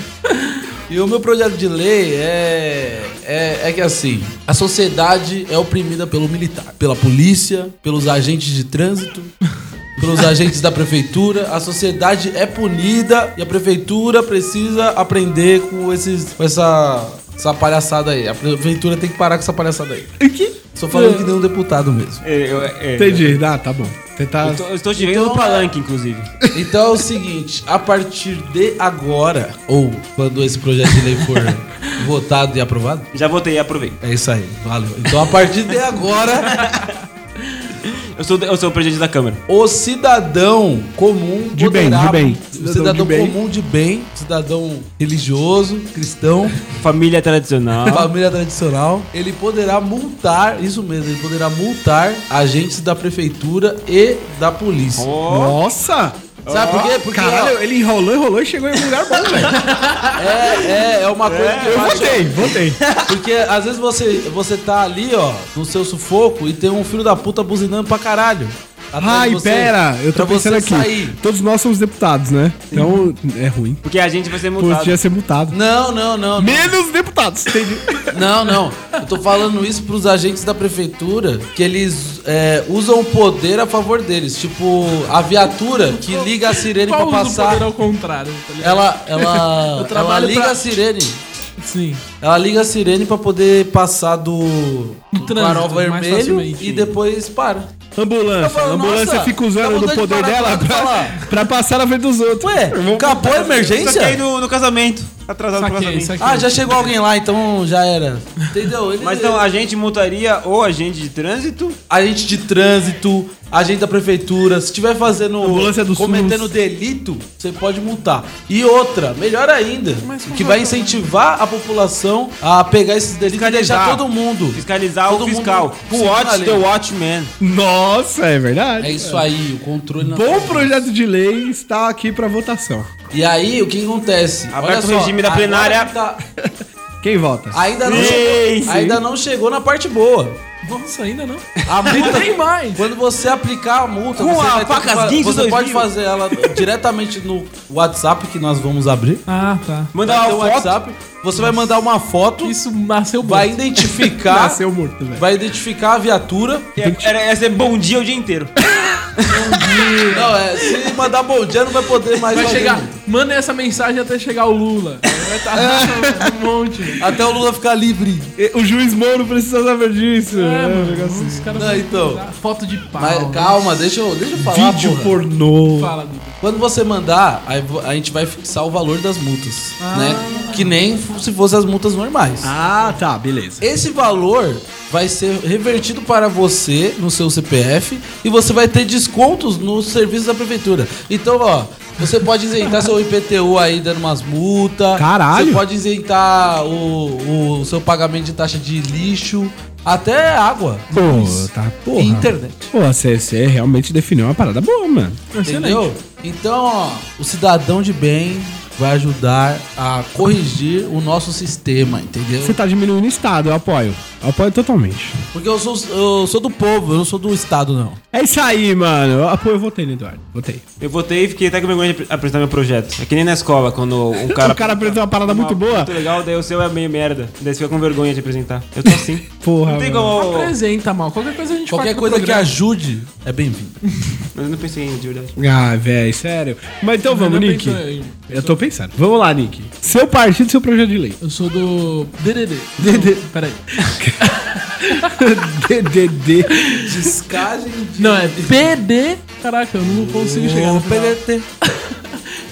Speaker 2: E o meu projeto de lei é, é. é que assim, a sociedade é oprimida pelo militar, pela polícia, pelos agentes de trânsito, pelos agentes da prefeitura. A sociedade é punida e a prefeitura precisa aprender com esses. com essa. essa palhaçada aí. A prefeitura tem que parar com essa palhaçada aí.
Speaker 1: E que? É.
Speaker 2: Só falando que nem um deputado mesmo.
Speaker 4: É, eu- é,
Speaker 1: Entendi. Ah, tá bom. Você tá.
Speaker 4: Eu, tô- eu estou te vendo no palanque, inclusive.
Speaker 2: Então é o seguinte, a partir de agora, ou quando esse projeto de lei for votado e aprovado,
Speaker 4: Já votei, aprovei.
Speaker 2: É isso aí, valeu. Então a partir de agora,
Speaker 4: Eu sou, eu sou o presidente da Câmara.
Speaker 2: o cidadão comum
Speaker 1: De bem, de bem.
Speaker 2: O cidadão
Speaker 1: Cidadão de bem.
Speaker 2: comum de bem, cidadão religioso, cristão,
Speaker 4: Família
Speaker 1: Ah.
Speaker 4: tradicional.
Speaker 2: família tradicional, ele poderá multar, isso mesmo, ele poderá multar agentes da prefeitura e da polícia.
Speaker 4: Ó,
Speaker 1: Nossa!
Speaker 2: Sabe por quê? Porque
Speaker 1: Oh. Caralho, ele enrolou, enrolou e chegou em um lugar bom, velho.
Speaker 2: é, é, é uma coisa que eu acho
Speaker 1: Votei, votei.
Speaker 2: Porque às vezes você, você tá ali, ó, no seu sufoco e tem um filho da puta buzinando pra caralho. atrás de
Speaker 1: Ai,
Speaker 2: você,
Speaker 1: pera, eu tô
Speaker 2: pra
Speaker 1: pensando
Speaker 2: você
Speaker 1: aqui.
Speaker 2: sair.
Speaker 1: Todos nós somos deputados, né? Então é ruim.
Speaker 4: porque a gente vai ser multado.
Speaker 1: Podia ser multado.
Speaker 2: Não, não, não. não.
Speaker 1: Menos deputados, entendi.
Speaker 2: Não, não. Eu tô falando isso pros agentes da prefeitura, que eles é, usam o poder a favor deles. Tipo, a viatura que liga a sirene pra
Speaker 3: Qual o do poder
Speaker 2: passar.
Speaker 3: ao contrário? tá ligado?
Speaker 2: Ela,
Speaker 3: Eu
Speaker 2: ela, ela
Speaker 3: trabalho
Speaker 2: liga
Speaker 3: pra-
Speaker 2: a sirene.
Speaker 3: Sim.
Speaker 2: Ela liga a sirene pra poder passar do,
Speaker 3: Do
Speaker 2: do
Speaker 3: trânsito,
Speaker 2: farol
Speaker 3: mais
Speaker 2: vermelho
Speaker 3: facilmente.
Speaker 2: e depois para.
Speaker 1: Ambulância.
Speaker 2: Eu falo,
Speaker 1: a ambulância
Speaker 2: nossa,
Speaker 1: fica
Speaker 2: dá
Speaker 1: usando do
Speaker 2: vontade de
Speaker 1: poder
Speaker 2: parar
Speaker 1: dela
Speaker 2: pra
Speaker 1: pra,
Speaker 2: falar.
Speaker 1: pra passar na frente dos outros.
Speaker 2: Ué, acabou a
Speaker 4: Só que aí
Speaker 2: é emergência?
Speaker 4: no, no casamento. Tá Atrasado no
Speaker 3: Saquei,
Speaker 4: casamento.
Speaker 3: saquei.
Speaker 2: Ah, já chegou alguém lá, então já era. Entendeu? Ele-
Speaker 4: Mas então a gente multaria ou agente de trânsito.
Speaker 2: agente de trânsito, agente da prefeitura, se estiver fazendo
Speaker 4: é
Speaker 1: Ambulância do
Speaker 2: cometendo
Speaker 1: SUS.
Speaker 2: delito, você pode multar. E outra, melhor ainda, que
Speaker 4: é?
Speaker 2: vai incentivar a população a pegar esses delitos e
Speaker 4: Fiscalizar.
Speaker 2: deixar todo mundo
Speaker 4: Fiscalizar
Speaker 2: Todo
Speaker 4: o
Speaker 2: mundo
Speaker 4: fiscal.
Speaker 2: seguindo
Speaker 4: O
Speaker 2: a
Speaker 4: watch
Speaker 2: lei.
Speaker 4: the watchman.
Speaker 1: Nossa, é verdade.
Speaker 2: É isso aí, o controle na
Speaker 1: Bom projeto de lei está aqui pra votação.
Speaker 2: E aí, o que acontece?
Speaker 4: Aberta o regime da
Speaker 2: agora
Speaker 4: plenária.
Speaker 2: que tá-
Speaker 1: Quem vota?
Speaker 2: ainda, não
Speaker 4: Sim,
Speaker 2: chegou,
Speaker 4: sim.
Speaker 2: ainda não chegou na parte boa.
Speaker 3: Nossa, ainda não.
Speaker 2: A multa
Speaker 3: Tem mais.
Speaker 2: Quando você aplicar a multa,
Speaker 4: Com
Speaker 2: você,
Speaker 4: a
Speaker 2: vai ter que
Speaker 4: facas
Speaker 2: fa-
Speaker 4: Guinso
Speaker 2: você pode
Speaker 4: 2000.
Speaker 2: fazer ela diretamente no WhatsApp que nós vamos abrir.
Speaker 3: Ah, tá.
Speaker 4: Mandar
Speaker 2: Vai ter
Speaker 4: uma
Speaker 2: o
Speaker 4: foto.
Speaker 2: WhatsApp, você vai mandar uma foto,
Speaker 3: Isso nasceu bom.
Speaker 2: vai identificar,
Speaker 1: Nasceu morto, velho.
Speaker 2: vai identificar a viatura.
Speaker 4: Era, era ia ser bom dia o dia inteiro.
Speaker 2: Não, é, se mandar bom dia, não vai poder mais.
Speaker 3: Vai
Speaker 2: alguém.
Speaker 3: chegar, manda essa mensagem até chegar o Lula. Vai estar um monte.
Speaker 2: Até o Lula ficar livre.
Speaker 1: O juiz Moro precisa saber disso.
Speaker 3: É,
Speaker 1: né?
Speaker 3: mano, os caras
Speaker 2: Não,
Speaker 3: vão
Speaker 2: então.
Speaker 3: usar Foto de pau.
Speaker 2: Mas
Speaker 3: né?
Speaker 2: calma, deixa eu, deixa eu falar.
Speaker 1: Vídeo
Speaker 2: porra.
Speaker 1: pornô.
Speaker 3: Fala, Dudu.
Speaker 2: Quando você mandar, aí vo- a gente vai fixar o valor das multas, né? Que nem f- se fossem as multas normais.
Speaker 1: Ah, tá, beleza.
Speaker 2: Esse valor vai ser revertido para você no seu CPF e você vai ter descontos nos serviços da prefeitura. Então, ó, você pode isentar seu IPTU aí dando umas multas.
Speaker 1: Caralho!
Speaker 2: Você pode isentar o, o seu pagamento de taxa de lixo, até água.
Speaker 1: Pô, tá, porra.
Speaker 2: Internet.
Speaker 1: Pô, você, você realmente definiu uma parada boa, mano.
Speaker 2: Entendeu? Então, ó, o cidadão de bem vai ajudar a corrigir o nosso sistema, entendeu?
Speaker 1: Você tá diminuindo o Estado, eu apoio. Eu apoio totalmente.
Speaker 2: Porque eu sou, eu sou do povo, eu não sou do Estado, não.
Speaker 1: É isso aí, mano. Eu apoio, eu votei no Eduardo. Votei.
Speaker 4: Eu votei e fiquei até com vergonha de ap- apresentar meu projeto. É que nem na escola, quando um cara.
Speaker 1: o cara apresentou uma parada muito boa.
Speaker 4: Muito legal, daí o seu é meio merda. Daí você fica com vergonha de apresentar. Eu tô assim.
Speaker 1: Porra,
Speaker 4: Não tem
Speaker 1: mano.
Speaker 4: como.
Speaker 3: Apresenta, mal. Qualquer coisa a gente
Speaker 2: Tipo, Qualquer
Speaker 3: corta no
Speaker 2: coisa que
Speaker 3: programa.
Speaker 2: ajude é bem-vinda.
Speaker 4: Mas eu não pensei em de verdade.
Speaker 1: Ah, velho, sério. Mas então vamos,
Speaker 3: Eu não
Speaker 1: Nick.
Speaker 3: pensei.
Speaker 1: Eu tô pensando. Vamos lá, Nick. Seu partido, seu projeto de lei.
Speaker 3: Eu sou do DDD.
Speaker 1: DDD.
Speaker 3: Não, Peraí.
Speaker 1: DDD.
Speaker 2: Descagem de...
Speaker 3: Não, é PD. Caraca, eu não
Speaker 2: Um
Speaker 3: consigo chegar no final.
Speaker 2: PDT.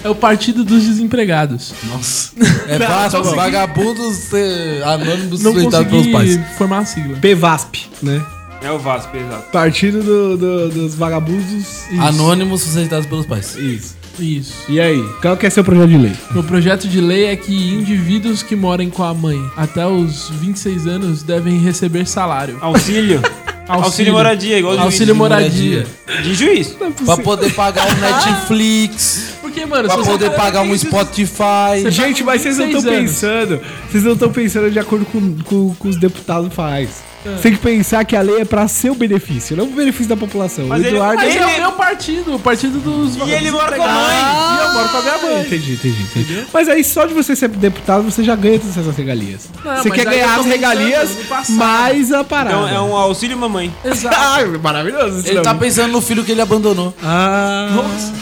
Speaker 3: É o Partido dos Desempregados.
Speaker 2: Nossa. É fácil,
Speaker 1: consegui.
Speaker 2: vagabundos eh, anônimos
Speaker 3: Não
Speaker 2: suspeitados pelos
Speaker 3: consegui
Speaker 2: pais.
Speaker 3: formar a sigla.
Speaker 1: PVASP, né?
Speaker 4: É o Vasco, exato.
Speaker 1: Partido do- do- dos vagabundos. Isso.
Speaker 2: Anônimos suspeitados pelos pais.
Speaker 1: Isso.
Speaker 3: Isso.
Speaker 1: Ah. E aí, qual que é seu projeto de lei?
Speaker 3: Meu projeto de lei é que indivíduos que morem com a mãe até os 26 anos devem receber salário.
Speaker 4: Auxílio. auxílio. moradia, igual de juiz.
Speaker 3: Auxílio moradia.
Speaker 2: moradia.
Speaker 4: De juiz.
Speaker 2: Pra poder pagar um Netflix,
Speaker 3: Porque, mano,
Speaker 2: pra
Speaker 3: se Ah. você
Speaker 2: poder
Speaker 3: tá-
Speaker 2: pagar um Spotify.
Speaker 3: Você tá
Speaker 1: Gente, mas vocês não estão
Speaker 3: 26 anos.
Speaker 1: pensando. Vocês não estão pensando de acordo com, com, com os deputados faz. Você tem que pensar que a lei é pra seu benefício, não o benefício da população.
Speaker 4: Mas
Speaker 1: o
Speaker 4: ele-
Speaker 1: Eduardo.
Speaker 3: Mas
Speaker 4: Ele-
Speaker 3: é o meu partido, o partido dos
Speaker 4: E ele mora com a
Speaker 3: desempregados.
Speaker 4: mãe.
Speaker 3: E eu moro com a minha
Speaker 1: Ah,
Speaker 3: mãe.
Speaker 1: entendi, entendi, entendi. Mas aí só de você ser deputado você já ganha todas essas regalias.
Speaker 3: Não,
Speaker 1: você
Speaker 3: mas
Speaker 1: quer
Speaker 3: aí eu
Speaker 1: ganhar
Speaker 3: tô
Speaker 1: as
Speaker 3: pensando
Speaker 1: regalias,
Speaker 3: no passado.
Speaker 1: mais a parada.
Speaker 4: Então é um auxílio mamãe.
Speaker 3: Exato.
Speaker 1: Ah, maravilhoso. esse
Speaker 2: Ele tá
Speaker 1: nome.
Speaker 2: pensando no filho que ele abandonou.
Speaker 1: Ah,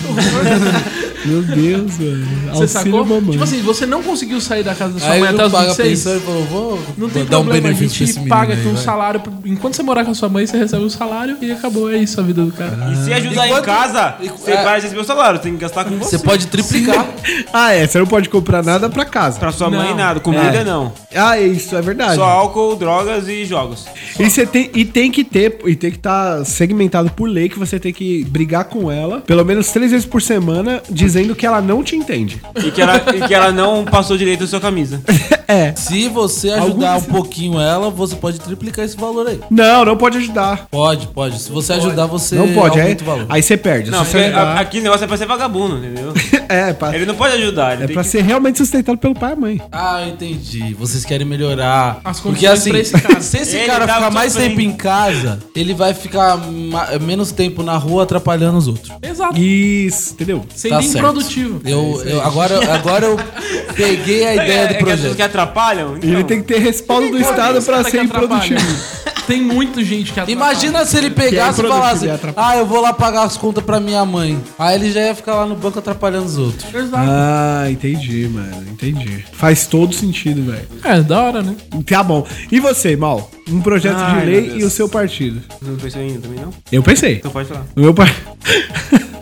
Speaker 1: meu Deus, mano.
Speaker 3: Você
Speaker 1: Auxílio
Speaker 3: sacou?
Speaker 1: mamãe.
Speaker 3: Tipo assim, você não conseguiu sair da casa da sua
Speaker 2: Aí
Speaker 3: mãe
Speaker 2: ele
Speaker 3: até
Speaker 2: não
Speaker 3: os
Speaker 2: paga a
Speaker 3: 26.
Speaker 2: pensão e falou, vou
Speaker 3: Não tem
Speaker 2: dar um
Speaker 3: problema, a
Speaker 2: benefício pra esse
Speaker 3: gente
Speaker 2: menino
Speaker 3: paga
Speaker 2: aí,
Speaker 3: aqui um
Speaker 2: vai.
Speaker 3: salário. pro- Enquanto você morar com a sua mãe, você recebe um salário e acabou. É isso a vida do cara.
Speaker 4: E se ajudar
Speaker 2: Enquanto-
Speaker 4: em casa,
Speaker 2: Enqu-
Speaker 4: você
Speaker 2: é.
Speaker 4: vai receber o salário. Tem que gastar com você.
Speaker 2: Você pode triplicar.
Speaker 1: Ah, é. Você não pode comprar nada pra casa.
Speaker 4: Pra sua mãe,
Speaker 3: Não.
Speaker 4: nada. Comida,
Speaker 1: É.
Speaker 4: não.
Speaker 1: Ah, é isso, é verdade.
Speaker 4: Só álcool, drogas e jogos.
Speaker 1: E você tem e tem que ter e tem que estar segmentado por lei que você tem que brigar com ela pelo menos três vezes por semana dizendo que ela não te entende.
Speaker 4: E que ela, e que ela não passou direito a sua camisa.
Speaker 1: É.
Speaker 2: Se você ajudar um pouquinho ela, você pode triplicar esse valor aí.
Speaker 1: Não, não pode ajudar.
Speaker 2: Pode, pode. Se você ajudar, você
Speaker 1: não pode, aí,
Speaker 2: É, aumenta
Speaker 3: é?
Speaker 2: o valor.
Speaker 1: aí você perde.
Speaker 4: Não,
Speaker 1: Se
Speaker 4: porque
Speaker 1: você
Speaker 4: a-
Speaker 1: ajudar-
Speaker 4: aqui o negócio é pra ser vagabundo, entendeu?
Speaker 1: é, pra,
Speaker 4: Ele não pode ajudar. Ele
Speaker 1: é
Speaker 4: tem
Speaker 1: pra
Speaker 4: que...
Speaker 1: ser realmente sustentado pelo pai e mãe.
Speaker 2: Ah, entendi. Vocês querem melhorar.
Speaker 3: As
Speaker 2: Porque
Speaker 3: condições
Speaker 2: assim,
Speaker 3: pra esse cara.
Speaker 2: se esse
Speaker 4: Ele
Speaker 2: cara
Speaker 4: tá
Speaker 2: ficar mais
Speaker 4: sofrendo.
Speaker 2: tempo em casa, ele vai ficar ma- menos tempo na rua atrapalhando os outros.
Speaker 3: Exato.
Speaker 1: Isso, entendeu?
Speaker 3: Sendo
Speaker 2: tá certo.
Speaker 3: improdutivo.
Speaker 2: Eu, eu- agora, agora eu peguei a ideia
Speaker 4: É,
Speaker 2: do
Speaker 4: é que as pessoas
Speaker 2: projeto.
Speaker 4: que atrapalham.
Speaker 1: E ele
Speaker 4: então.
Speaker 1: tem que ter respaldo do Estado
Speaker 3: Esse cara
Speaker 1: pra
Speaker 3: que
Speaker 1: ser
Speaker 3: atrapalha.
Speaker 1: improdutivo.
Speaker 3: Tem muita gente que atrapalha.
Speaker 2: Imagina se ele pegasse e
Speaker 1: produtivo
Speaker 2: falasse:
Speaker 1: e atrapalha.
Speaker 2: Ah, eu vou lá pagar as contas pra minha mãe. Aí ele já ia ficar lá no banco atrapalhando os outros.
Speaker 3: Exato.
Speaker 1: Ah, entendi, mano. Entendi. Faz todo sentido, velho.
Speaker 3: É, da hora, né?
Speaker 1: Tá bom. E você, Mal? Um projeto
Speaker 4: Ai,
Speaker 1: de
Speaker 4: meu
Speaker 1: lei
Speaker 4: Deus.
Speaker 1: e o seu partido.
Speaker 4: Não pensou ainda também, não?
Speaker 1: Eu pensei.
Speaker 4: Então pode falar.
Speaker 1: O meu, par...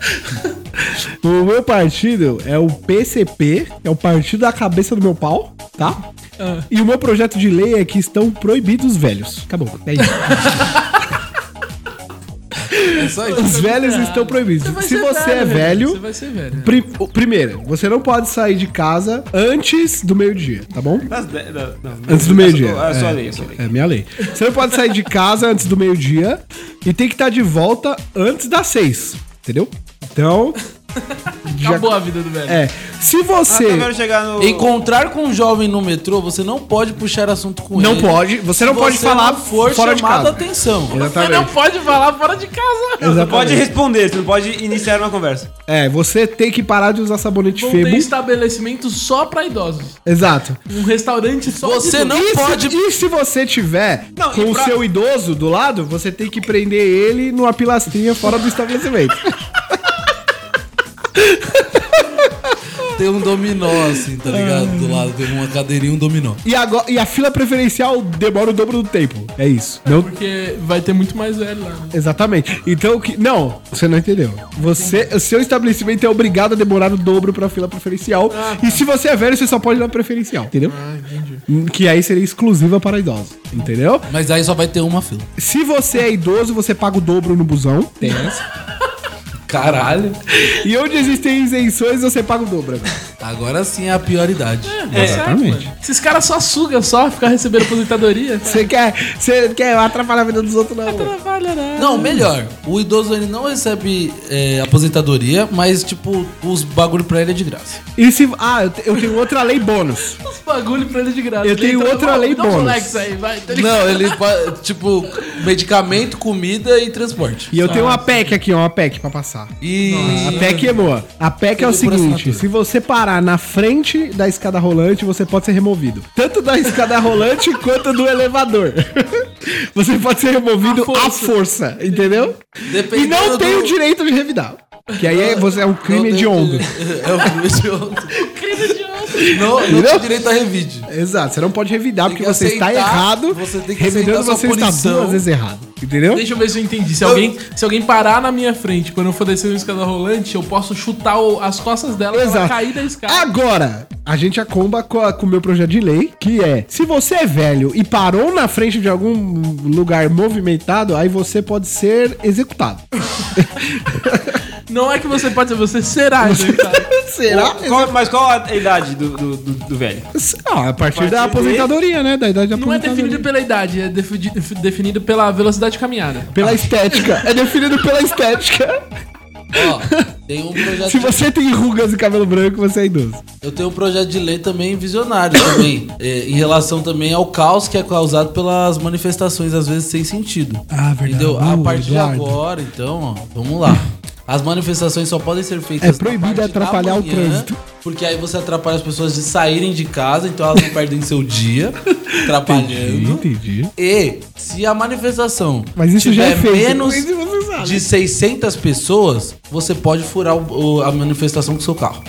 Speaker 1: o meu partido é o PCP, é o partido da cabeça do meu pau, tá?
Speaker 3: Ah.
Speaker 1: E o meu projeto de lei é que estão proibidos os velhos. Acabou. É isso.
Speaker 2: É só isso.
Speaker 1: Os velhos estão proibidos. Se você é
Speaker 3: Você
Speaker 1: velho.
Speaker 3: vai ser velho.
Speaker 1: pri- o- Primeiro, você não pode sair de casa antes do meio-dia, tá bom?
Speaker 4: Das de- da- não,
Speaker 1: Antes do meio-dia.
Speaker 4: É só lei, é só lei.
Speaker 1: É minha lei. Você não pode sair de casa antes do meio-dia e tem que estar de volta antes das seis, entendeu? Então, Já-
Speaker 3: Acabou a vida do velho.
Speaker 1: É. Se
Speaker 4: Ah,
Speaker 1: você.
Speaker 4: eu quero chegar no...
Speaker 2: Encontrar com um jovem no metrô, você não pode puxar assunto com
Speaker 1: Não
Speaker 2: ele.
Speaker 1: pode. Você não pode
Speaker 2: Você
Speaker 1: falar
Speaker 2: não for
Speaker 1: fora de
Speaker 2: chamado
Speaker 1: casa.
Speaker 2: a atenção.
Speaker 3: Você não pode falar fora de casa.
Speaker 1: É
Speaker 4: Você
Speaker 1: Exatamente.
Speaker 4: pode responder, você não pode iniciar uma conversa.
Speaker 1: É, você tem que parar de usar sabonete
Speaker 3: Vão
Speaker 1: febo.
Speaker 3: ter estabelecimento só pra idosos.
Speaker 1: Exato.
Speaker 3: Um restaurante só de
Speaker 2: Você
Speaker 3: idosos.
Speaker 2: não
Speaker 1: E
Speaker 2: pode.
Speaker 1: se, e se você tiver
Speaker 4: Não,
Speaker 1: com
Speaker 4: e
Speaker 1: o
Speaker 4: pra-
Speaker 1: seu idoso do lado, você tem que prender ele numa pilastrinha fora do estabelecimento.
Speaker 2: Tem um dominó, assim, tá ligado? Do lado, tem uma cadeirinha e um dominó.
Speaker 1: E, agora, e a fila preferencial demora o dobro do tempo. É isso. Não,
Speaker 3: Porque vai ter muito mais velho lá. né?
Speaker 1: exatamente. Então, o que, não, você não entendeu. Você, o seu estabelecimento é obrigado a demorar o dobro pra fila preferencial. E se você é velho, você só pode ir na preferencial, entendeu? Hum, Que aí seria exclusiva para idosos, entendeu?
Speaker 2: Mas aí só vai ter uma fila.
Speaker 1: Se você é idoso, você paga o dobro no busão. Tem essa.
Speaker 2: Caralho.
Speaker 1: E onde existem isenções, você paga o dobro. velho.
Speaker 2: Agora sim é a prioridade.
Speaker 3: É,
Speaker 1: Exatamente.
Speaker 3: mano. Esses caras só sugam, só ficar recebendo aposentadoria.
Speaker 1: Você quer, você quer atrapalhar a vida dos outros, não.
Speaker 3: Trabalhará.
Speaker 2: É. Não, melhor. O idoso ele não recebe é, aposentadoria, mas, tipo, os bagulho pra ele é de graça.
Speaker 1: E se. Ah, eu te- eu tenho outra lei bônus.
Speaker 3: Os bagulho pra ele de graça.
Speaker 1: Eu
Speaker 3: Ele
Speaker 1: tenho
Speaker 3: entra-
Speaker 1: outra lei
Speaker 3: Dá um
Speaker 1: bônus.
Speaker 3: Rolex aí, vai. Tá ligado?
Speaker 2: Não, ele, pa- tipo, medicamento, comida e transporte.
Speaker 1: E eu tenho uma PEC aqui, ó, uma PEC pra passar.
Speaker 2: E.
Speaker 1: A PEC é boa. A PEC é o
Speaker 2: Tudo por
Speaker 1: seguinte:
Speaker 2: assinatura.
Speaker 1: se você parar na frente da escada rolante, você pode ser removido. Tanto da escada rolante quanto do elevador. Você pode ser removido à
Speaker 3: À força.
Speaker 1: força, entendeu?
Speaker 2: Dependendo
Speaker 1: e não tem o
Speaker 2: do-
Speaker 1: direito de revidar. Que aí é- você é um crime
Speaker 2: Não tem
Speaker 1: hediondo.
Speaker 2: direito- É um crime hediondo.
Speaker 3: Crime de ontem.
Speaker 2: Não, não tem
Speaker 1: Entendeu?
Speaker 2: direito a revide.
Speaker 1: Exato, você não pode revidar
Speaker 2: Tem
Speaker 1: porque
Speaker 2: que
Speaker 1: você está
Speaker 2: aceitar,
Speaker 1: errado.
Speaker 2: você tem que
Speaker 1: Revidando
Speaker 2: aceitar
Speaker 1: você
Speaker 2: sua
Speaker 1: está
Speaker 2: punição.
Speaker 1: duas vezes errado. Entendeu?
Speaker 3: Deixa eu ver se eu entendi. Se alguém, se alguém parar na minha frente quando eu for descer uma escada rolante, eu posso chutar o- as costas dela pra ela
Speaker 1: Exato. Ah!
Speaker 3: cair da escada.
Speaker 1: Agora, a gente acomba com a- com o meu projeto de lei, que é: se você é velho e parou na frente de algum lugar movimentado, aí você pode ser executado.
Speaker 3: Não é que você pode ser, você será. né, executado.
Speaker 1: Será?
Speaker 4: Qual- mas qual a idade do, do- do- do velho?
Speaker 1: Ah, a partir da aposentadoria, né? Da idade da
Speaker 3: Não é
Speaker 1: aposentadoria.
Speaker 3: definido pela idade, é defidi- definido pela velocidade de caminhada.
Speaker 1: Pela estética. É definido pela estética.
Speaker 2: Ó, tem um projeto.
Speaker 1: Se você tem rugas e cabelo branco, você é idoso.
Speaker 2: Eu tenho um projeto de lei também visionário também, é, em relação também ao caos que é causado pelas manifestações às vezes sem sentido.
Speaker 1: Ah, verdade.
Speaker 2: Entendeu? A
Speaker 1: Boa,
Speaker 2: partir
Speaker 1: Eduardo.
Speaker 2: de agora, então, ó, vamos lá. As manifestações só podem ser feitas.
Speaker 1: É
Speaker 2: na
Speaker 1: proibido
Speaker 2: parte da
Speaker 1: atrapalhar o trânsito.
Speaker 2: Porque aí você atrapalha as pessoas de saírem de casa, então elas não perdem seu dia atrapalhando.
Speaker 1: Entendi.
Speaker 2: E se a manifestação
Speaker 1: Mas isso já é feito.
Speaker 2: menos
Speaker 1: Mas você sabe.
Speaker 2: de 600 pessoas, você pode furar o- o- a manifestação com seu carro.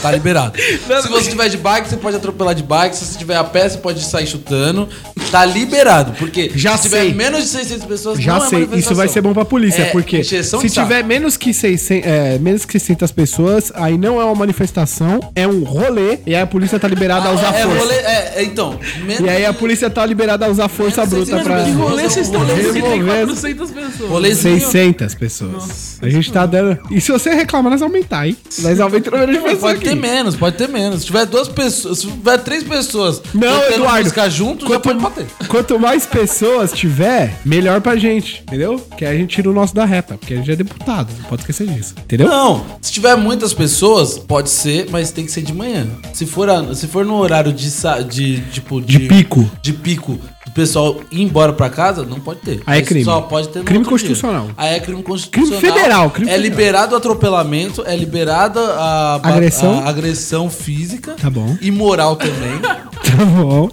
Speaker 2: tá liberado. se você tiver de bike, você pode atropelar de bike. Se você tiver a pé, você pode sair chutando. Tá liberado, porque
Speaker 1: Já
Speaker 2: se tiver
Speaker 1: sei.
Speaker 2: menos de 600 pessoas,
Speaker 1: Já
Speaker 2: não é
Speaker 1: sei, isso
Speaker 2: manifestação.
Speaker 1: vai ser bom pra polícia,
Speaker 2: É
Speaker 1: porque se
Speaker 2: injeção de
Speaker 1: tiver menos que, 600, é, menos que 600 pessoas, aí não é uma manifestação, é um rolê, e aí a polícia tá liberada a usar
Speaker 2: é,
Speaker 1: força.
Speaker 2: rolê- é, é, então, menos
Speaker 1: E aí a polícia tá liberada a usar força
Speaker 2: Menos
Speaker 1: bruta
Speaker 2: 600
Speaker 1: pra...
Speaker 3: Que rolê
Speaker 2: Mas
Speaker 3: vocês
Speaker 2: eu
Speaker 3: estão
Speaker 2: vou
Speaker 3: dando que tem
Speaker 1: remover-
Speaker 3: 400 pessoas?
Speaker 2: rolezinho.
Speaker 1: 600 pessoas. a gente tá dando... E se você reclamar, nós aumentar, hein? Nós aumentamos o número de pessoas
Speaker 2: Pode
Speaker 1: aqui.
Speaker 2: ter menos, pode ter menos. Se tiver duas pessoas, se tiver três pessoas
Speaker 1: Não,
Speaker 2: tentando
Speaker 1: Eduardo.
Speaker 2: buscar junto, já pode bater.
Speaker 1: Quanto mais pessoas tiver, melhor pra gente, entendeu? Que aí a gente tira o nosso da reta, porque a gente é deputado, não pode esquecer disso, entendeu?
Speaker 2: Não, se tiver muitas pessoas, pode ser, mas tem que ser de manhã. Se for, a- se for no horário de, sa- de tipo
Speaker 1: De pico.
Speaker 2: de pico do pessoal ir embora pra casa, não pode ter.
Speaker 1: Aí é crime.
Speaker 2: Só pode ter no
Speaker 1: Crime
Speaker 2: outro dia.
Speaker 1: constitucional.
Speaker 2: Aí é crime constitucional.
Speaker 1: Crime federal, crime
Speaker 2: É
Speaker 1: federal.
Speaker 2: liberado o atropelamento, é liberada a, a-
Speaker 1: Agressão.
Speaker 2: a agressão física.
Speaker 1: Tá bom.
Speaker 2: E moral também,
Speaker 1: Tá bom.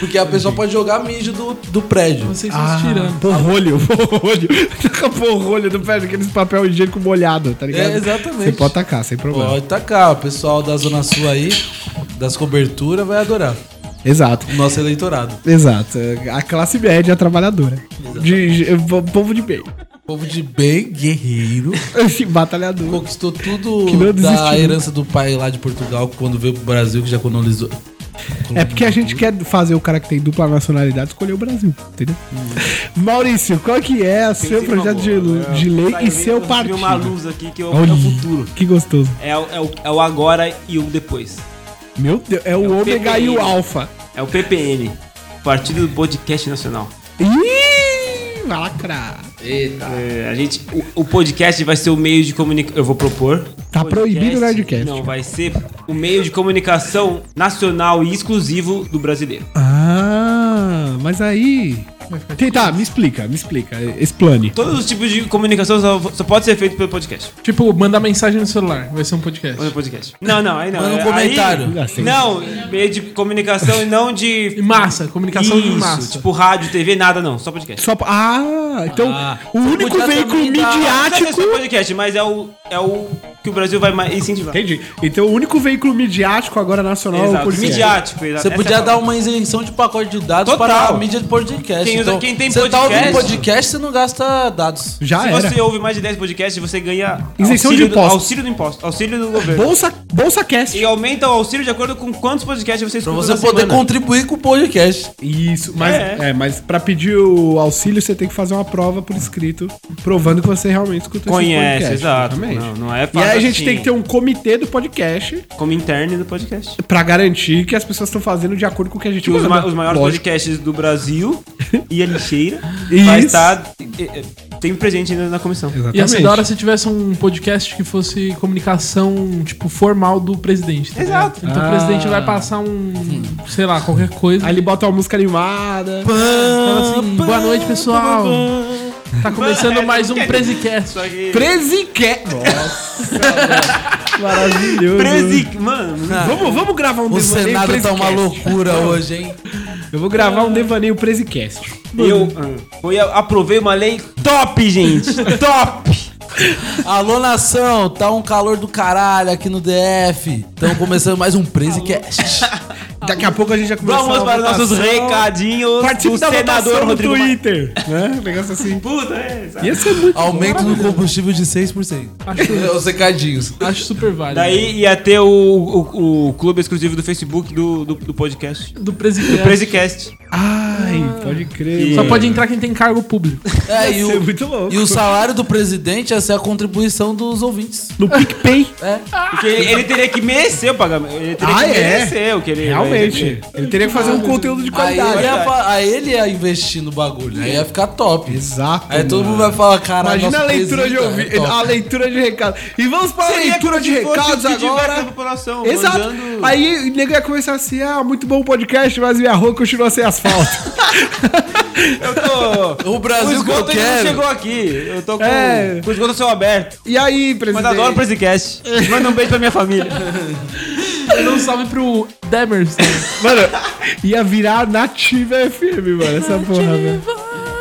Speaker 2: porque a pessoa pode jogar mijo do, do prédio.
Speaker 3: Vocês Ah. estão
Speaker 1: Ah,
Speaker 3: se tirando.
Speaker 1: Porrolho, porrolho. Taca porrolho do pé, aqueles papel higiênico molhado, tá ligado?
Speaker 2: É, exatamente.
Speaker 1: Você pode tacar, sem problema.
Speaker 2: Pode tacar, o pessoal da Zona Sul aí, das coberturas, vai adorar.
Speaker 1: Exato,
Speaker 2: O nosso eleitorado.
Speaker 1: exato. A classe média, a trabalhadora. De, de- o povo de bem.
Speaker 2: Povo de bem, guerreiro.
Speaker 1: Esse Batalhador.
Speaker 2: Conquistou tudo
Speaker 1: Que não
Speaker 2: da
Speaker 1: desistiu.
Speaker 2: herança do pai lá de Portugal quando veio pro Brasil, que já colonizou.
Speaker 1: É porque a gente quer fazer o cara que tem dupla nacionalidade escolher o Brasil, entendeu? Maurício, qual que é o seu projeto de,
Speaker 4: né?
Speaker 1: de lei e seu partido?
Speaker 4: partido. Tá uma luz aqui que é o, é
Speaker 1: Olha,
Speaker 4: o futuro.
Speaker 1: Que gostoso.
Speaker 4: É o, é o- é o agora e o depois.
Speaker 1: Meu Deus, é o,
Speaker 4: o
Speaker 1: ômega e o
Speaker 4: PPM.
Speaker 1: alfa.
Speaker 4: É o PPN. Partido do Podcast Nacional.
Speaker 1: Ih, vai lacrar.
Speaker 4: É, a gente, o, o podcast vai ser o meio de comunicação. Eu vou propor
Speaker 1: Tá proibido o Nerdcast.
Speaker 4: Não, vai ser o meio de comunicação nacional e exclusivo do brasileiro.
Speaker 1: Ah, mas aí. Tem- Tá, me explica, me explica. Explane.
Speaker 4: Todos os tipos de comunicação só, só pode ser feito pelo podcast.
Speaker 3: Tipo, mandar mensagem no celular. Vai ser um podcast.
Speaker 4: Pelo podcast. Não, não, aí não. É,
Speaker 2: Manda um
Speaker 4: Aí-
Speaker 2: comentário.
Speaker 1: Assim.
Speaker 4: não, meio de comunicação e não
Speaker 3: E
Speaker 4: de.
Speaker 3: massa, comunicação de
Speaker 4: Isso,
Speaker 3: massa.
Speaker 4: Tipo rádio, TV, nada não, só podcast.
Speaker 1: Só, ah, então
Speaker 2: Ah.
Speaker 1: o único
Speaker 2: podia
Speaker 1: veículo
Speaker 2: também dar-
Speaker 4: Não é
Speaker 1: midiático.
Speaker 4: só podcast, mas é o, é o que o Brasil vai mais incentivar.
Speaker 1: Entendi. Então o único veículo midiático agora nacional é o
Speaker 4: Exato,
Speaker 1: podcast.
Speaker 4: midiático, exato.
Speaker 2: Você
Speaker 4: Essa é
Speaker 2: podia
Speaker 4: a
Speaker 2: dar
Speaker 4: palavra.
Speaker 2: uma isenção de pacote de dados
Speaker 4: Total.
Speaker 2: para a mídia de podcast.
Speaker 4: Quem usa- quem tem
Speaker 2: você tá
Speaker 4: podcast-
Speaker 2: ouvindo podcast, você não gasta dados.
Speaker 1: Já
Speaker 4: Se
Speaker 1: era.
Speaker 4: você ouve mais de 10 podcasts, você ganha
Speaker 1: Isenção
Speaker 4: auxílio
Speaker 1: de
Speaker 4: do,
Speaker 1: impostos.
Speaker 4: auxílio do imposto, auxílio do governo.
Speaker 1: Bolsa, Bolsa Cast.
Speaker 4: E aumenta o auxílio de acordo com quantos podcasts
Speaker 2: Pra
Speaker 4: você escuta
Speaker 2: você
Speaker 4: na
Speaker 2: poder
Speaker 4: semana.
Speaker 2: contribuir com o podcast.
Speaker 1: Isso, mas
Speaker 4: É.
Speaker 1: é. mas para pedir o auxílio você tem que fazer uma prova por escrito provando que você realmente escuta
Speaker 4: Conhece,
Speaker 1: podcast,
Speaker 4: exato.
Speaker 1: exatamente.
Speaker 4: Não, não é
Speaker 1: E aí a gente
Speaker 4: assim,
Speaker 1: tem que ter um comitê do podcast
Speaker 4: Como interno do podcast.
Speaker 1: pra garantir que as pessoas estão fazendo de acordo com o que a gente
Speaker 4: Que Tipo, os,
Speaker 1: manda.
Speaker 4: ma- os maiores
Speaker 1: Lógico.
Speaker 4: podcasts do Brasil e a lixeira
Speaker 1: Isso.
Speaker 4: vai estar eh, eh, tem presente ainda na comissão.
Speaker 3: Ia ser
Speaker 1: Exatamente.
Speaker 3: da hora se tivesse um podcast que fosse comunicação, tipo, formal do presidente. tá ligado?
Speaker 4: Exato.
Speaker 3: Então o presidente vai passar um, sei lá, qualquer coisa.
Speaker 1: Aí ele bota uma música animada.
Speaker 3: fala assim, boa noite, pessoal. Tá começando mais um
Speaker 4: é
Speaker 3: Presicast.
Speaker 4: Só que-
Speaker 1: Presique! Nossa, mano. maravilhoso.
Speaker 4: Presi... Mano,
Speaker 1: Vamos, vamos gravar um
Speaker 2: O Senado tá uma
Speaker 1: Presicast.
Speaker 2: loucura hoje, hein?
Speaker 1: Eu vou gravar um devaneio Presicast.
Speaker 4: eu ah, foi, aprovei uma lei top, gente. top!
Speaker 2: Alô, nação, tá um calor do caralho aqui no DF. Estamos começando mais um Presicast.
Speaker 1: Daqui a pouco a gente já começa
Speaker 4: Vamos
Speaker 1: a
Speaker 4: para
Speaker 1: votação.
Speaker 4: nossos recadinhos
Speaker 1: Participe
Speaker 4: do
Speaker 1: da
Speaker 4: senador
Speaker 1: votação no
Speaker 4: Rodrigo Maia.
Speaker 1: Twitter. Né? Um negócio assim.
Speaker 4: Puta, é, exato.
Speaker 1: Ia ser muito
Speaker 2: Aumento do combustível de 6%. É, Os recadinhos.
Speaker 3: Acho super válido.
Speaker 4: Daí ia ter o, o, o clube exclusivo do Facebook do, do, do podcast.
Speaker 3: do presidente.
Speaker 4: Presicast.
Speaker 1: Ai, pode crer.
Speaker 3: Só
Speaker 1: mano.
Speaker 3: pode entrar quem tem cargo público.
Speaker 2: É, e,
Speaker 1: Ia ser
Speaker 2: o,
Speaker 1: muito louco.
Speaker 2: e o salário do presidente ia ser a contribuição dos ouvintes.
Speaker 1: No PicPay.
Speaker 2: É.
Speaker 4: Porque ele, ele teria que merecer o pagamento. Ele teria
Speaker 1: Ah,
Speaker 4: que
Speaker 1: é?
Speaker 4: merecer o que ele.
Speaker 1: Realmente. Ele teria que fazer um conteúdo de
Speaker 2: Aí, é-
Speaker 1: qualidade.
Speaker 2: ele ia fa- aí ele ia investir no bagulho. Aí ia ficar top.
Speaker 1: Exato.
Speaker 2: Aí todo
Speaker 1: mano.
Speaker 2: mundo vai falar, caralho,
Speaker 1: Imagina a
Speaker 2: nosso
Speaker 1: leitura de "Ah,
Speaker 2: presidente
Speaker 1: ouvi-
Speaker 2: é top.
Speaker 1: a leitura de recado. E vamos para a
Speaker 4: Seria
Speaker 1: leitura de
Speaker 4: como se fosse
Speaker 1: recados
Speaker 4: o feedback
Speaker 1: agora.
Speaker 4: da população,
Speaker 1: Exato.
Speaker 4: mandando-
Speaker 1: Aí o nego ia começar assim: ah, muito bom o podcast, mas minha rua continua sem asfalto.
Speaker 4: Eu tô.
Speaker 2: O
Speaker 4: O
Speaker 2: Brasil que eu
Speaker 4: esgoto ainda não
Speaker 2: quero.
Speaker 4: chegou aqui. Eu tô com,
Speaker 1: É.
Speaker 4: com o esgoto céu aberto.
Speaker 1: e aí, presidente?
Speaker 4: Mas adoro o Presicast. Manda um beijo pra minha família.
Speaker 3: Dá um salve pro Demers. né?
Speaker 1: Mano, ia virar nativa FM, mano, essa porra, velho.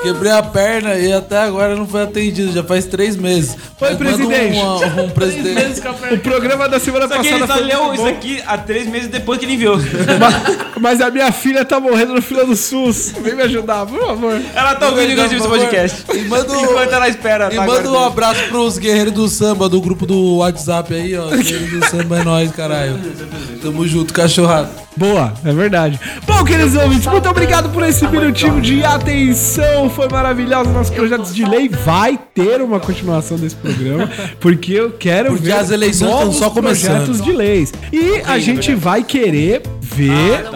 Speaker 2: Quebrei a perna e até agora não foi atendido. Já faz três meses.
Speaker 1: Foi,
Speaker 2: Mas manda um-
Speaker 1: presidente.
Speaker 2: Um, um presidente.
Speaker 1: O programa da semana
Speaker 4: Só que
Speaker 1: passada
Speaker 4: ele só
Speaker 1: foi
Speaker 4: leu
Speaker 1: muito
Speaker 4: isso
Speaker 1: bom,
Speaker 4: aqui há três meses depois que ele enviou.
Speaker 1: mas, mas a minha filha tá morrendo no fila do SUS. Vem me ajudar, por favor.
Speaker 4: Ela tá ouvindo inclusive esse
Speaker 2: Por favor.
Speaker 4: podcast.
Speaker 2: E manda um-
Speaker 4: Enquanto ela espera.
Speaker 2: E
Speaker 4: tá
Speaker 2: manda um
Speaker 4: aguardando.
Speaker 2: abraço pros guerreiros do samba, do grupo do WhatsApp aí, ó. Guerreiros do samba é nóis, caralho. Tamo junto, cachorrado.
Speaker 1: Boa, é verdade. Bom, queridos ouvintes, muito obrigado por esse minutinho de atenção. Foi maravilhoso. Nosso projeto de lei vai ter uma continuação desse programa, porque eu quero
Speaker 2: Porque
Speaker 1: ver
Speaker 2: as eleições estão
Speaker 1: novos
Speaker 2: só começando. é
Speaker 1: projetos de leis. E a gente vai querer ver
Speaker 2: Ah,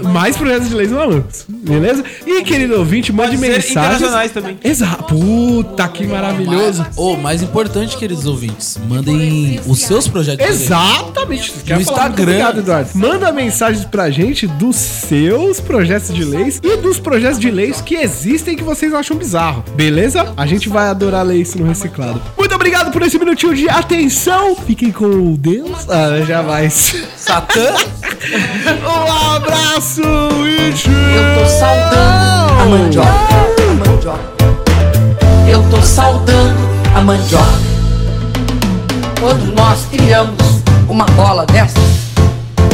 Speaker 2: tá.
Speaker 1: mais projetos de leis malucos, beleza? E, querido ouvinte, mande
Speaker 4: Pode ser
Speaker 1: mensagens.
Speaker 4: internacionais também.
Speaker 1: Exato. Puta, que maravilhoso.
Speaker 2: Ô, mais importante, queridos ouvintes, mandem os seus projetos. de lei.
Speaker 1: Exatamente. Quer falar?
Speaker 2: No
Speaker 1: Muito
Speaker 2: Instagram.
Speaker 1: Obrigado, Eduardo. Manda mensagens pra gente dos seus projetos de leis e dos projetos de leis que existem que vocês acham bizarro. Beleza? A gente vai adorar ler isso no reciclado. Muito obrigado por esse minutinho de atenção. Fiquem com Deus. Ah, jamais.
Speaker 2: Satã?
Speaker 1: Um abraço e tchau.
Speaker 9: Eu tô saudando a mandioca, a mandioca. Eu tô saudando a mandioca. Quando nós criamos uma bola dessas,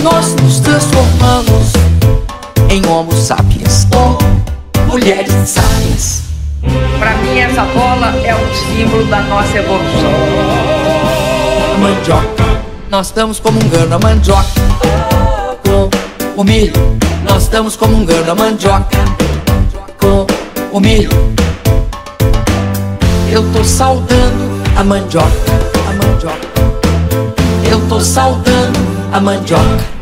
Speaker 9: nós nos transformamos em homo sapiens ou mulheres sapiens. Para mim essa bola é um símbolo da nossa evolução. A mandioca. Nós estamos comungando a mandioca com o milho. Nós estamos comungando a mandioca com o milho. Eu tô saudando a mandioca, a mandioca. Eu tô saudando a mandioca.